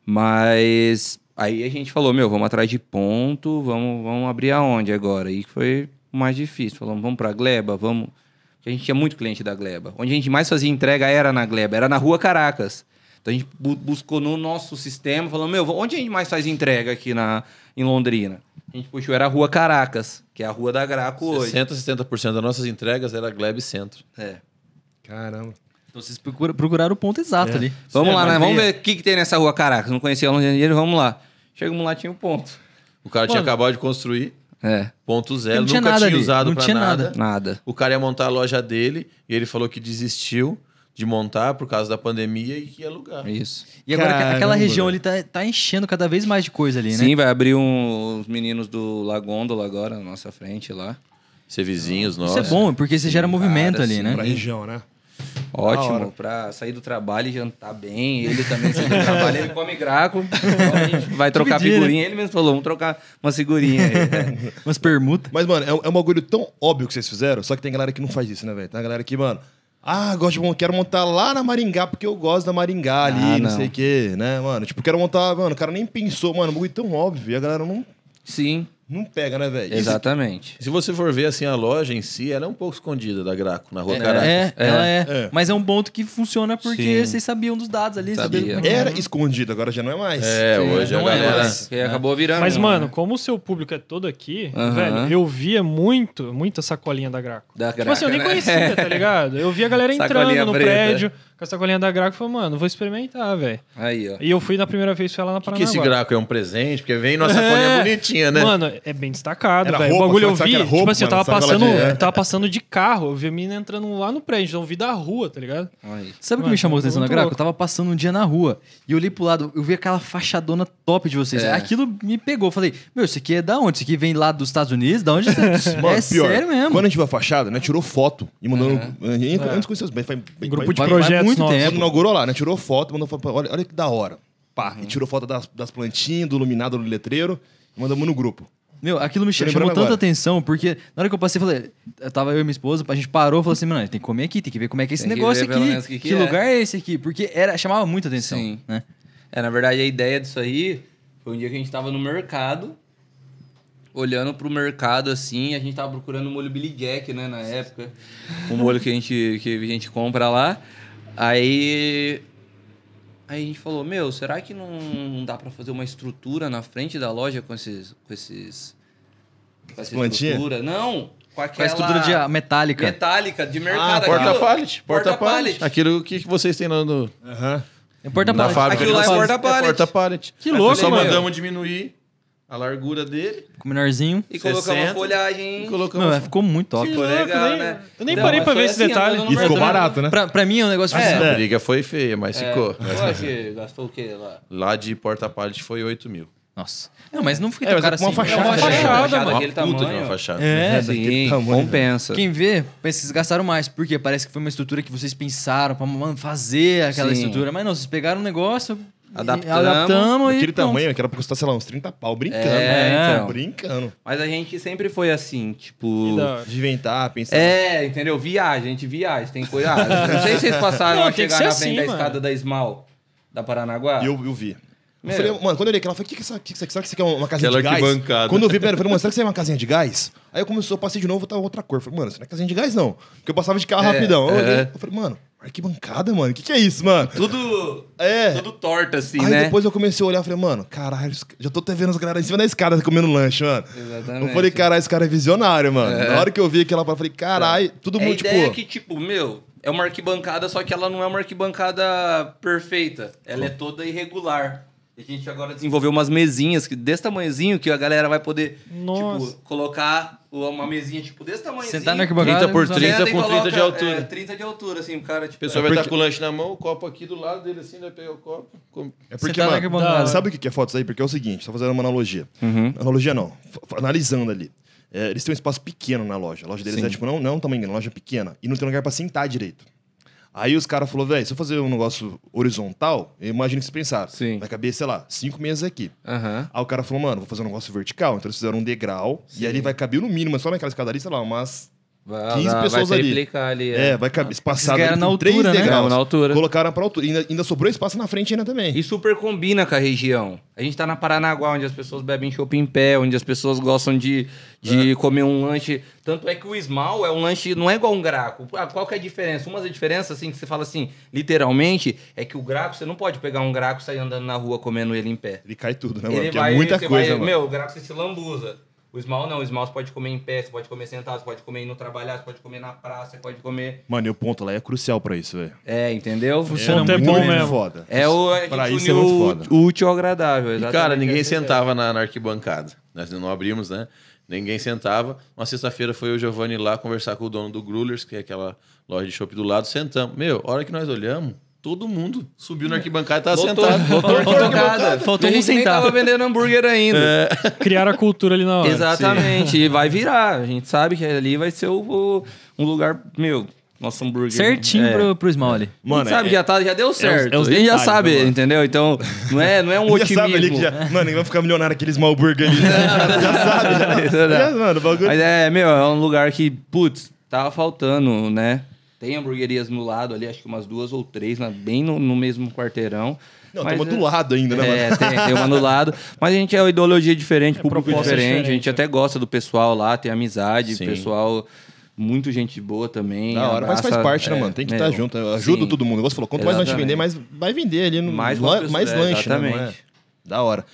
D: Mas aí a gente falou, meu, vamos atrás de ponto, vamos, vamos abrir aonde agora? E foi o mais difícil. Falamos, vamos pra Gleba, vamos. Porque a gente tinha muito cliente da Gleba. Onde a gente mais fazia entrega era na Gleba, era na rua Caracas. Então a gente bu- buscou no nosso sistema, falando, meu, onde a gente mais faz entrega aqui na, em Londrina? A gente puxou, era a rua Caracas, que é a rua da Graco hoje.
E: 60, 70% das nossas entregas era Glebe Centro.
D: É.
A: Caramba.
C: Então vocês procura- procuraram o ponto exato ali.
D: Vamos
C: É,
D: lá,
C: mas
D: né?
C: aí-
D: Vamos ver o que, que tem nessa rua Caracas. Não conhecia Longe de Janeiro, vamos lá. Chegamos lá, tinha um ponto.
E: O cara tinha acabado de construir,
D: É,
E: ponto zero,
C: Não tinha
E: nunca
C: nada
E: tinha
C: ali,
E: usado
C: não
E: pra
C: tinha
E: nada.
C: nada.
D: nada.
E: O cara ia montar a loja dele e ele falou que desistiu de montar por causa da pandemia e que ia alugar.
D: Isso.
C: E agora
A: Caramba,
C: aquela região
A: velho.
C: ali tá, tá enchendo cada vez mais de coisa ali, né?
D: Sim, vai abrir um- os meninos do Lagôndola agora, na nossa frente lá.
E: Ser vizinhos
C: Isso
E: nossos.
C: é bom, porque você gera movimento
D: cara,
C: ali,
D: sim,
C: né?
A: Pra região, né? hora.
D: Ótimo, pra sair do trabalho e jantar bem. Ele também sai do trabalho, ele come graco.
B: [LAUGHS]
D: Então a gente vai trocar
B: Dividir, né?
D: figurinha. Ele mesmo falou, vamos trocar uma figurinha. aí, né?
B: [LAUGHS]
C: Umas permuta.
A: Mas, mano, é, um- é um bagulho tão óbvio que vocês fizeram, só que tem galera que não faz isso, né, velho? Tem uma galera que, mano, ah, gosto de, mon- quero montar lá na Maringá, porque eu gosto da Maringá ali,
D: Ah,
A: não,
D: não.
A: sei o quê, né, mano? Tipo, quero montar, mano, o cara nem pensou, mano, um bagulho tão óbvio, e a galera não,
D: Sim,
A: não pega, né, velho?
D: exatamente.
E: Se você for ver assim, a loja em si, ela é um pouco escondida da Graco, na rua Caracas.
C: É, ela é.
A: É.
C: Mas é um ponto que funciona porque
D: Sim.
C: vocês sabiam dos dados ali.
D: Sabia.
C: sabiam como é que
A: Era escondido, agora já não é mais.
E: É, hoje a
C: não é
E: galera.
C: mais.
D: Porque acabou virando.
B: Então Mas,
D: né?
B: mano, como o seu público é todo aqui,
D: Aham.
B: velho, eu via muito, muita sacolinha da Graco.
D: Da
B: tipo assim, eu nem
D: Graco, né?
B: conhecia, tá ligado? Eu via a galera entrando
D: Sacolinha
B: no
D: preta.
B: prédio com a sacolinha da Graco e falei, mano, vou experimentar, velho.
D: Aí, ó.
B: E eu fui na primeira vez, foi lá na
E: O que,
B: Paraná.
E: que esse Graco é um presente? Porque vem
C: É,
E: nossa sacolinha bonitinha, né?
B: Mano, é bem destacado,
A: Era
B: velho. O
A: roupa,
B: bagulho
A: só
B: eu
A: que sabe
B: vi,
A: que era
B: tipo
A: roupa,
B: assim, eu
A: mano,
B: tava
A: sacola
B: passando,
A: de- é.
B: eu tava passando de carro, eu vi a mina entrando lá no prédio, então eu vi da rua, tá ligado?
D: Aí.
C: Sabe o que
B: Mano,
C: me chamou a atenção na
B: muito
C: Graco?
B: louco.
C: Eu tava passando um dia na rua e eu olhei pro lado, eu vi aquela fachadona top de vocês.
D: É.
C: Aquilo me pegou. Eu falei, meu, isso aqui é da onde? Isso aqui vem lá dos Estados Unidos? Da onde você.
A: Mano, pior,
C: é sério mesmo. É.
A: Quando a gente viu a fachada, né, tirou foto e mandou. no- eh, Antes conheceu os bem, foi bem-
B: Grupo
A: bem-
B: de
A: bem-
B: projetos
C: muito
B: nossos.
A: Quando
C: tempo.
A: inaugurou lá, né? Tirou foto, mandou foto. pra- Olha, olha que da hora. Pá, e tirou foto das, das plantinhas, do iluminado, do letreiro, e mandamos no grupo.
C: Meu, aquilo me
A: Tô
C: cha-
A: lembrando
C: chamou tanta
A: agora.
C: atenção, porque na hora que eu passei, eu falei, eu tava eu e minha esposa, a gente parou e falou assim, mano, a gente tem que comer aqui, tem que ver como é que é esse
D: Tem que
C: negócio
D: ver pelo menos o
C: aqui.
D: que
C: Que,
D: que é."
C: lugar é esse aqui? Porque era, chamava muita atenção.
D: Sim.
C: Né?
D: É, na verdade, a ideia disso aí foi um dia que a gente tava no mercado, olhando pro mercado assim, a gente tava procurando o molho Billy Jack, né, na época. O molho que a gente, que a gente compra lá. Aí. Aí a gente falou, meu, será que não dá pra fazer uma estrutura na frente da loja com esses. com esses. Com essa
A: plantinha?
D: estrutura? Não! Com
C: Com
D: aquela
C: a estrutura de metálica.
D: metálica de mercado. aquilo-
E: Ah, porta-pallet.
D: Porta-pallet.
E: Porta-pallet. Aquilo que que vocês têm lá no,
C: É porta
E: na fábrica.
D: Aquilo lá é
E: Vocês-
D: porta-pallet.
E: porta-pallet.
C: Que louco,
E: Só
C: mano.
E: mandamos diminuir a largura dele.
D: é
C: Com o um menorzinho.
D: E colocar uma
E: 60.
D: folhagem.
E: E colocamos.
C: Não,
D: assim.
C: mas ficou muito top.
D: Ficou
B: Louco,
D: legal,
B: nem-
D: né?
B: Eu nem
D: Não,
B: parei
D: mas
B: pra ver
D: foi
B: esse
D: assim,
B: detalhe.
D: andando no
A: E ficou
D: mercado.
A: barato, né?
C: Pra, pra mim é um negócio
E: A
C: fascinante.
E: briga foi feia, mas
D: É.
E: ficou.
D: Olha que gastou o quê lá?
E: Lá de porta-pallet foi 8 mil.
C: Nossa. Não, mas não fica
A: É,
C: tão
A: mas é
C: caro
A: uma
C: assim.
A: fachada,
C: É uma
A: né?
C: fachada,
D: Fachada.
C: mano.
E: Uma
D: daquele
E: puta de
D: tamanho.
E: uma fachada.
C: É,
D: Sim,
A: tamanho,
D: compensa.
C: Quem vê, pensa que vocês gastaram mais, porque parece que foi uma estrutura que vocês pensaram pra mano, fazer aquela
D: Sim.
C: estrutura. Mas não, vocês pegaram um negócio, e-
D: Adaptamos.
C: adaptamos
A: Aquele
C: e pronto.
A: tamanho que era pra custar, sei lá, uns 30 pau, brincando.
D: É,
A: né?
D: então.
A: Brincando.
D: Mas a gente sempre foi assim, tipo.
B: Que da hora.
A: De inventar, pensar.
D: É, entendeu? Viagem, a gente viaja, tem coisa. Ah, não sei se vocês passaram
B: [LAUGHS] Não,
D: a
B: tem que
D: chegar
B: ser
D: na
B: assim,
D: frente da
B: mano.
D: escada da Esmal, da Paranaguá.
A: E eu, eu vi. Eu
D: Meu.
A: falei, mano, quando eu olhei aquela, eu falei, o que, que, é essa- que, que, será que você quer uma casinha
E: Aquela
A: de gás?
E: arquibancada.
A: Quando eu vi, primeiro, eu falei, mano, será que isso é uma casinha de gás? Aí eu comecei, eu passei de novo, tava outra cor. Eu falei, mano, isso não é casinha de gás, não. Porque eu passava de carro
D: É,
A: rapidão. Eu, olhei, eu falei, mano, arquibancada, mano, o que, que é isso, mano?
D: Tudo.
A: É.
D: Tudo torto, assim,
A: Aí
D: né?
A: depois eu comecei a olhar, eu falei, mano, caralho, os- já tô até vendo os caras em cima da escada comendo lanche, mano.
D: Exatamente.
A: Eu falei, caralho, esse cara é visionário, mano. Na hora que eu vi aquela parada, eu falei, caralho, todo
D: É a
A: mundo,
D: ideia
A: tipo...
D: que, tipo, meu, é uma arquibancada, só que ela não é uma arquibancada perfeita. Ela é toda irregular. E a gente agora desenvolveu umas mesinhas que, desse tamanhozinho que a galera vai poder,
B: Nossa.
D: tipo, colocar uma mesinha, tipo, desse tamanhozinho.
C: Sentar na arquibancada.
E: 30 tá por
C: Senta
E: 30
D: Senta e
E: com 30 de
D: coloca,
E: altura.
D: É, 30 de altura, assim, o cara, tipo...
E: A pessoa
D: é,
E: vai estar com o lanche na mão, o copo aqui do lado dele, assim, vai pegar o copo. come.
A: É porque,
C: Sentado na
A: mano,
C: arquibancada.
A: sabe o que que é foto isso aí? Porque é o seguinte, só fazendo uma analogia. Analogia não, f- f- analisando ali. É, eles têm um espaço pequeno na loja. A loja deles é tipo, não, não tamanho, grande, loja pequena. E não tem lugar pra sentar direito. Aí os caras falaram, velho, se eu fazer um negócio horizontal, eu imagino que vocês pensaram.
D: Sim.
A: Vai caber, sei lá, cinco meses aqui. Aí o cara falou, mano, vou fazer um negócio vertical. Então eles fizeram um degrau e ali vai caber no mínimo, é só naquela escadaria, sei lá, umas
D: é.
A: 15 pessoas ali. É, vai caber espaçado
C: Eles
A: ali
C: ganharam
A: por
C: na
A: três
C: altura, né?
A: degraus.
D: Não, na altura.
A: Colocaram pra altura. E ainda, ainda sobrou espaço na frente ainda também.
D: E super combina com a região. A gente tá na Paranaguá, onde as pessoas bebem chopp em pé, onde as pessoas gostam de,
A: É.
D: de comer um lanche. Tanto é que o esmal é um lanche, não é igual um graco. Ah, Qual que é a diferença? Uma das diferenças, assim, que você fala assim, literalmente, é que o graco, você não pode pegar um graco e sair andando na rua comendo ele em pé.
A: Ele cai tudo, né, mano?
D: Ele
A: Porque
D: vai,
A: é muita
D: você
A: coisa,
D: vai,
A: mano.
D: Meu, o graco você se lambuza. O esmal não, o esmal você pode comer em pé, você pode comer sentado, você pode comer indo trabalhar, você pode comer na praça, você pode comer...
A: Mano, e o ponto lá é crucial pra isso, velho.
D: É, entendeu?
B: Funciona muito bom mesmo.
A: foda.
D: É o, a gente
A: Pra isso é
D: uniu
A: muito
D: o-
A: foda.
D: o útil ao agradável,
E: E,
D: exatamente
E: cara, ninguém
D: essa é a ideia.
E: sentava na, na arquibancada. Nós não abrimos, né? Ninguém sentava. Uma sexta-feira foi o Giovanni lá conversar com o dono do Grulers, que é aquela loja de shopping do lado. Sentamos. Meu, a hora que nós olhamos, todo mundo subiu na arquibancada e tava
D: Lotou-
A: [LAUGHS]
E: sentado. [LAUGHS]
D: lotou é a
C: Faltou um
D: arquibancada.
C: cara, faltou
D: E a
C: um
D: gente nem
C: centavo.
D: tava vendendo hambúrguer ainda.
B: [LAUGHS]
A: É.
B: Criaram a cultura ali na hora.
D: Exatamente. E vai virar. A gente sabe que ali vai ser o- o- um lugar, meu, nosso hambúrguer.
C: Certinho
D: É.
C: pro, pro Smalley.
A: Mano,
D: sabe,
A: é-
D: já, tá, já deu certo.
B: é os
D: a gente já
B: detalhes,
D: sabe,
B: mano.
D: entendeu? Então, não é, não é
A: [LAUGHS]
D: um
A: já
D: otimismo.
A: sabe ali que
D: [LAUGHS]
A: já. Mano, ele vai ficar milionário aquele small burger ali. né? já sabe, já. já mano, o bagulho.
D: Mas é, meu, é um lugar que, putz, tava faltando, né? Tem hamburguerias no lado ali, acho que umas duas ou três, né? bem no, no mesmo quarteirão.
A: Não,
D: Mas
A: tem uma
D: é-
A: do lado ainda, né, mano?
D: É, tem, tem uma do lado. Mas a gente é uma ideologia diferente, público
B: proposta
D: diferente,
B: diferente,
D: A gente
B: né?
D: até gosta do pessoal lá, tem amizade,
E: Sim.
D: pessoal. Muito gente boa também.
A: Da hora, mas faz
D: abraça,
A: parte, né,
D: é,
A: mano? Tem que
D: meu,
A: estar junto. Ajuda
D: sim.
A: todo mundo. Você falou, quanto mais nós te vender, mais vai vender ali. No,
D: Mais
A: mais,
D: quantas
A: mais
D: pessoas- é,
A: lanche, né? mano?
D: exatamente.
A: É. Da hora.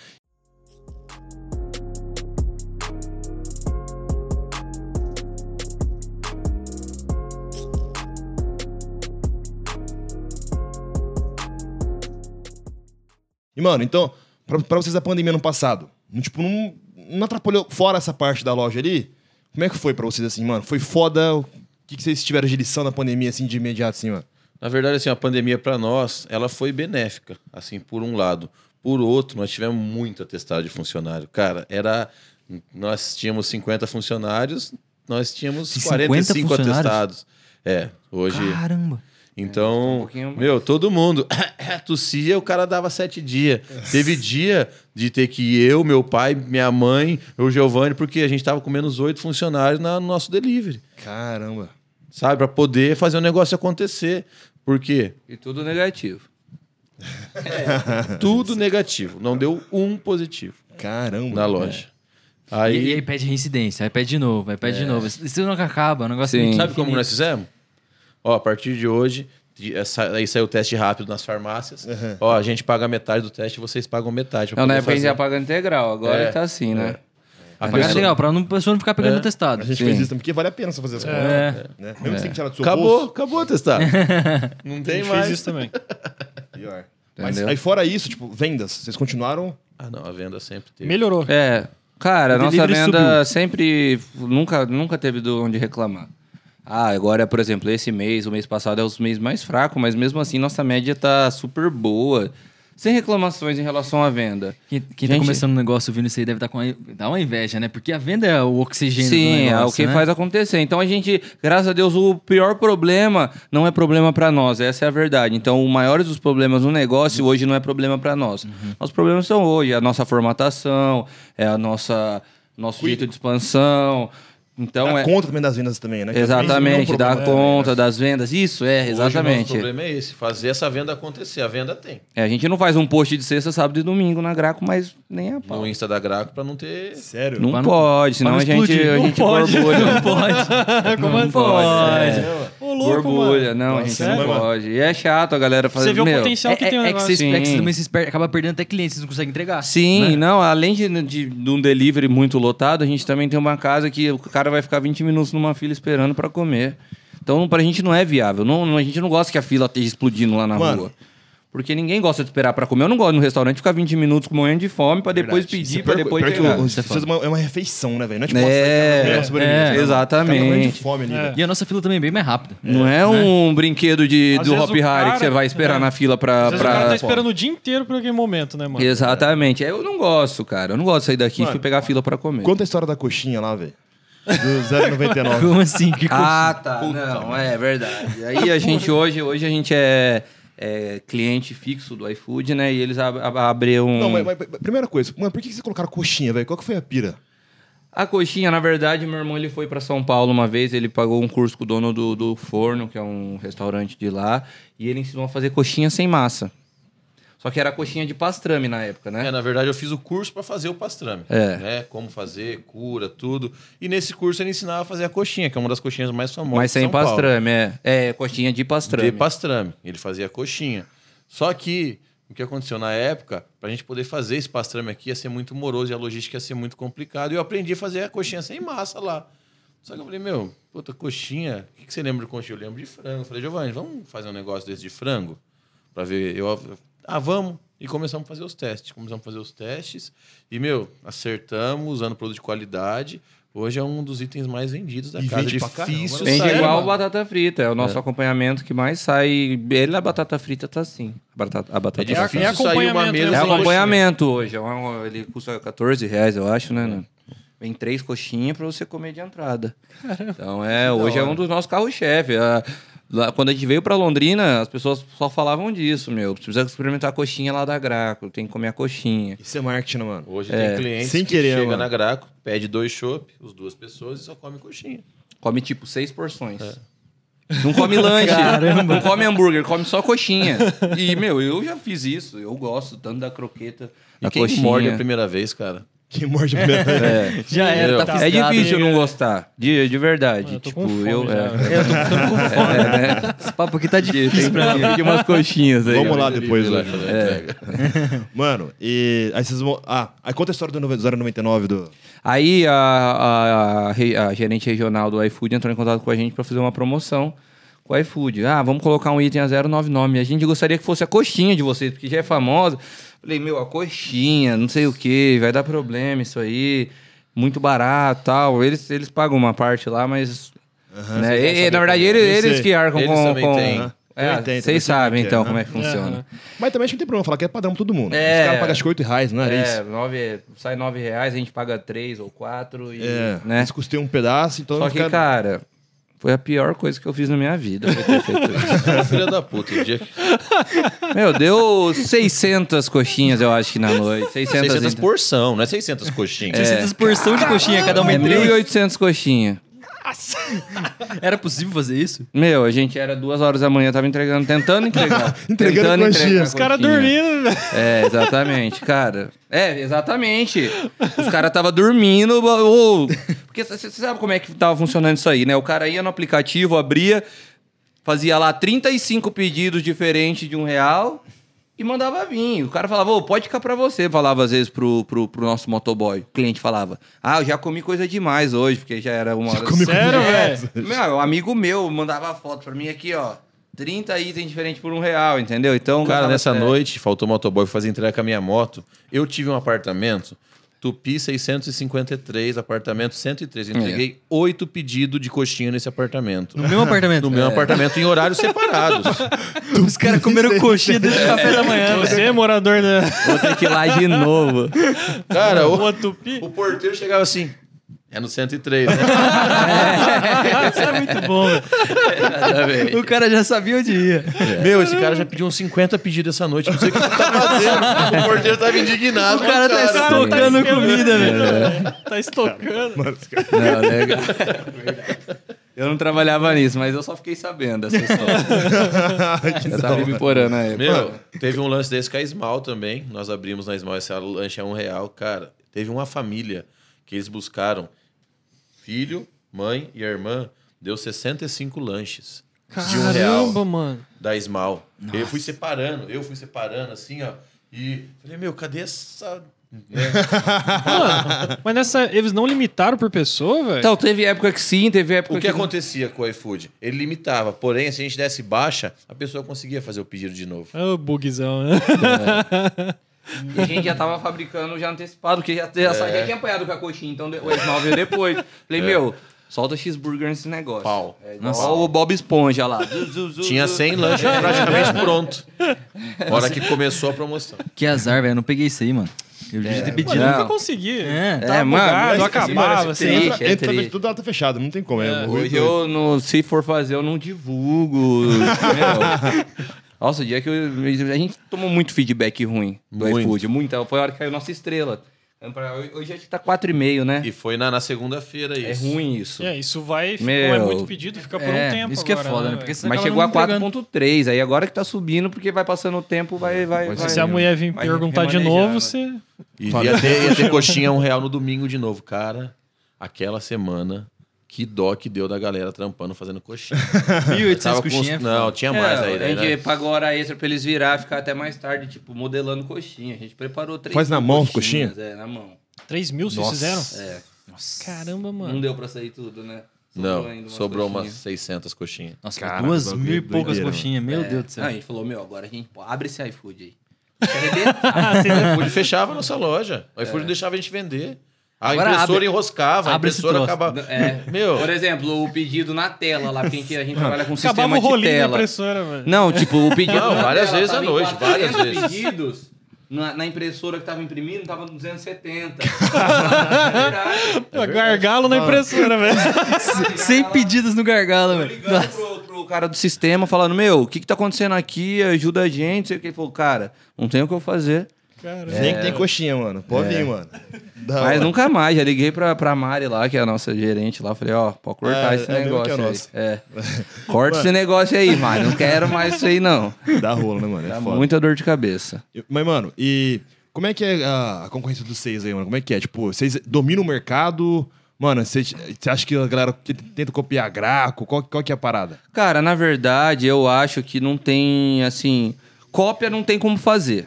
A: E, mano, então, pra, pra vocês a pandemia no passado, não, tipo, não, não atrapalhou fora essa parte da loja ali? Como é que foi pra vocês, assim, mano? Foi foda? O que, que vocês tiveram de lição da pandemia, assim, de imediato, assim, mano?
E: Na verdade, assim, a pandemia para nós, ela foi benéfica, assim, por um lado. Por outro, nós tivemos muito atestado de funcionário. Cara, era... Nós tínhamos 50 funcionários, nós tínhamos
C: 50
E: 45
C: funcionários?
E: atestados. É, hoje...
C: Caramba.
A: é?
E: Então,
D: um pouquinho mais.
E: meu, todo mundo [COUGHS] tossia, o cara dava sete dias. Teve dia de ter que ir eu, meu pai, minha mãe, o Giovanni, porque a gente tava com menos oito funcionários na, no nosso delivery,
A: Caramba.
E: sabe? Pra poder fazer o negócio acontecer. Por quê?
D: E tudo negativo.
E: Tudo negativo, não deu um positivo
A: Caramba.
E: na loja.
C: E-
E: Aí,
C: E, aí pede reincidência, aí pede de novo, aí pede de novo. Isso isso nunca acaba, é um negócio
D: Sim.
C: meio que
E: sabe como
C: infinito.
E: nós fizemos? Ó, a partir de hoje, de- essa- aí saiu o teste rápido nas farmácias. Ó, a gente paga metade do teste, vocês pagam metade. pra
D: Não, na
E: poder
D: época a gente
E: fazer.
D: ia pagar integral, agora
E: É,
D: tá assim, né?
E: A
C: Pagar
E: pessoa-
C: legal, pra não, a pessoa não ficar pegando
E: É.
C: atestado.
A: A gente
D: Sim. É.
A: fez isso também, porque vale a pena você fazer as contas. Né? Mesmo que você tenha que tirar do seu
E: Acabou,
A: bolso.
E: acabou
D: [LAUGHS]
E: testar. Não
B: A
E: tem
B: gente
E: mais.
B: fez isso também.
A: Pior. Mas
D: Entendeu?
A: aí fora isso, tipo, vendas, vocês continuaram?
E: Ah, não, a venda sempre teve.
B: Melhorou.
D: É. Cara,
B: O
D: a nossa
B: delivery
D: venda sempre. Nunca, nunca teve de onde reclamar. Ah, agora, por exemplo, esse mês, o mês passado é os meses mais fracos, mas mesmo assim nossa média tá super boa. Sem reclamações em relação à venda.
C: Quem, quem
D: Gente-
C: tá começando um negócio ouvindo isso aí deve estar com a- dá uma inveja, né? Porque a venda é o oxigênio do
D: Sim,
C: negócio,
D: é o que
C: né?
D: faz acontecer. Então a gente, graças a Deus, o pior problema não é problema para nós, essa é a verdade. Então, o maior dos problemas no negócio hoje não é problema para nós.
C: Uhum.
D: Nossos problemas são hoje, a nossa formatação, é a nossa nosso jeito de expansão. Então
A: Dá
D: é
A: conta também das vendas também, né? Que também não é um
D: exatamente, dá
A: problema, né?
D: conta das vendas. Isso é,
E: Exatamente.
D: exatamente.
E: o problema é esse, fazer essa venda acontecer. A venda tem.
D: É, a gente não faz um post de sexta, sábado e domingo na Graco, mas nem a pau.
E: No Insta da Graco pra não ter.
A: Sério?
D: Não,
C: Pra não-
D: pode, senão
C: não
D: a gente,
C: explodir.
D: a
C: Não
D: gente borbulha.
C: Não pode. Como não pode?
D: É.
B: Ô, louco, mano.
D: Borbulha, não,
A: Nossa,
D: a gente
A: é,
D: não
A: mano.
D: pode. E é chato a galera fazer.
B: Você vê o
D: meu,
B: potencial que
C: É,
B: tem o
C: é, é que
B: negócio.
C: vocês, é que vocês
D: Sim.
C: também se per- acaba perdendo até clientes, vocês não conseguem entregar.
B: Né?
D: Sim, não, além de, de, de um delivery muito lotado, a gente também tem uma casa que o cara vai ficar 20 minutos numa fila esperando pra comer. Então, pra gente não é viável. Não, não- a gente não gosta que a fila esteja explodindo lá na
A: Mano.
D: rua. Porque ninguém gosta de esperar pra comer. Eu não gosto no restaurante ficar 20 minutos morrendo de fome pra depois
B: é
D: pedir, pra
A: é Pior-
D: depois
A: pior que
D: pegar.
A: o- os- vocês é uma, é uma refeição, né, velho? Não é tipo uma
D: É,
A: sobremesa,
D: é,
A: uma sobremesa, né? Tá morrendo de
D: exatamente.
A: fome ali,
B: É.
A: velho.
C: E a nossa fila também é bem mais rápida.
D: Não é um brinquedo de,
B: né? Às
D: do
B: vezes
D: Hop
B: o
D: Harry
B: cara-
D: que você vai esperar
B: é.
D: na fila pra.
B: Às vezes o cara
D: pra-
B: tá esperando o dia inteiro pra aquele momento, né, mano?
D: Exatamente. Eu não gosto, cara. Eu não gosto de sair daqui e
A: Mano,
D: pegar fila pra comer.
A: Conta a história da coxinha lá, velho.
D: [LAUGHS]
A: Do
D: Hum.
A: 099.
C: [LAUGHS] Como assim? Que coisa?
D: Ah, tá. não, é verdade. Aí a gente hoje, hoje a gente é, é cliente fixo do iFood, né? E eles ab abriram um...
A: Não, mas, mas- mas- primeira coisa, mano, por que que vocês colocaram coxinha, velho? Qual que foi a pira?
D: A coxinha, na verdade, meu irmão ele foi pra São Paulo uma vez, ele pagou um curso com o dono do, do Forno, que é um restaurante de lá, e ele ensinou a fazer coxinha sem massa. Só que era coxinha de pastrame na época,
E: É,
D: né?
E: na verdade, eu fiz o curso pra fazer o pastrame.
D: É.
E: Né? Como fazer, cura, tudo. E nesse curso ele ensinava a fazer a coxinha, que é uma das coxinhas mais famosas.
D: Mas
E: de
D: sem
E: São Paulo.
D: pastrame, é. É, coxinha de pastrame.
E: De pastrame. Ele fazia a coxinha. Só que o que aconteceu na época, pra gente poder fazer esse pastrame aqui ia ser muito moroso e a logística ia ser muito complicada. E eu aprendi a fazer a coxinha sem massa lá. Só que eu falei, meu, puta, coxinha, o que, que você lembra de coxinha? Eu lembro de frango. Eu falei, Giovanni, vamos fazer um negócio desse de frango? Pra ver. Eu, ah, vamos. E começamos a fazer os testes. Começamos a fazer os testes. E, meu, acertamos, usando produto de qualidade. Hoje é um dos itens mais vendidos da
A: E
E: casa.
A: vende pra caramba, né?
E: Difícil
D: Vende
E: sair,
D: igual
E: mano.
D: batata frita, é o nosso acompanhamento que mais sai. Ele a batata frita tá assim. A batata, a batata
E: É
D: frita.
E: difícil
B: É
E: sair uma
B: acompanhamento,
E: mesa
B: né?
D: É
E: sem
B: Essa
D: acompanhamento hoje. é um- Ele custa 14 reais, eu acho, né? né? Vem três coxinhas pra você comer de entrada. Então é, hoje é um dos nossos carro-chefe. A, Lá, quando a gente veio pra Londrina, as pessoas só falavam disso, meu. Você precisa experimentar a coxinha lá da Graco, tem que comer a coxinha.
A: Isso é marketing, né, mano.
E: Hoje tem clientes
A: sem
E: que
A: querer,
E: chega
A: mano.
E: na Graco, pede dois chopp, os duas pessoas e só come coxinha.
D: Come tipo seis porções. Não come lanche, não come hambúrguer, come só coxinha. E, meu, eu já fiz isso. Eu gosto tanto da croqueta,
E: E
D: da
E: quem
D: coxinha.
E: morde a primeira vez, cara?
A: Quem morde primeiro.
D: [LAUGHS] É.
B: Já
E: Entendeu?
B: era, tá
D: É
B: fisgado,
D: difícil eu
B: hein?
D: não gostar, de, de verdade.
B: Mano, eu tô
D: tipo,
B: com fome
D: eu.
B: já,
D: é.
B: velho.
D: Eu tô ficando com fome. né? Esse papo aqui tá difícil pra mim. Tem umas coxinhas aí.
A: Vamos
D: ó.
A: lá depois,
E: Vai
A: lá.
E: fazer a entrega.
A: Mano, e aí vocês vão. Ah, aí conta a história do 099 do.
D: Aí a, a- a re- a gerente regional do iFood entrou em contato com a gente para fazer uma promoção com o iFood. Ah, vamos colocar um item a 099. A gente gostaria que fosse a coxinha de vocês, porque já é famosa. Falei, meu, a coxinha, não sei o que, vai dar problema isso aí. Muito barato tal. Eles, eles pagam uma parte lá, mas. né,
E: vocês vão
D: e- e,
E: saber
D: na verdade,
E: como é.
D: eles,
A: Eu
D: eles
A: sei.
D: que arcam
E: Eles
D: com.
E: também
D: com-
E: têm.
A: Eu
D: É,
A: entendo, eu sei
D: vocês
A: como é
D: sabem
A: que é,
D: então
A: né?
D: como é que funciona.
A: Mas também acho que não tem problema falar que é padrão pra todo mundo.
D: É.
A: Os caras pagam acho que 8 reais, não era
D: É,
A: isso?
D: nove, sai nove reais, a gente paga três ou quatro e.
A: É.
D: né?
A: Eles custeiam um pedaço, então.
D: Só
A: não
D: que,
A: fica-
D: cara, foi a pior coisa que eu fiz na minha vida. foi ter feito isso.
E: Filha da puta, o dia que...
A: [LAUGHS]
D: Meu, deu 600 coxinhas, eu acho que na noite. então. 600,
E: 600
D: 600
E: porção, não é 600 coxinhas.
C: 600 porção de coxinha, cada um uma
D: É
C: em três.
D: 1.800 coxinha.
C: Era possível fazer isso?
D: Meu, a gente era duas horas da manhã, tava entregando, tentando entregar.
A: [LAUGHS] Entregando
D: tentando
A: coxinha.
D: entregar
A: Os
B: Os caras
D: coxinha.
B: dormindo, velho.
D: né? É, exatamente, cara. É, exatamente. Os caras tava dormindo. Ou... Porque você sabe como é que tava funcionando isso aí, né? O cara ia no aplicativo, abria, fazia lá 35 pedidos diferentes de um real e mandava vir. O cara falava, ô, pode ficar pra você. Falava às vezes pro, pro, pro nosso motoboy. O cliente falava, ah, eu já comi coisa demais hoje, porque já era uma hora assim.
A: comi coisa
B: Sério,
A: demais.
B: velho?
D: Meu, um amigo meu mandava foto pra mim aqui, ó. 30 itens diferentes por um real, entendeu? Então,
E: Cara,
D: tava
E: nessa
D: certo.
E: noite, faltou o motoboy pra fazer entrega com a minha moto. Eu tive um apartamento, Tupi 653, apartamento 103. Entreguei oito pedidos de coxinha nesse apartamento.
C: No mesmo apartamento? É.
E: No meu apartamento, em horários separados.
C: Os caras comeram coxinha desde o café da manhã.
B: Você é morador da
D: Vou ter que ir lá de novo.
E: Cara, o,
B: Rua Tupi. [LAUGHS]
E: o porteiro chegava assim. É no 103, né?
B: Isso é muito bom, velho.
E: Nada a ver.
C: O cara já sabia onde ia.
E: [LAUGHS] Meu, esse cara já pediu uns 50 pedidos essa noite. Não sei o que ele tá fazendo. O porteiro tava indignado. né,
C: O cara
E: assim,
C: tá estocando comida, velho.
B: Tá estocando.
D: [LAUGHS] Não, legal. Eu não trabalhava nisso, mas eu só fiquei sabendo dessa [LAUGHS] história.
A: [LAUGHS]
D: eu tava me porando aí.
E: Meu, teve um lance desse com a Esmal também. Nós abrimos na Esmal, esse lanche é um real. Cara, teve uma família que eles buscaram filho, mãe e irmã. Deu 65 lanches de um real
B: Caramba, mano.
E: da Esmal. Eu fui separando, eu fui separando assim, ó. E falei, meu, cadê essa... né?
B: Mano, mas nessa. Eles não limitaram por pessoa, velho?
D: Então, teve época que sim, teve época
E: O que
D: não.
E: acontecia com o iFood? Ele limitava, porém, se a gente desse baixa, a pessoa conseguia fazer o pedido de novo.
B: É o bugzão, [LAUGHS] né?
D: E a gente já tava fabricando já antecipado, porque já,
E: É.
D: já, sa- já tinha apanhado com a coxinha, então de- o Esmal veio depois. Falei, meu, solta cheeseburger nesse negócio.
E: Pau.
D: É, igual o Bob Esponja lá. Zu, zu, zu,
E: Tinha
D: zu.
E: 100 lanches
D: [LAUGHS]
E: praticamente pronto. Hora que começou a promoção.
C: Que azar, velho. Eu não peguei isso aí, mano. Eu devia ter pedido.
B: Eu
D: Não.
B: nunca consegui.
C: É.
B: Tava
D: É, mano,
B: bugado,
D: mas-
B: acabava,
D: mas-
B: assim.
D: Sim.
A: Entra,
D: é
A: entra,
D: triste.
A: tudo lá tá fechado, não tem como. É.
D: Hoje eu, não- se for fazer, eu não divulgo. Meu. Nossa, o dia que eu, a gente tomou muito feedback ruim do
E: Muito.
D: iFood. Muito. Foi a hora que caiu nossa estrela. Hoje acho que tá 4,5, né?
E: E foi na, na segunda-feira
D: É
E: isso.
D: ruim isso.
B: É, isso vai. Ficou,
D: Meu.
B: é muito pedido, fica por um tempo.
C: Isso que é
B: agora,
C: foda, né?
B: velho?
C: Porque você
D: Mas
C: acaba
D: chegou a
C: não entregando.
D: 4,3. Aí agora que tá subindo, porque vai passando o tempo, vai. vai,
A: Mas
D: vai-
B: se a mulher vir
D: vai
B: perguntar de
D: remanejando.
B: novo, você.
E: E ia ter, ia ter coxinha um real no domingo de novo. Cara, aquela semana, que dó que deu da galera trampando fazendo coxinha.
C: 1.800
E: Tava com uns-
C: coxinha.
E: Não, tinha mais aí.
D: É, a
E: Né?
D: gente pagou hora extra pra eles virar, ficar até mais tarde, tipo, modelando coxinha. A gente preparou três.
A: Faz na mão as
D: É, na mão.
B: 3 mil vocês fizeram?
D: É.
B: Caramba,
D: Não
B: mano.
D: deu pra sair tudo, né? ainda
E: Não,
D: umas
E: sobrou umas
D: coxinhas.
E: 600 coxinhas.
C: Nossa,
A: Cara,
C: duas
A: bagulho
C: mil e poucas
A: doideira,
C: coxinhas. Meu
D: É.
C: Deus do céu.
D: Não, a gente falou, meu, agora a gente pô, abre esse iFood aí.
E: [LAUGHS] O iFood fechava a nossa loja. O iFood não deixava a gente vender. A
C: Agora
E: impressora
C: abre-
E: enroscava, a
C: abre esse
E: impressora
C: troço.
E: acabava.
D: É.
E: [LAUGHS] Meu,
D: Por exemplo, o pedido na tela lá, porque a gente, a gente trabalha com um
B: Acabava
D: sistema
B: o
D: de
B: rolinho da
D: tela.
B: impressora, velho.
D: Não, tipo, o pedido.
E: Não,
D: na
E: várias
D: tela
E: vezes à
D: tava em
E: noite, várias
D: 400
E: vezes.
D: pedidos. Na, na impressora que tava imprimindo, tava
E: [LAUGHS]
D: 270. É verdade.
B: É Gargalo na impressora, velho.
C: [LAUGHS]
B: [LAUGHS]
C: Sem pedidos no gargalo,
D: Tô
C: velho.
D: ligando pro, pro, cara do sistema falando, meu, o que que tá acontecendo aqui? Ajuda a gente, sei o que. Ele falou, cara, não tem o que eu fazer.
A: Nem que tem coxinha, mano. Pode vir, mano. Da
D: É. Mas
A: hora.
D: nunca mais. Já liguei pra, pra Mari lá, que é a nossa gerente lá. Falei, ó, pode cortar
A: É,
D: esse
A: é mesmo
D: negócio
A: que é
D: aí.
A: nosso. [LAUGHS]
D: É. Corta esse negócio aí, Mari. Não quero mais isso aí, não.
A: Dá rolo, né, mano? [LAUGHS] É
D: Dá
A: foda.
D: muita dor de cabeça.
A: Eu- Mas, mano, e como é que é a, a concorrência dos seis aí, mano? Como é que é? Tipo, vocês dominam o mercado. Mano, você você acha que a galera que tenta copiar Graco? Qual, qual que é a parada?
D: Cara, na verdade, eu acho que não tem, assim... Cópia não tem como fazer.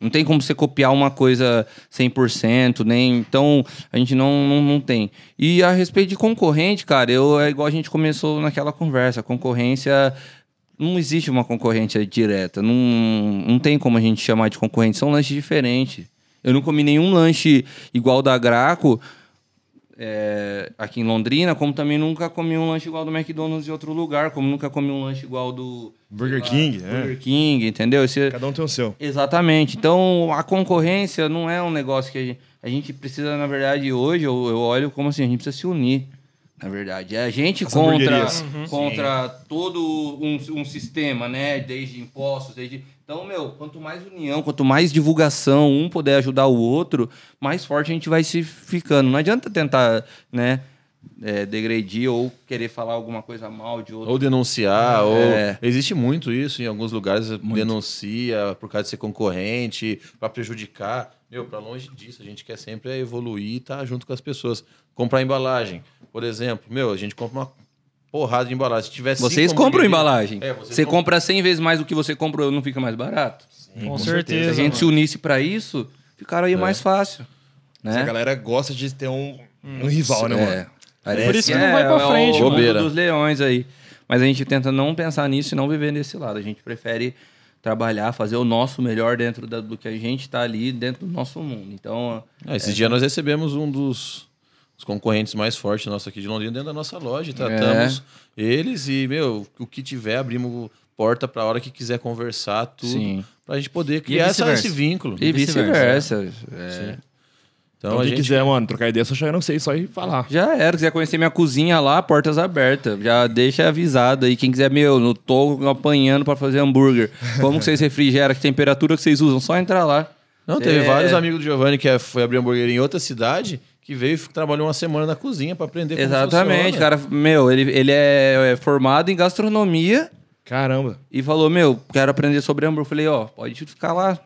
D: Não tem como você copiar uma coisa 100%, nem... Então, a gente não, não, não tem. E a respeito de concorrente, cara, eu é igual a gente começou naquela conversa. Concorrência... Não existe uma concorrência direta. Não, não tem como a gente chamar de concorrente. São lanches diferentes. Eu não comi nenhum lanche igual da Graco é, aqui em Londrina, como também nunca comi um lanche igual do McDonald's em outro lugar, como nunca comi um lanche igual do
A: Burger King, é.
D: Burger King, entendeu? Esse-
A: Cada um tem o seu.
D: Exatamente. Então, a concorrência não é um negócio que a gente, a gente precisa, na verdade, hoje, eu, eu olho como assim, a gente precisa se unir. Na verdade, é a gente
A: As
D: contra,
A: hamburguerias.
D: contra todo um, um sistema, né? Desde impostos, desde. Então, meu, quanto mais união, quanto mais divulgação, um puder ajudar o outro, mais forte a gente vai se ficando. Não adianta tentar, né? é, degredir ou querer falar alguma coisa mal de outro.
E: Ou denunciar,
D: É.
E: ou. Existe muito isso em alguns lugares. Denuncia por causa de ser concorrente, para prejudicar. Meu, para longe disso, a gente quer sempre é evoluir e estar junto com as pessoas. Comprar embalagem, por exemplo. Meu, a gente compra uma porrada de embalagem. Se tivesse
D: Vocês compram embalagem.
E: É, vocês
D: você
E: compram.
D: compra 100 vezes mais do que você comprou, não fica mais barato.
B: com,
D: Se
B: certeza.
D: a gente se
B: mano.
D: unisse pra isso, ficaria mais fácil.
A: Essa
D: Né?
A: galera gosta de ter um, um rival, é né,
D: É,
A: mano?
D: parece
B: Por isso que não vai pra
D: é
B: frente,
D: o mundo
E: bobeira.
D: dos leões aí. Mas a gente tenta não pensar nisso e não viver nesse lado. A gente prefere trabalhar, fazer o nosso melhor dentro da- do que a gente tá ali, dentro do nosso mundo. Então,
E: Ah, esses dias nós recebemos um dos os concorrentes mais fortes nosso aqui de Londrina dentro da nossa
D: É.
E: loja. Tratamos eles e, meu, o que tiver, abrimos porta para a hora que quiser conversar, tudo.
D: Sim.
E: Pra gente poder criar essa,
C: vice-versa.
E: esse vínculo.
D: e vice-versa. É.
E: Então,
A: Então,
E: a
A: quem
E: gente
A: quiser, mano, trocar ideia, é só chegar não sei, só ir falar.
D: Já era, quiser conhecer minha cozinha lá, portas abertas. Já deixa avisado aí. Quem quiser, meu, não tô apanhando pra fazer hambúrguer. Como que vocês refrigeram, que temperatura que vocês usam? Só entrar lá.
E: Não, teve
D: É.
E: vários amigos do Giovanni que é- foi abrir hamburgueria em outra cidade, que veio e fi- trabalhou uma semana na cozinha para aprender como
D: Exatamente,
E: funciona.
D: cara. Meu, ele, ele é, é formado em gastronomia
A: Caramba.
D: e falou, meu, quero aprender sobre hambúrguer. Eu falei, ó, pode ficar lá.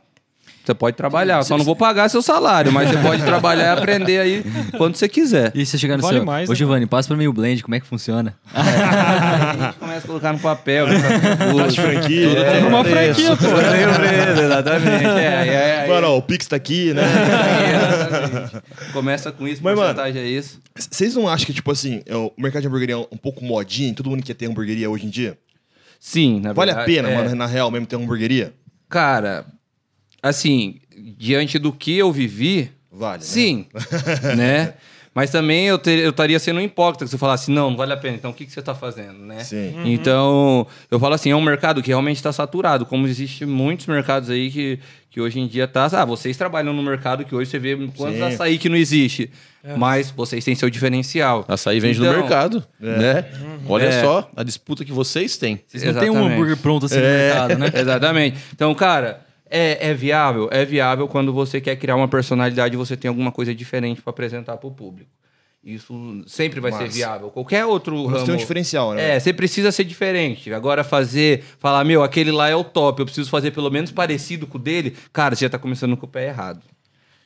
D: Você pode trabalhar, eu só não vou pagar seu salário, mas você pode trabalhar e aprender aí quando você
A: [LAUGHS]
D: quiser.
C: E aí você chegar no
B: Vale
C: seu.
B: mais,
C: Ô,
B: né,
C: Giovanni, passa pra mim o blend, como é que funciona?
D: a gente começa a colocar no papel. Tá
A: De franquia. né?
E: É,
B: Uma
E: tem
B: franquia, pô.
D: exatamente. É, é, é,
A: Mano, ó, o Pix tá aqui, né? [LAUGHS]
D: Exatamente. Começa com isso,
A: Mas, mano,
D: porcentagem é isso.
A: C- Vocês não acham que, tipo assim, é, o mercado de hamburgueria é um pouco modinho? Todo mundo quer ter hamburgueria hoje em dia?
D: Sim, na
A: Vale a
D: verdade,
A: pena,
D: é.
A: mano, na real mesmo, ter hamburgueria?
D: Cara, assim, diante do que eu vivi,
A: Vale, né?
E: [LAUGHS]
D: sim, né? Mas também eu ter- eu estaria sendo um hipócrita se eu falasse, não, não vale a pena. Então o que, que você está fazendo, né?
A: Sim.
C: Uhum.
D: Então, eu falo assim, é um mercado que realmente está saturado, como existe muitos mercados aí que, que hoje em dia tá. Ah, vocês trabalham no mercado que hoje você vê quantos
A: Sim.
D: açaí que não existe.
C: É.
D: Mas vocês têm seu diferencial.
E: Açaí vende no
D: Então,
E: mercado, né? Olha
D: É.
E: só a disputa que vocês têm.
C: Vocês não têm um
D: Exatamente. É.
C: hambúrguer pronto assim no mercado, né?
D: [LAUGHS] Exatamente. Então, cara, é, é viável? É viável quando você quer criar uma personalidade e você tem alguma coisa diferente para apresentar para o público. Isso sempre vai ser
A: Massa.
D: viável. Qualquer outro
A: Mas
D: ramo...
A: tem um diferencial, né?
D: É, você precisa ser diferente. Agora fazer, falar, meu, aquele lá é o top, eu preciso fazer pelo menos parecido com o dele. Cara, você já tá começando com o pé errado.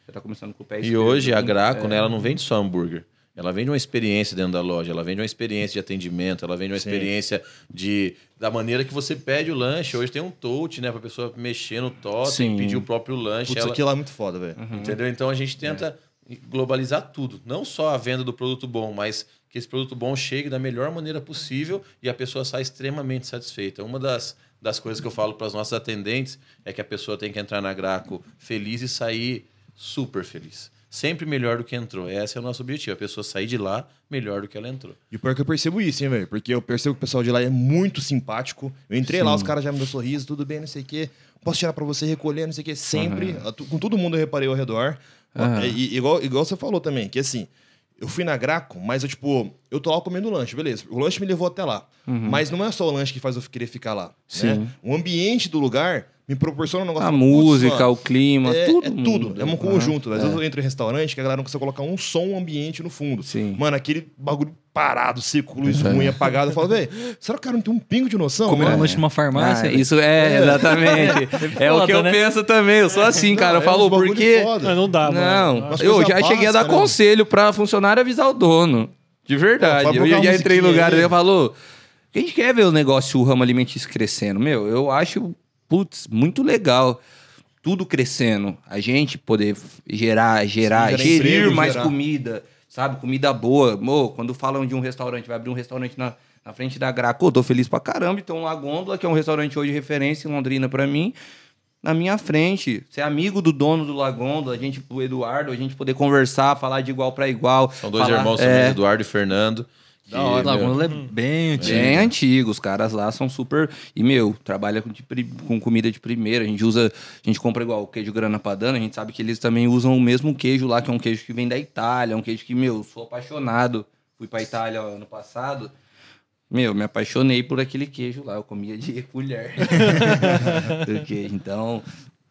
D: Já tá começando com o pé
E: E
D: esquerdo. É.
E: hoje a Graco, né, ela não vende só hambúrguer. Ela vende uma experiência dentro da loja, ela vende uma experiência de atendimento, ela vende uma experiência de da maneira que você pede o lanche. Hoje tem um touch, né, pra pessoa mexer no totem,
D: Sim.
E: pedir o próprio lanche.
A: Putz,
E: ela-
A: aquilo lá é muito foda, velho.
E: Entendeu? Então a gente tenta globalizar tudo. Não só a venda do produto bom, mas que esse produto bom chegue da melhor maneira possível e a pessoa sai extremamente satisfeita. Uma das, das coisas que eu falo para as nossas atendentes é que a pessoa tem que entrar na Graco feliz e sair super feliz. Sempre melhor do que entrou. Esse é o nosso objetivo. A pessoa sair de lá melhor do que ela entrou.
A: E o pior que eu percebo isso, hein, velho? Porque eu percebo que o pessoal de lá é muito simpático. Eu entrei lá, os caras já me deu sorriso, tudo bem, não sei o quê. Posso tirar pra você recolher, não sei o quê. é, Sempre, a tu- com todo mundo eu reparei ao redor. E, e- igual, igual você falou também, que assim, Eu fui na Graco, mas eu, tipo, eu tô lá comendo lanche, beleza. O lanche me levou até lá.
D: Uhum.
A: Mas não é só o lanche que faz eu querer ficar lá. Né? O ambiente do lugar me proporciona um negócio
D: A
A: Putz,
D: música,
A: mano,
D: o clima,
A: é,
D: tudo.
A: é tudo. É um
D: muda,
A: conjunto.
D: né?
A: Às vezes eu entro em restaurante que a galera não consegue colocar um som um ambiente no fundo.
D: Sim.
A: Mano, aquele bagulho parado, seco, luz
D: é.
A: ruim, apagado. Eu falo, velho, será que o cara não tem um pingo de noção?
B: Comendo
A: mano?
B: lanche numa farmácia.
C: né?
D: Ah, isso
A: [LAUGHS]
D: é, exatamente. é o que eu
B: né?
D: penso também. Eu sou assim,
A: Não,
D: cara. Eu
A: é
D: falo,
A: uns bagulho
D: porque.
A: foda.
B: Ah, Não dá, mano.
D: Não,
A: Umas
D: eu
A: coisas
D: já cheguei a dar
A: básicas, né?
D: conselho pra funcionário avisar o dono. De
A: Pô,
D: verdade.
A: vai
D: eu
A: botar
D: já
A: uma
D: entrei em
A: musiquinha
D: lugar
A: aí.
D: e eu falo, a gente quer ver o negócio, o ramo alimentício crescendo. Meu, eu acho, putz, muito legal. Tudo crescendo. A gente poder f- gerar, gerar,
A: Sim, gerar
D: gerir
A: emprego,
D: mais
A: gerar.
D: comida, sabe? Comida boa. Mô, quando falam de um restaurante, vai abrir um restaurante na, na frente da Graco, eu tô feliz pra caramba. Então, La Gôndola, que é um restaurante hoje referência em Londrina pra mim, na minha frente, ser amigo do dono do Lagondo, a gente, o Eduardo, a gente poder conversar, falar de igual para igual.
E: São dois
D: falar-
E: irmãos
D: é,
E: também, Eduardo e Fernando.
C: Da hora.
E: meu,
C: Laguna é bem antiga.
D: Hum. Bem antigo, os caras lá são super. E, meu, trabalha com, de pri- com comida de primeira. A gente usa, a gente compra igual o queijo grana padano, a gente sabe que eles também usam o mesmo queijo lá, que é um queijo que vem da Itália, é um queijo que, meu, sou apaixonado. Fui pra Itália ó, ano passado. Meu, me apaixonei por aquele queijo lá, eu comia de [LAUGHS] colher. Do queijo. Então,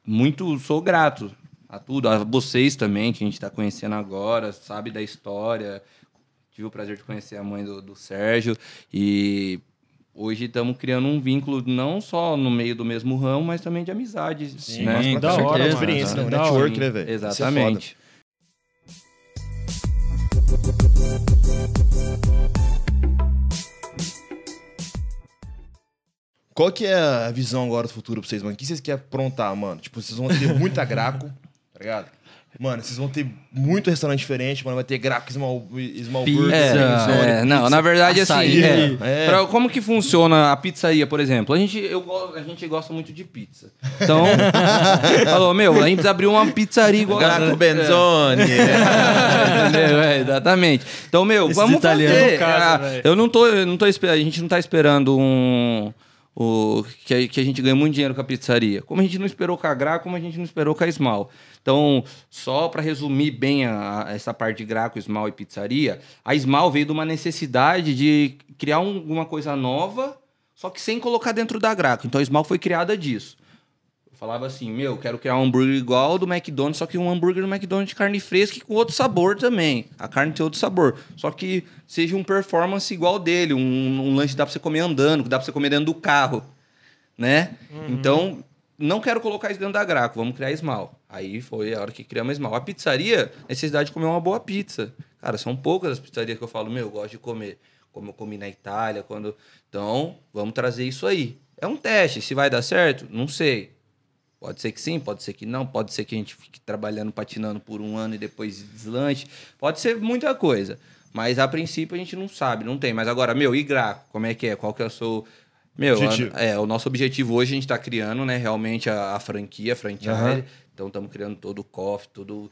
D: muito sou grato a tudo, a vocês também, que a gente tá conhecendo agora, sabe da história. Tive o prazer de conhecer a mãe do, do Sérgio e hoje estamos criando um vínculo não só no meio do mesmo ramo, mas também de amizades.
A: Sim,
D: né?
A: mas pra
B: da
A: certeza,
B: hora, mano.
A: experiência, né?
B: Da hora.
A: Network, né, velho? Isso é foda.
D: Exatamente.
A: Qual que é a visão agora do futuro pra vocês, mano? O que vocês querem aprontar, mano? Tipo, vocês vão ter muita graco, tá ligado? Mano, vocês vão ter muito restaurante diferente, mano. Vai ter graco, small, small
C: Pizza,
A: burger,
C: Pizza,
D: É, não, na verdade, assim,
C: açaí.
D: é,
A: É.
D: pra- como que funciona a pizzaria, por exemplo? A gente, eu, go- a gente gosta muito de pizza. Então,
A: [LAUGHS]
D: falou, meu, a gente precisa abrir uma pizzaria igual...
E: Graco
D: É.
E: Benzoni.
D: [LAUGHS] Entendeu? É, exatamente. Então, meu,
B: Esses
D: vamos
B: italianos
D: fazer.
B: casam,
D: Ah,
B: velho.
D: eu não tô, eu não tô espe- a gente não tá esperando um o que, a- que a gente ganha muito dinheiro com a pizzaria. Como a gente não esperou com a Gra, como a gente não esperou com a Esmal. Então, só para resumir bem a- a- essa parte de Graco, Esmal e pizzaria, a Esmal veio de uma necessidade de criar um- alguma coisa nova, só que sem colocar dentro da Graco. Então, a Esmal foi criada disso. Eu falava assim, meu, quero criar um hambúrguer igual ao do McDonald's, só que um hambúrguer do McDonald's de carne fresca e com outro sabor também. A carne tem outro sabor. Só que seja um performance igual dele, um, um lanche que dá pra você comer andando, que dá pra você comer dentro do carro, né? Então, não quero colocar isso dentro da Graco, vamos criar esmal. Aí foi a hora que criamos esmal. A pizzaria, necessidade de comer uma boa pizza. Cara, são poucas as pizzarias que eu falo, meu, eu gosto de comer. Como eu comi na Itália, quando... Então, vamos trazer isso aí. É um teste, se vai dar certo, não sei. Pode ser que sim, pode ser que não, pode ser que a gente fique trabalhando, patinando por um ano e depois deslanche. Pode ser muita coisa. Mas a princípio a gente não sabe, não tem. Mas agora, meu, e Graco, como é que é? Qual que é o seu. Meu,
A: Objetivo.
D: a- é, o nosso objetivo hoje a gente tá criando, né, realmente a, a franquia, a franquia.
A: Aham.
D: Então estamos criando todo o coffee, tudo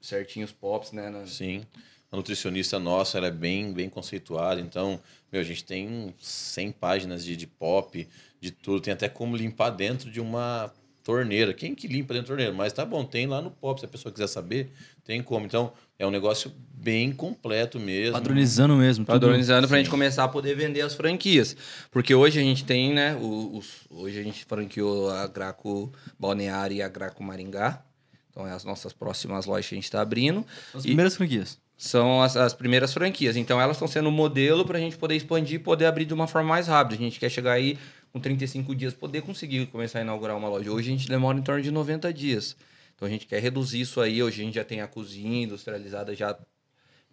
D: certinho, os pops, né? na-
E: Sim. A nutricionista nossa, ela é bem, bem conceituada. Então, meu, a gente tem 100 páginas de, de pop, de tudo. Tem até como limpar dentro de uma torneira. Quem que limpa dentro da torneira? Mas tá bom, tem lá no pop. Se a pessoa quiser saber, tem como. Então, é um negócio bem completo mesmo.
C: Padronizando mesmo. tudo.
D: Padronizando para a gente começar a poder vender as franquias. Porque hoje a gente tem, né? o- os- hoje a gente franqueou a Graco Balneário e a Graco Maringá. Então, é as nossas próximas lojas que a gente está abrindo.
C: São As
D: E
C: primeiras franquias.
D: são as, as primeiras franquias. Então, elas estão sendo um modelo para a gente poder expandir e poder abrir de uma forma mais rápida. A gente quer chegar aí com 35 dias, poder conseguir começar a inaugurar uma loja. Hoje a gente demora em torno de 90 dias. Então, a gente quer reduzir isso aí. Hoje a gente já tem a cozinha industrializada já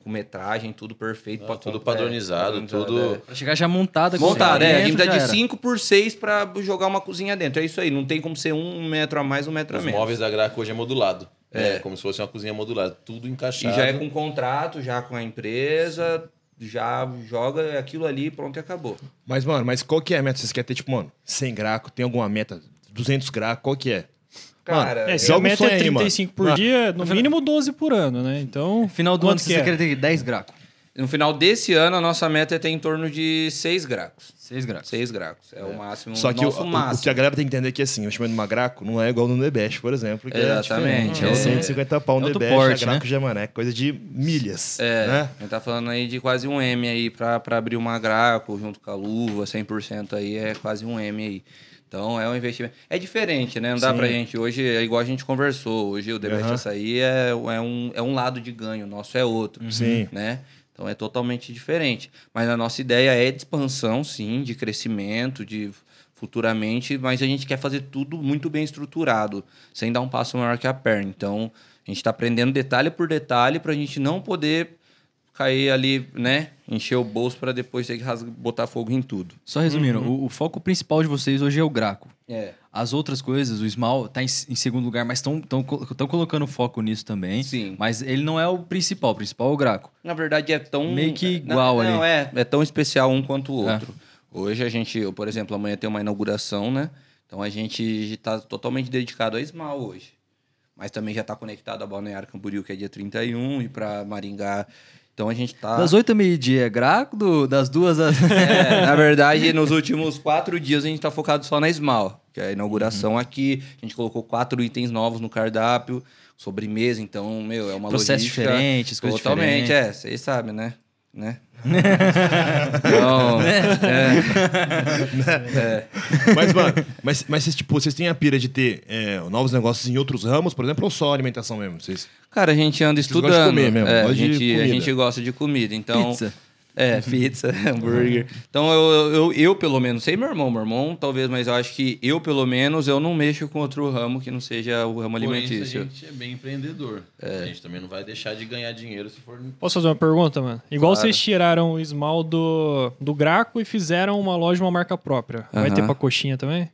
D: com metragem, tudo perfeito.
E: Não,
D: pra
E: Ah, tudo
D: comprar-
E: padronizado,
D: padronizado,
E: tudo-
D: é.
C: Pra chegar já montada. com
D: Montada,
C: tudo
D: é. A
C: dentro,
D: gente dá
C: Assim, já
D: de
C: era.
D: 5 por 6 pra jogar uma cozinha dentro. É isso aí. Não tem como ser um metro a mais, um metro a
E: Os
D: menos.
E: móveis da Graco hoje é modulado. É. como se fosse uma cozinha modulada. Tudo
D: E
E: encaixado.
D: já é com contrato, já com a empresa, já joga aquilo ali, pronto e acabou.
A: Mas, mano, mas qual que é a meta? Vocês querem ter, tipo, mano, 100 graco? Tem alguma meta? 200 graco? Qual que é?
D: Cara,
B: É, se
A: Joga
B: a
A: um
B: meta
A: sonho
B: é
A: aí, mano.
B: 35 por
A: Ah.
B: dia, no mínimo 12 por ano, né? Então.
C: Final do
B: quanto
C: ano,
B: que
C: você
B: é?
C: quer ter 10 graco.
D: No final desse ano, a nossa meta é ter em torno de 6 gracos.
C: Seis graus.
D: 6 gracos. É, o máximo,
A: Só que o,
D: nosso
A: o- o
D: máximo.
A: que a galera tem que entender é que assim, o investimento no Magraco não é igual no Nebesh, por exemplo. Que É, diferente.
D: Exatamente,
A: é
D: é-
A: 150 pau no
C: é outro
A: Nebesh,
C: porte,
A: Magraco né? Jamané, coisa de milhas.
D: É, [LAUGHS]
A: né?
D: a gente tá falando aí de quase um M aí pra, pra abrir uma graco junto com a luva, 100% aí é quase um M aí. Então é um investimento. É diferente, né? Não dá
A: Sim.
D: pra gente. Hoje é igual a gente conversou. Hoje o debate
A: Aham.
D: açaí é, é, um, é um lado de ganho, o nosso é outro.
A: Sim.
D: Né? Então é totalmente diferente. Mas a nossa ideia é de expansão, sim, de crescimento, de futuramente, mas a gente quer fazer tudo muito bem estruturado, sem dar um passo maior que a perna. Então, a gente está aprendendo detalhe por detalhe para a gente não poder cair ali, né? Encher o bolso para depois ter que rasga- botar fogo em tudo.
C: Só resumindo,
D: Uhum.
C: o, o foco principal de vocês hoje é o Graco.
D: É.
C: As outras coisas, o Small tá em, em segundo lugar, mas estão colocando foco nisso também.
D: Sim.
C: Mas ele não é o principal, o principal é o Graco.
D: Na verdade, é tão.
C: Meio que
D: Na-
C: igual
D: não,
C: ali.
D: é. É tão especial um quanto o
C: É.
D: outro. Hoje a gente, eu, por exemplo, amanhã tem uma inauguração, né? Então a gente está totalmente dedicado a Esmal hoje. Mas também já está conectado a Balneário Camboriú, que é dia 31, e para Maringá. Então a gente está.
C: Das oito ao meio-dia é Graco, do- das
D: [LAUGHS]
C: duas [LAUGHS] às.
D: É, na verdade, nos últimos quatro dias a gente está focado só na Esmal, que é a inauguração aqui. A gente colocou quatro itens novos no cardápio, sobremesa, então, meu, é uma
C: Processos
D: logística
C: diferentes, coisas
D: Totalmente,
C: diferentes.
D: é, vocês sabem, né? Né? então, é,
A: Mas, mano, mas, mas vocês, tipo, vocês têm a pira de ter é, novos negócios em outros ramos, por exemplo, ou só alimentação mesmo? Vocês...
D: cara, a gente anda
A: gostam de
D: estudando.
A: comer mesmo,
D: é, a,
A: gostam de
D: gente, a
A: comida.
D: gente gosta de comida, então.
C: Pizza.
D: É, pizza, [LAUGHS] hambúrguer. Então eu, eu, eu, pelo menos, sei meu irmão, meu irmão, talvez, mas eu acho que eu, pelo menos, eu não mexo com outro ramo que não seja o ramo
E: Por isso a
D: alimentício. É.
E: gente é bem empreendedor. A gente também não vai deixar de ganhar dinheiro se for
B: Posso fazer uma pergunta, mano? Igual vocês tiraram o esmal do, do Graco e fizeram uma loja, uma marca própria. Vai
D: Aham.
B: ter pra coxinha também?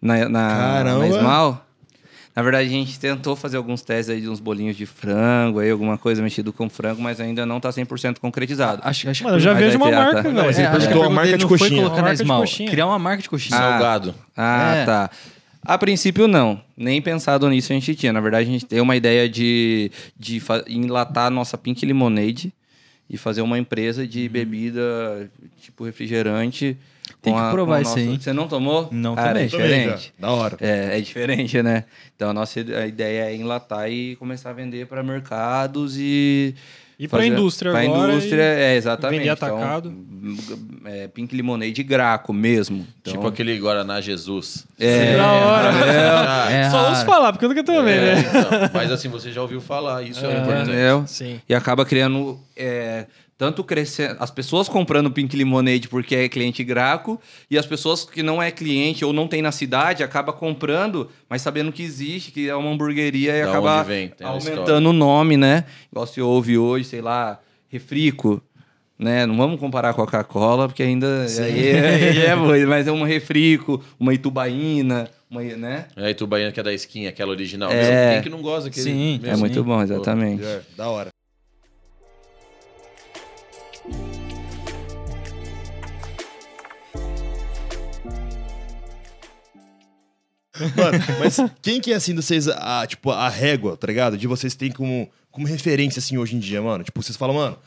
D: na, na,
A: Caramba.
D: na Esmal. Na verdade, a gente tentou fazer alguns testes aí de uns bolinhos de frango, aí alguma coisa mexido com frango, mas ainda não tá 100% concretizado.
C: Acho, acho
B: Mano, eu já
D: Mas
B: vejo
D: então aí
B: uma
D: tem a-
B: marca,
D: Não,
B: velho.
A: mas ele
B: É, acho que
A: perguntou
B: a
A: a
B: pergunta
A: marca
B: dele
A: de
B: não foi
A: coxinha.
B: colocar
C: Colocar
B: na
C: na
B: esmal.
C: Small.
B: Coxinha.
C: Criar uma marca de coxinha.
E: salgado.
D: Ah,
C: É.
D: tá. A princípio, não. Nem pensado nisso a gente tinha. Na verdade, a gente tem uma ideia de, de fa- enlatar a nossa Pink Lemonade e fazer uma empresa
C: Uhum.
D: de bebida, tipo refrigerante.
C: Tem
D: com
C: que
D: a- com
C: provar
D: a
C: isso
D: nossa-
C: aí, hein?
D: Você não tomou?
C: Não
D: Cara, é
C: tomei.
A: Também,
D: diferente.
A: cara. Da hora.
D: É, é diferente, né? Então a nossa ide- a ideia é enlatar e começar a vender para mercados e.
B: E pra indústria
D: pra
B: agora
D: indústria,
B: e
D: é, exatamente.
B: vender
D: Então,
B: atacado.
D: m- g- é, Pink Lemonade Graco mesmo. Então,
E: Tipo aquele Guaraná Jesus.
D: É,
B: Da
E: [LAUGHS]
B: hora.
E: Já-
C: É
B: Só
C: raro.
B: ouço falar, porque eu nunca tomei, né?
E: É, então, mas assim, você já ouviu falar, isso é, importante.
D: entendeu?
B: Sim.
D: E acaba criando. é, tanto crescendo. As pessoas comprando Pink Lemonade porque é cliente Graco, e as pessoas que não é cliente ou não tem na cidade acaba comprando, mas sabendo que existe, que é uma hamburgueria e
E: Da
D: acaba
E: onde vem, tem a história.
D: aumentando o nome, né? Igual se ouve hoje, sei lá, refrico. Né? Não vamos comparar com a Coca-Cola, porque ainda aí é, aí é ruim, mas é um refrico, uma itubaína, uma, né?
E: É, e Tubaína que é da skin, aquela original.
D: É.
E: Mesmo, quem que não gosta daquele?
C: Sim,
E: mesmo?
D: É muito bom,
E: Pô,
D: exatamente.
A: É, Da hora. Mano, mas quem que é assim de vocês, a, tipo, a régua, tá ligado? De vocês tem como, como referência, assim, hoje em dia, mano? Tipo, vocês falam, mano,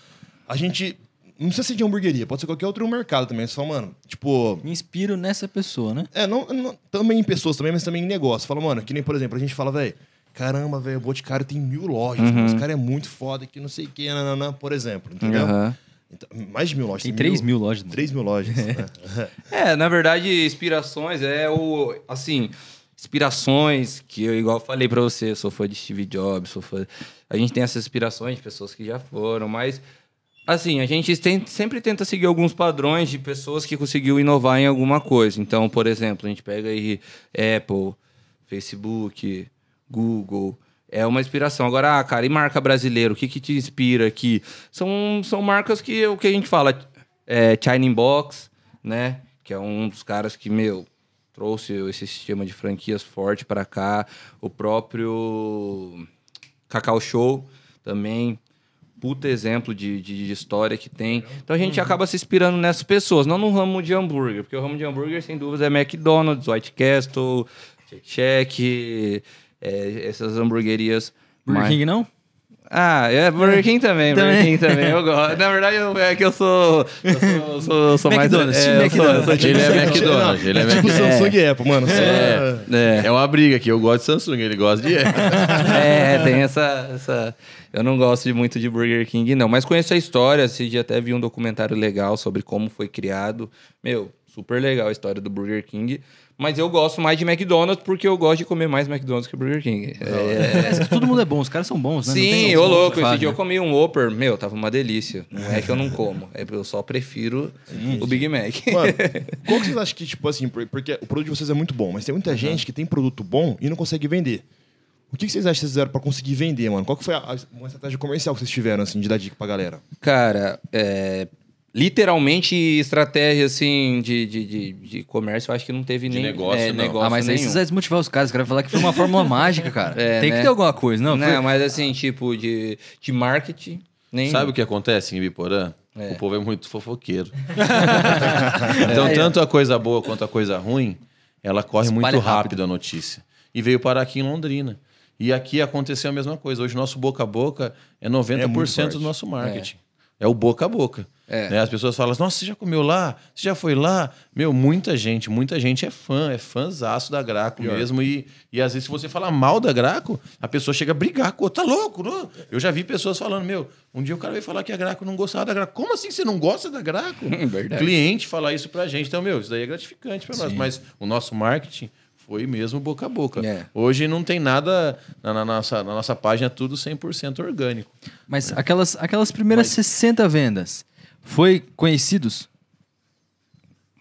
A: a gente. Não precisa ser de hamburgueria, pode ser qualquer outro mercado também. Vocês falam, mano, tipo,
C: Me inspiro nessa pessoa, né?
A: é, não, não- também em pessoas também, mas também em negócio. Fala, mano, que nem, por exemplo, a gente fala, velho, caramba, velho, o Boticário tem mil lojas, mano,
E: Uhum.
A: esse cara é muito foda, que não sei o que, nananã, por exemplo, entendeu?
D: Aham.
A: Então, mais de mil lojas.
C: Tem 3 mil lojas. mano.
A: 3 mil lojas.
E: [LAUGHS]
A: né?
D: É, na verdade, inspirações é o. Assim, inspirações que eu, igual eu falei pra você, sou fã de Steve Jobs, sou fã. A gente tem essas inspirações de pessoas que já foram, mas. Assim, a gente tem- sempre tenta seguir alguns padrões de pessoas que conseguiu inovar em alguma coisa. Então, por exemplo, a gente pega aí é, Apple, Facebook, Google. É uma inspiração. Agora, ah, cara, e marca brasileira? O que, que te inspira aqui? São, são marcas que o que a gente fala é, China Inbox, né? Que é um dos caras que, meu, trouxe esse sistema de franquias forte pra cá. O próprio Cacau Show também. Puta exemplo de, de, de história que tem. Então a gente acaba se inspirando nessas pessoas, não no ramo de hambúrguer, porque o ramo de hambúrguer, sem dúvida, é McDonald's, White Castle, Shake Shack, é, essas hamburguerias.
C: Burger
D: mais-
C: King não?
D: Ah, é Burger King também, Burger King
C: Também.
D: também, eu gosto. Na verdade, eu- é que eu sou. Eu sou, sou, sou mais.
C: McDonald's,
D: é, eu sou- eu sou-
E: Ele é McDonald's. Ele é
A: É tipo
E: Mac-
A: Samsung e Apple, mano. É.
D: é.
E: É uma briga aqui. Eu gosto de Samsung, ele gosta de
D: [LAUGHS]
E: Apple.
D: É, tem essa, essa. Eu não gosto de- muito de Burger King, não. Mas conheço a história. Esse dia até vi um documentário legal sobre como foi criado. Meu, super legal a história do Burger King. Mas eu gosto mais de McDonald's porque eu gosto de comer mais McDonald's que Burger King. É,
C: Parece que [LAUGHS] todo mundo é bom, os caras são bons, né? Não
D: Sim,
C: tem
D: ô
C: outro
D: louco.
C: que
D: Esse
C: faz,
D: dia eu
C: né?
D: comi um Whopper. Meu, tava uma delícia. Não é que eu não como. É que eu só prefiro o Big Mac. [LAUGHS]
A: Mano, qual que vocês acham que, tipo assim, por- porque o produto de vocês é muito bom, mas tem muita gente que tem produto bom e não consegue vender. O que que vocês acham que vocês fizeram pra conseguir vender, mano? Qual que foi a, a- uma estratégia comercial que vocês tiveram, assim, de dar dica pra galera?
D: Cara, é, literalmente estratégia assim de, de, de, de comércio, eu acho que não teve nem
E: negócio,
D: é,
E: não.
D: negócio
C: Ah, mas aí
D: nenhum.
C: vocês vai desmotivar os caras. Os caras vão falar que foi uma [LAUGHS] fórmula mágica, cara.
D: É,
C: tem
D: né?
C: que ter alguma coisa, não?
D: Não,
C: foi-
D: mas assim, tipo, de, de marketing, nem.
E: Sabe o que acontece em Ibiporã?
D: É.
E: O povo é muito fofoqueiro. então, tanto a coisa boa quanto a coisa ruim, ela corre
C: Espalha
E: muito
C: rápido.
E: rápido a notícia. E veio parar aqui em Londrina. E aqui aconteceu a mesma coisa. Hoje, nosso boca a boca é 90%
A: forte.
E: do nosso marketing. É. o boca a boca.
D: É.
E: Né? As pessoas falam assim, nossa, você já comeu lá? Você já foi lá? Meu, muita gente, muita gente é fã, é fãzaço da Graco mesmo. E, e às vezes, se você falar mal da Graco, a pessoa chega a brigar com o outro. Tá louco? não?" Eu já vi pessoas falando, meu, um dia o cara veio falar que a Graco não gostava da Graco. Como assim você não gosta da
D: [LAUGHS]
E: Graco?
D: É Verdade.
E: Cliente falar isso pra gente. Então, meu, isso daí é gratificante pra nós. Mas o nosso marketing foi mesmo boca a boca.
D: É.
E: Hoje não tem nada na, na nossa, na nossa página, tudo 100% orgânico.
C: Mas aquelas, aquelas primeiras 60 vendas, foi conhecidos?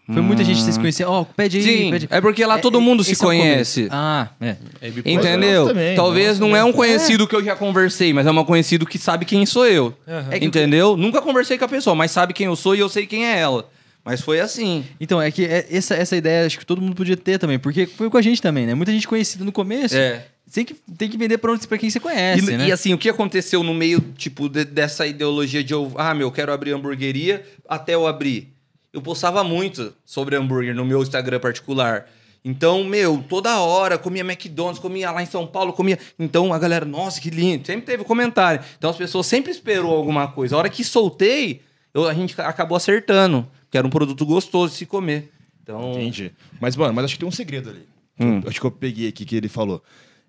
C: Foi muita gente que vocês conheciam. Ó, pede aí,
D: Sim,
C: pede
D: é porque lá todo mundo se
C: esse é o começo.
D: conhece.
C: Ah, é.
E: É bipolar.
D: Entendeu?
A: Nossa, também,
D: Talvez não é um conhecido que eu já conversei, mas é um conhecido que sabe quem sou eu.
C: É que-
D: Entendeu? Nunca conversei com a pessoa, mas sabe quem eu sou e eu sei quem é ela. Mas foi assim.
C: Então, é que é- essa, essa ideia acho que todo mundo podia ter também, porque foi com a gente também, né? Muita gente conhecida no começo.
D: É.
C: Tem que, tem que vender pra, onde, pra quem você
D: E,
C: conhece, né?
D: e assim, o que aconteceu no meio, tipo, de- dessa ideologia de eu, ah, meu, quero abrir hamburgueria até eu abrir? Eu postava muito sobre hambúrguer no meu Instagram particular. Então, meu, toda hora comia McDonald's, comia lá em São Paulo, comia. Então a galera, nossa, que lindo. Sempre teve comentário. Então as pessoas sempre esperou alguma coisa. A hora que soltei, eu- a gente acabou acertando. Que era um produto gostoso de se comer. Então.
A: Entendi. Mas, mano, mas acho que tem um segredo ali.
D: Hum.
A: Eu- Acho que eu peguei aqui que ele falou.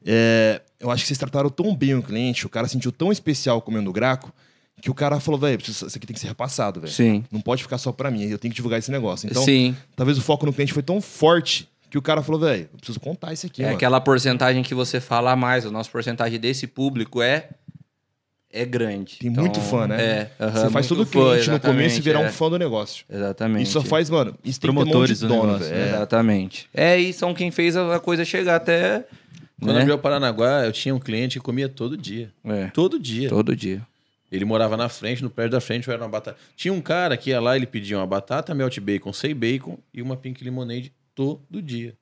A: É, eu acho que vocês trataram tão bem o cliente, o cara sentiu tão especial comendo o graco, que o cara falou, velho, isso isso aqui tem que ser repassado, velho.
D: Sim.
A: Não pode ficar só pra mim, eu tenho que divulgar esse negócio. Então,
D: Sim.
A: talvez o foco no cliente foi tão forte que o cara falou, velho, eu preciso contar isso aqui,
D: É
A: mano.
D: aquela porcentagem que você fala a mais. A nossa porcentagem desse público é é grande.
A: Tem
D: Então,
A: muito fã, né?
D: É. aham,
A: Você faz
D: muito
A: todo o
D: fã,
A: cliente no começo e
D: exatamente,
A: virar
D: é.
A: um fã do negócio.
D: Exatamente.
A: Isso só faz, mano, isso tem
C: Promotores
A: que ter
C: do
A: mão de dono,
C: negócio,
A: velho. É.
D: Exatamente. É, e são quem fez a a coisa chegar até...
E: Quando
D: né?
E: abriu o Paranaguá, eu tinha um cliente que comia todo dia.
D: É.
E: Todo dia.
D: Todo dia.
E: Ele morava na frente, no prédio da frente, eu era uma batata. Tinha um cara que ia lá, ele pedia uma batata, melt bacon, sem bacon e uma pink lemonade todo dia.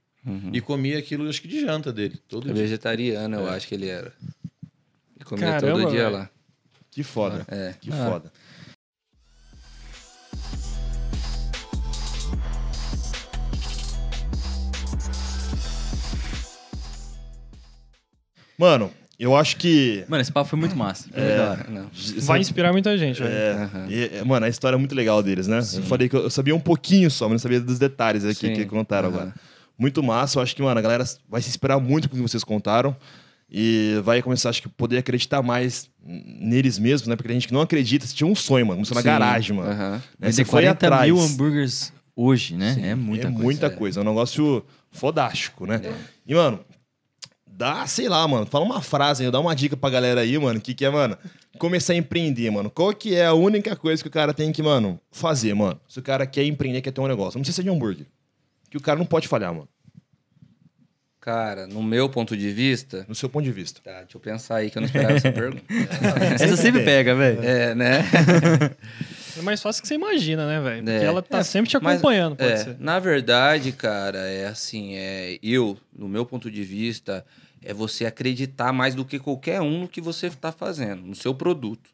E: E comia aquilo, acho que de janta dele, todo
D: É
E: dia.
D: vegetariano,
A: É.
D: eu acho que ele era. Ele comia
B: Caramba,
D: todo dia
B: velho.
D: lá.
A: Que foda. Que foda. Mano, eu acho que.
C: Mano, esse papo foi muito massa.
D: É, Não.
B: Vai inspirar muita gente, velho.
A: É, e- é, mano, a história é muito legal deles, né? Eu falei que eu eu sabia um pouquinho só, mas não sabia dos detalhes aqui
D: Sim.
A: que contaram
D: Aham.
A: agora. Muito massa, eu acho que, mano, a galera vai se inspirar muito com o que vocês contaram e vai começar, acho que, poder acreditar mais n- neles mesmos, né? Porque tem gente que não acredita, você tinha um sonho, mano, começou na
D: Sim,
A: garagem, mano.
D: aham.
A: Né?
C: Vender
A: Você foi
C: 40
A: atrás.
C: mil hambúrgueres hoje, né? É
A: é
C: muita coisa.
A: muita coisa, é um negócio fodástico, né?
B: É.
A: E, mano, dá, sei lá, mano, fala uma frase aí, dá uma dica pra galera aí, mano, que que é, mano, começar a empreender, mano. Qual que é a única coisa que o cara tem que, mano, fazer, mano? Se o cara quer empreender, quer ter um negócio, não precisa ser de hambúrguer. Que o cara não pode falhar, mano,
D: Cara, no meu ponto de vista...
A: no seu ponto de vista.
D: Tá, deixa eu pensar aí que eu não
A: [LAUGHS]
D: esperava essa pergunta.
C: Essa sempre pega, velho.
D: É, né?
B: É mais fácil que você imagina, né, velho? Porque
D: É.
B: ela tá
D: É,
B: sempre te
D: mas-
B: acompanhando, pode
D: é,
B: ser.
D: Na verdade, cara, é assim, é eu, no meu ponto de vista, é você acreditar mais do que qualquer um no que você está fazendo, no seu produto.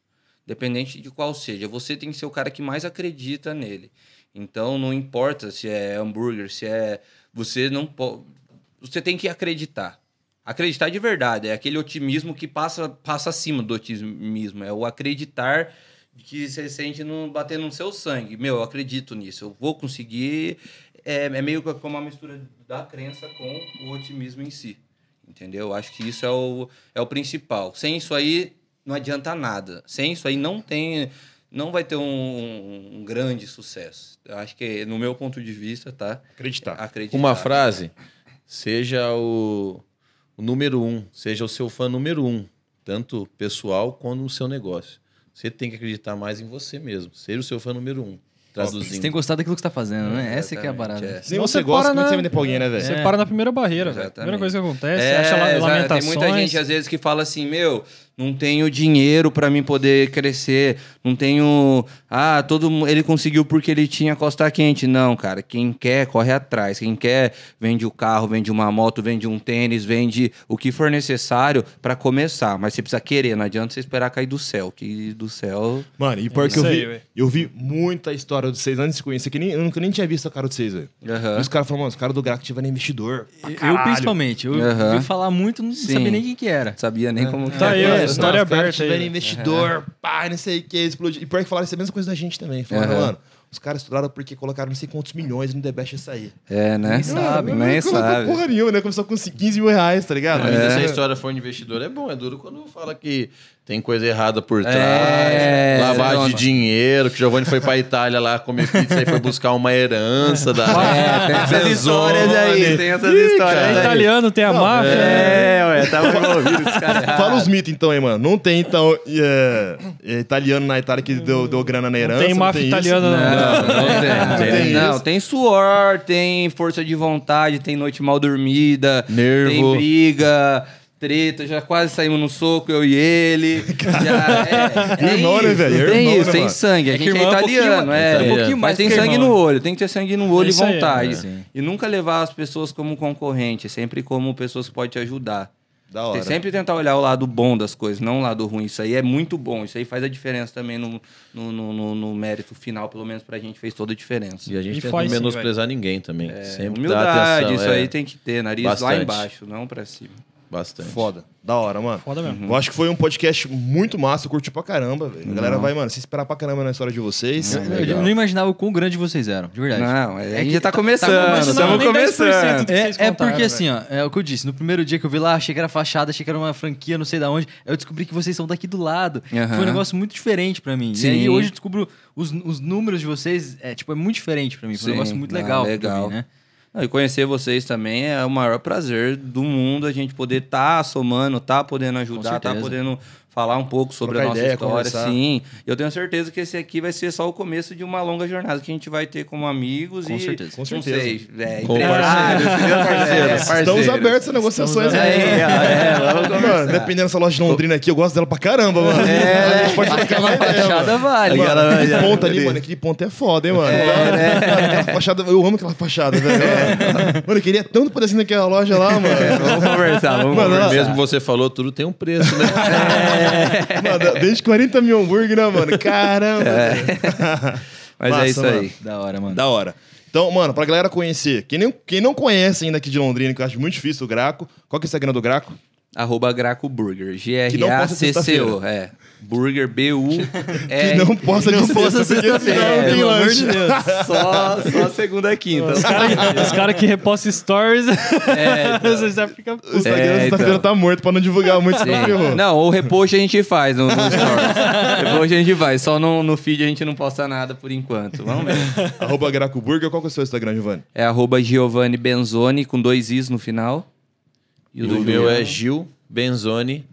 D: Independente de qual seja, você tem que ser o cara que mais acredita nele. Então, não importa se é hambúrguer, se é. Você não pode. Você tem que acreditar. Acreditar de verdade, é aquele otimismo que passa, passa acima do otimismo, é o acreditar que você sente no, batendo no seu sangue. Meu, eu acredito nisso, eu vou conseguir. É, é meio que como uma mistura da crença com o otimismo em si. Entendeu? Eu Acho que isso é o, é o principal. Sem isso aí, não adianta nada. Sem isso aí, não tem. Não vai ter um, um- um grande sucesso. Eu acho que, no meu ponto de vista, tá?
A: Acreditar.
D: Acreditar.
E: Uma frase, seja o, o número um, seja o seu fã número um, tanto pessoal quanto no seu negócio. Você tem que acreditar mais em você mesmo. Seja o seu fã número um.
C: É. Você
E: Traduzindo.
C: tem gostado daquilo que você tá fazendo, né? Essa que é a parada.
D: Exatamente,
A: Nem
B: Senão
A: você
B: você
A: gosta,
B: para
A: como é que
B: na-
A: você vende pra alguém, né, velho?
B: Você para na primeira barreira, velho.
D: Exatamente.
B: Primeira coisa que acontece,
D: É,
B: você acha lá
D: exato.
B: lamentações.
D: Tem muita gente, às vezes, que fala assim, meu, não tenho dinheiro pra mim poder crescer, não tenho... Ah, todo mu- ele conseguiu porque ele tinha costa quente. Não, cara, quem quer, corre atrás. Quem quer, vende o carro, vende uma moto, vende um tênis, vende o que for necessário pra começar. Mas você precisa querer, não adianta você esperar cair do céu, que do céu...
A: Mano, e pior que eu
B: É isso
A: vi,
B: aí, velho. eu
A: eu vi muita história de vocês antes de conhecer, que nem, eu nunca nem tinha visto a cara de vocês, velho.
D: Aham.
B: É.
A: E os caras falaram, mano, os caras do Graco tiveram investidor. pra
C: Eu,
A: caralho."
C: principalmente. Eu
D: Aham.
C: ouvi falar muito, não
D: Sim.
C: sabia nem quem que era.
D: Não sabia nem como...
B: Tá aí,
A: É,
B: ó,
A: não,
B: história
A: os caras
B: aberta
A: tiveram
B: aí. É.
A: investidor, pá, não sei o que, explodiu. E pior que falaram isso é a mesma coisa da gente também. Falaram, mano, os caras estudaram porque colocaram não sei quantos milhões no The Best ia sair.
D: É, né?
C: Nem sabe,
A: Mano,
D: nem
A: não colocou
D: sabe.
A: porra nenhuma, né? Começou com 15 mil reais, tá ligado?
E: Mas essa história foi um investidor é bom, é duro quando fala que tem coisa errada por trás,
D: É,
E: lavagem de
D: pronto.
E: dinheiro, que Giovanni foi pra Itália lá comer pizza e foi buscar uma herança da
D: É, tem essas
E: Zezone.
D: histórias aí, tá tem essas histórias
B: É
D: aí.
B: italiano, tem a máfia.
D: É, ué, tava envolvido esse cara.
A: Fala os mitos então, hein, mano. Não tem, então, é, é, italiano na Itália que deu, deu grana na herança.
B: tem máfia
A: isso. né?
B: italiana, né? não.
D: Não, não tem. Não,
A: tem
D: tem,
A: isso.
D: não, tem suor, tem força de vontade, tem noite mal dormida,
E: Nervo.
D: tem briga, treta. Já quase saímos no soco, eu
A: [LAUGHS]
D: e ele. Já, é, é
A: Irmão, né,
D: isso,
A: velho?
D: Tem
A: Irmão,
D: isso,
A: né,
D: tem
A: mano?
D: sangue. A
C: É que
D: gente é,
C: irmão é um pouquinho
D: italiano,
C: mais-
D: é.
E: um pouquinho
D: Mas
C: mais
D: tem
C: que
D: sangue
B: irmão,
D: no olho, tem que ter sangue no
B: É
D: olho e
B: isso aí,
D: vontade.
B: né?
C: Sim.
D: E nunca levar as pessoas como concorrente, sempre como pessoas que podem te ajudar.
A: Da hora.
D: Tem- Sempre tentar olhar o lado bom das coisas, não o lado ruim. Isso aí é muito bom. Isso aí faz a diferença também no, no, no, no- no mérito final, pelo menos pra gente, fez toda a diferença.
E: E a gente
B: E
E: tenta não
B: faz sim,
E: menosprezar ninguém também.
D: É,
E: Sempre dá
D: humildade,
E: atenção.
D: isso
E: é,
D: aí tem que ter. Nariz lá
E: Bastante.
D: embaixo, não pra cima.
E: Bastante.
A: Foda. Da hora, mano.
B: Foda mesmo.
A: Eu acho que foi um podcast muito massa, eu curti pra caramba, velho. A galera vai, mano, se esperar pra caramba na história de vocês.
C: Eu- Eu, não imaginava o quão grande vocês eram, de verdade.
D: Não, é, a gente
C: que
D: tá
C: tá-
D: começando.
C: tá começando,
D: Estamos
B: nem 10%
D: começando.
B: do que vocês
C: É, é
B: contaram,
C: porque
B: velho.
C: assim, ó, é o que eu disse. No primeiro dia que eu vi lá, achei que era fachada, achei que era uma franquia, não sei da onde. Aí eu descobri que vocês são daqui do lado.
D: Aham.
C: Foi um negócio muito diferente pra mim.
D: Sim.
C: E aí hoje eu descubro os, os números de vocês, é tipo, é muito diferente pra mim. Foi um
D: Sim,
C: negócio muito
D: ah,
C: legal. pra
D: legal.
C: mim, né?
D: Não, e conhecer vocês também é o maior prazer do mundo. A gente poder estar somando, tá podendo ajudar, tá
C: certeza.
D: podendo falar um pouco sobre
A: Trocar
D: a nossa
A: ideia,
D: história.
A: conversar.
D: Sim, eu tenho certeza que esse aqui vai ser só o começo de uma longa jornada que a gente vai ter como amigos
C: Com
D: e
C: certeza.
A: Com
D: não
A: certeza.
D: sei, é,
E: Com
D: empresários, [LAUGHS] entendeu? parceiros,
A: Estamos
D: parceiros.
A: abertos a negociações.
D: É, Estamos
A: né?
D: aí, ó, é, vamos conversar.
A: mano, dependendo dessa loja de Londrina aqui, eu gosto dela pra caramba, mano. É, pode trocar uma ideia, mano.
C: Fachada
D: tá
C: vale.
A: Mano, aquele
D: né?
A: ponto ali, mano, aquele ponto é foda, hein, mano. Mano, aquela fachada, eu amo aquela fachada, velho. Mano, eu queria tanto poder ser naquela loja lá, mano.
D: Vamos conversar, vamos
A: Mano,
D: conversar.
E: Mesmo você falou, tudo tem um preço, né?
A: Mano, desde 40 mil hambúrguer, né, mano? Caramba. velho.
D: Mas
A: Massa,
D: é isso
A: mano.
D: aí.
C: Da hora, mano.
A: Da hora. Então, mano, pra galera conhecer, quem, nem, quem não conhece ainda aqui de Londrina, que eu acho muito difícil, o Graco, qual que é o Instagram do Graco?
D: Arroba Graco Burger.
A: Que não posta
D: G-R-A-C-C-O. É.
A: [LAUGHS]
D: Burger B-U. É,
A: Que não possa de sexta, porque senão não tem
C: pelo amor
A: lanche.
C: de Deus.
D: Só, só segunda e quinta.
B: [LAUGHS]
A: [LAUGHS]
B: Os caras que repostam stories, [LAUGHS] você já fica...
A: O Instagram
D: É,
A: sexta-feira
D: então.
A: tá morto pra não divulgar muito, senão ferrou.
D: Não, o repost a gente faz no, no stories. repost a gente faz. Só no, no feed a gente não posta nada por enquanto. Vamos ver.
A: Arroba Graco Burger, qual que é o seu Instagram, Giovanni?
D: É arroba Giovanni Benzoni com dois Is no final.
E: E o meu é Gil Benzoni,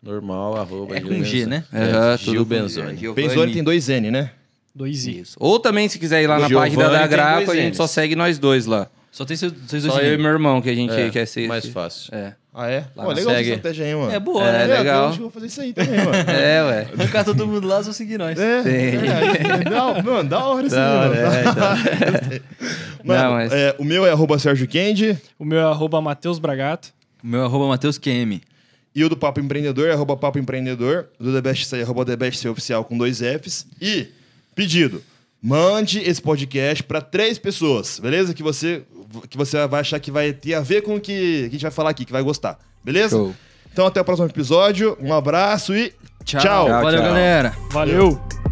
E: normal, arroba
C: É
E: Gil
C: com G,
E: Benzoni.
C: né?
E: É,
D: Aham,
E: Gil
D: tudo com-
E: Benzoni.
D: Giovanni.
A: Benzoni tem dois N, né?
B: Dois i.
D: Isso. Ou também, se quiser ir lá
E: O
D: na
E: Giovanni
D: página da
E: tem
D: Graco,
E: dois
D: a gente
E: Ns.
D: só segue nós dois lá.
C: Só tem seus, seus dois
D: Só eu e
C: dinheiros.
D: meu irmão que a gente
E: É,
D: quer ser.
E: mais fácil.
D: É.
A: Ah, é? Pô,
D: na
A: legal essa
E: segue.
A: estratégia aí, mano.
C: É boa,
D: É,
C: né?
A: eu
D: legal.
A: acho que eu vou fazer isso aí também,
D: [LAUGHS]
A: mano.
D: É, ué.
C: Arrancar todo mundo lá, só seguir nós.
A: É, é, é, da- mano, da hora isso aí, mano. [LAUGHS] Mano,
D: Não, mas-
A: é, o meu é arroba Sérgio Kendi
B: O meu é arroba Matheus Bragato.
C: O meu arroba é Matheus QM.
A: e o do Papo Empreendedor é arroba Papo Empreendedor. O do The Best é arroba The Best Say Oficial com dois Fs. E, pedido, mande esse podcast pra três pessoas, beleza? Que você, que você vai achar que vai ter a ver com o que, que a gente vai falar aqui, que vai gostar. Beleza?
F: Show.
A: Então até o próximo episódio. Um abraço e tchau.
C: Valeu, galera.
B: Valeu!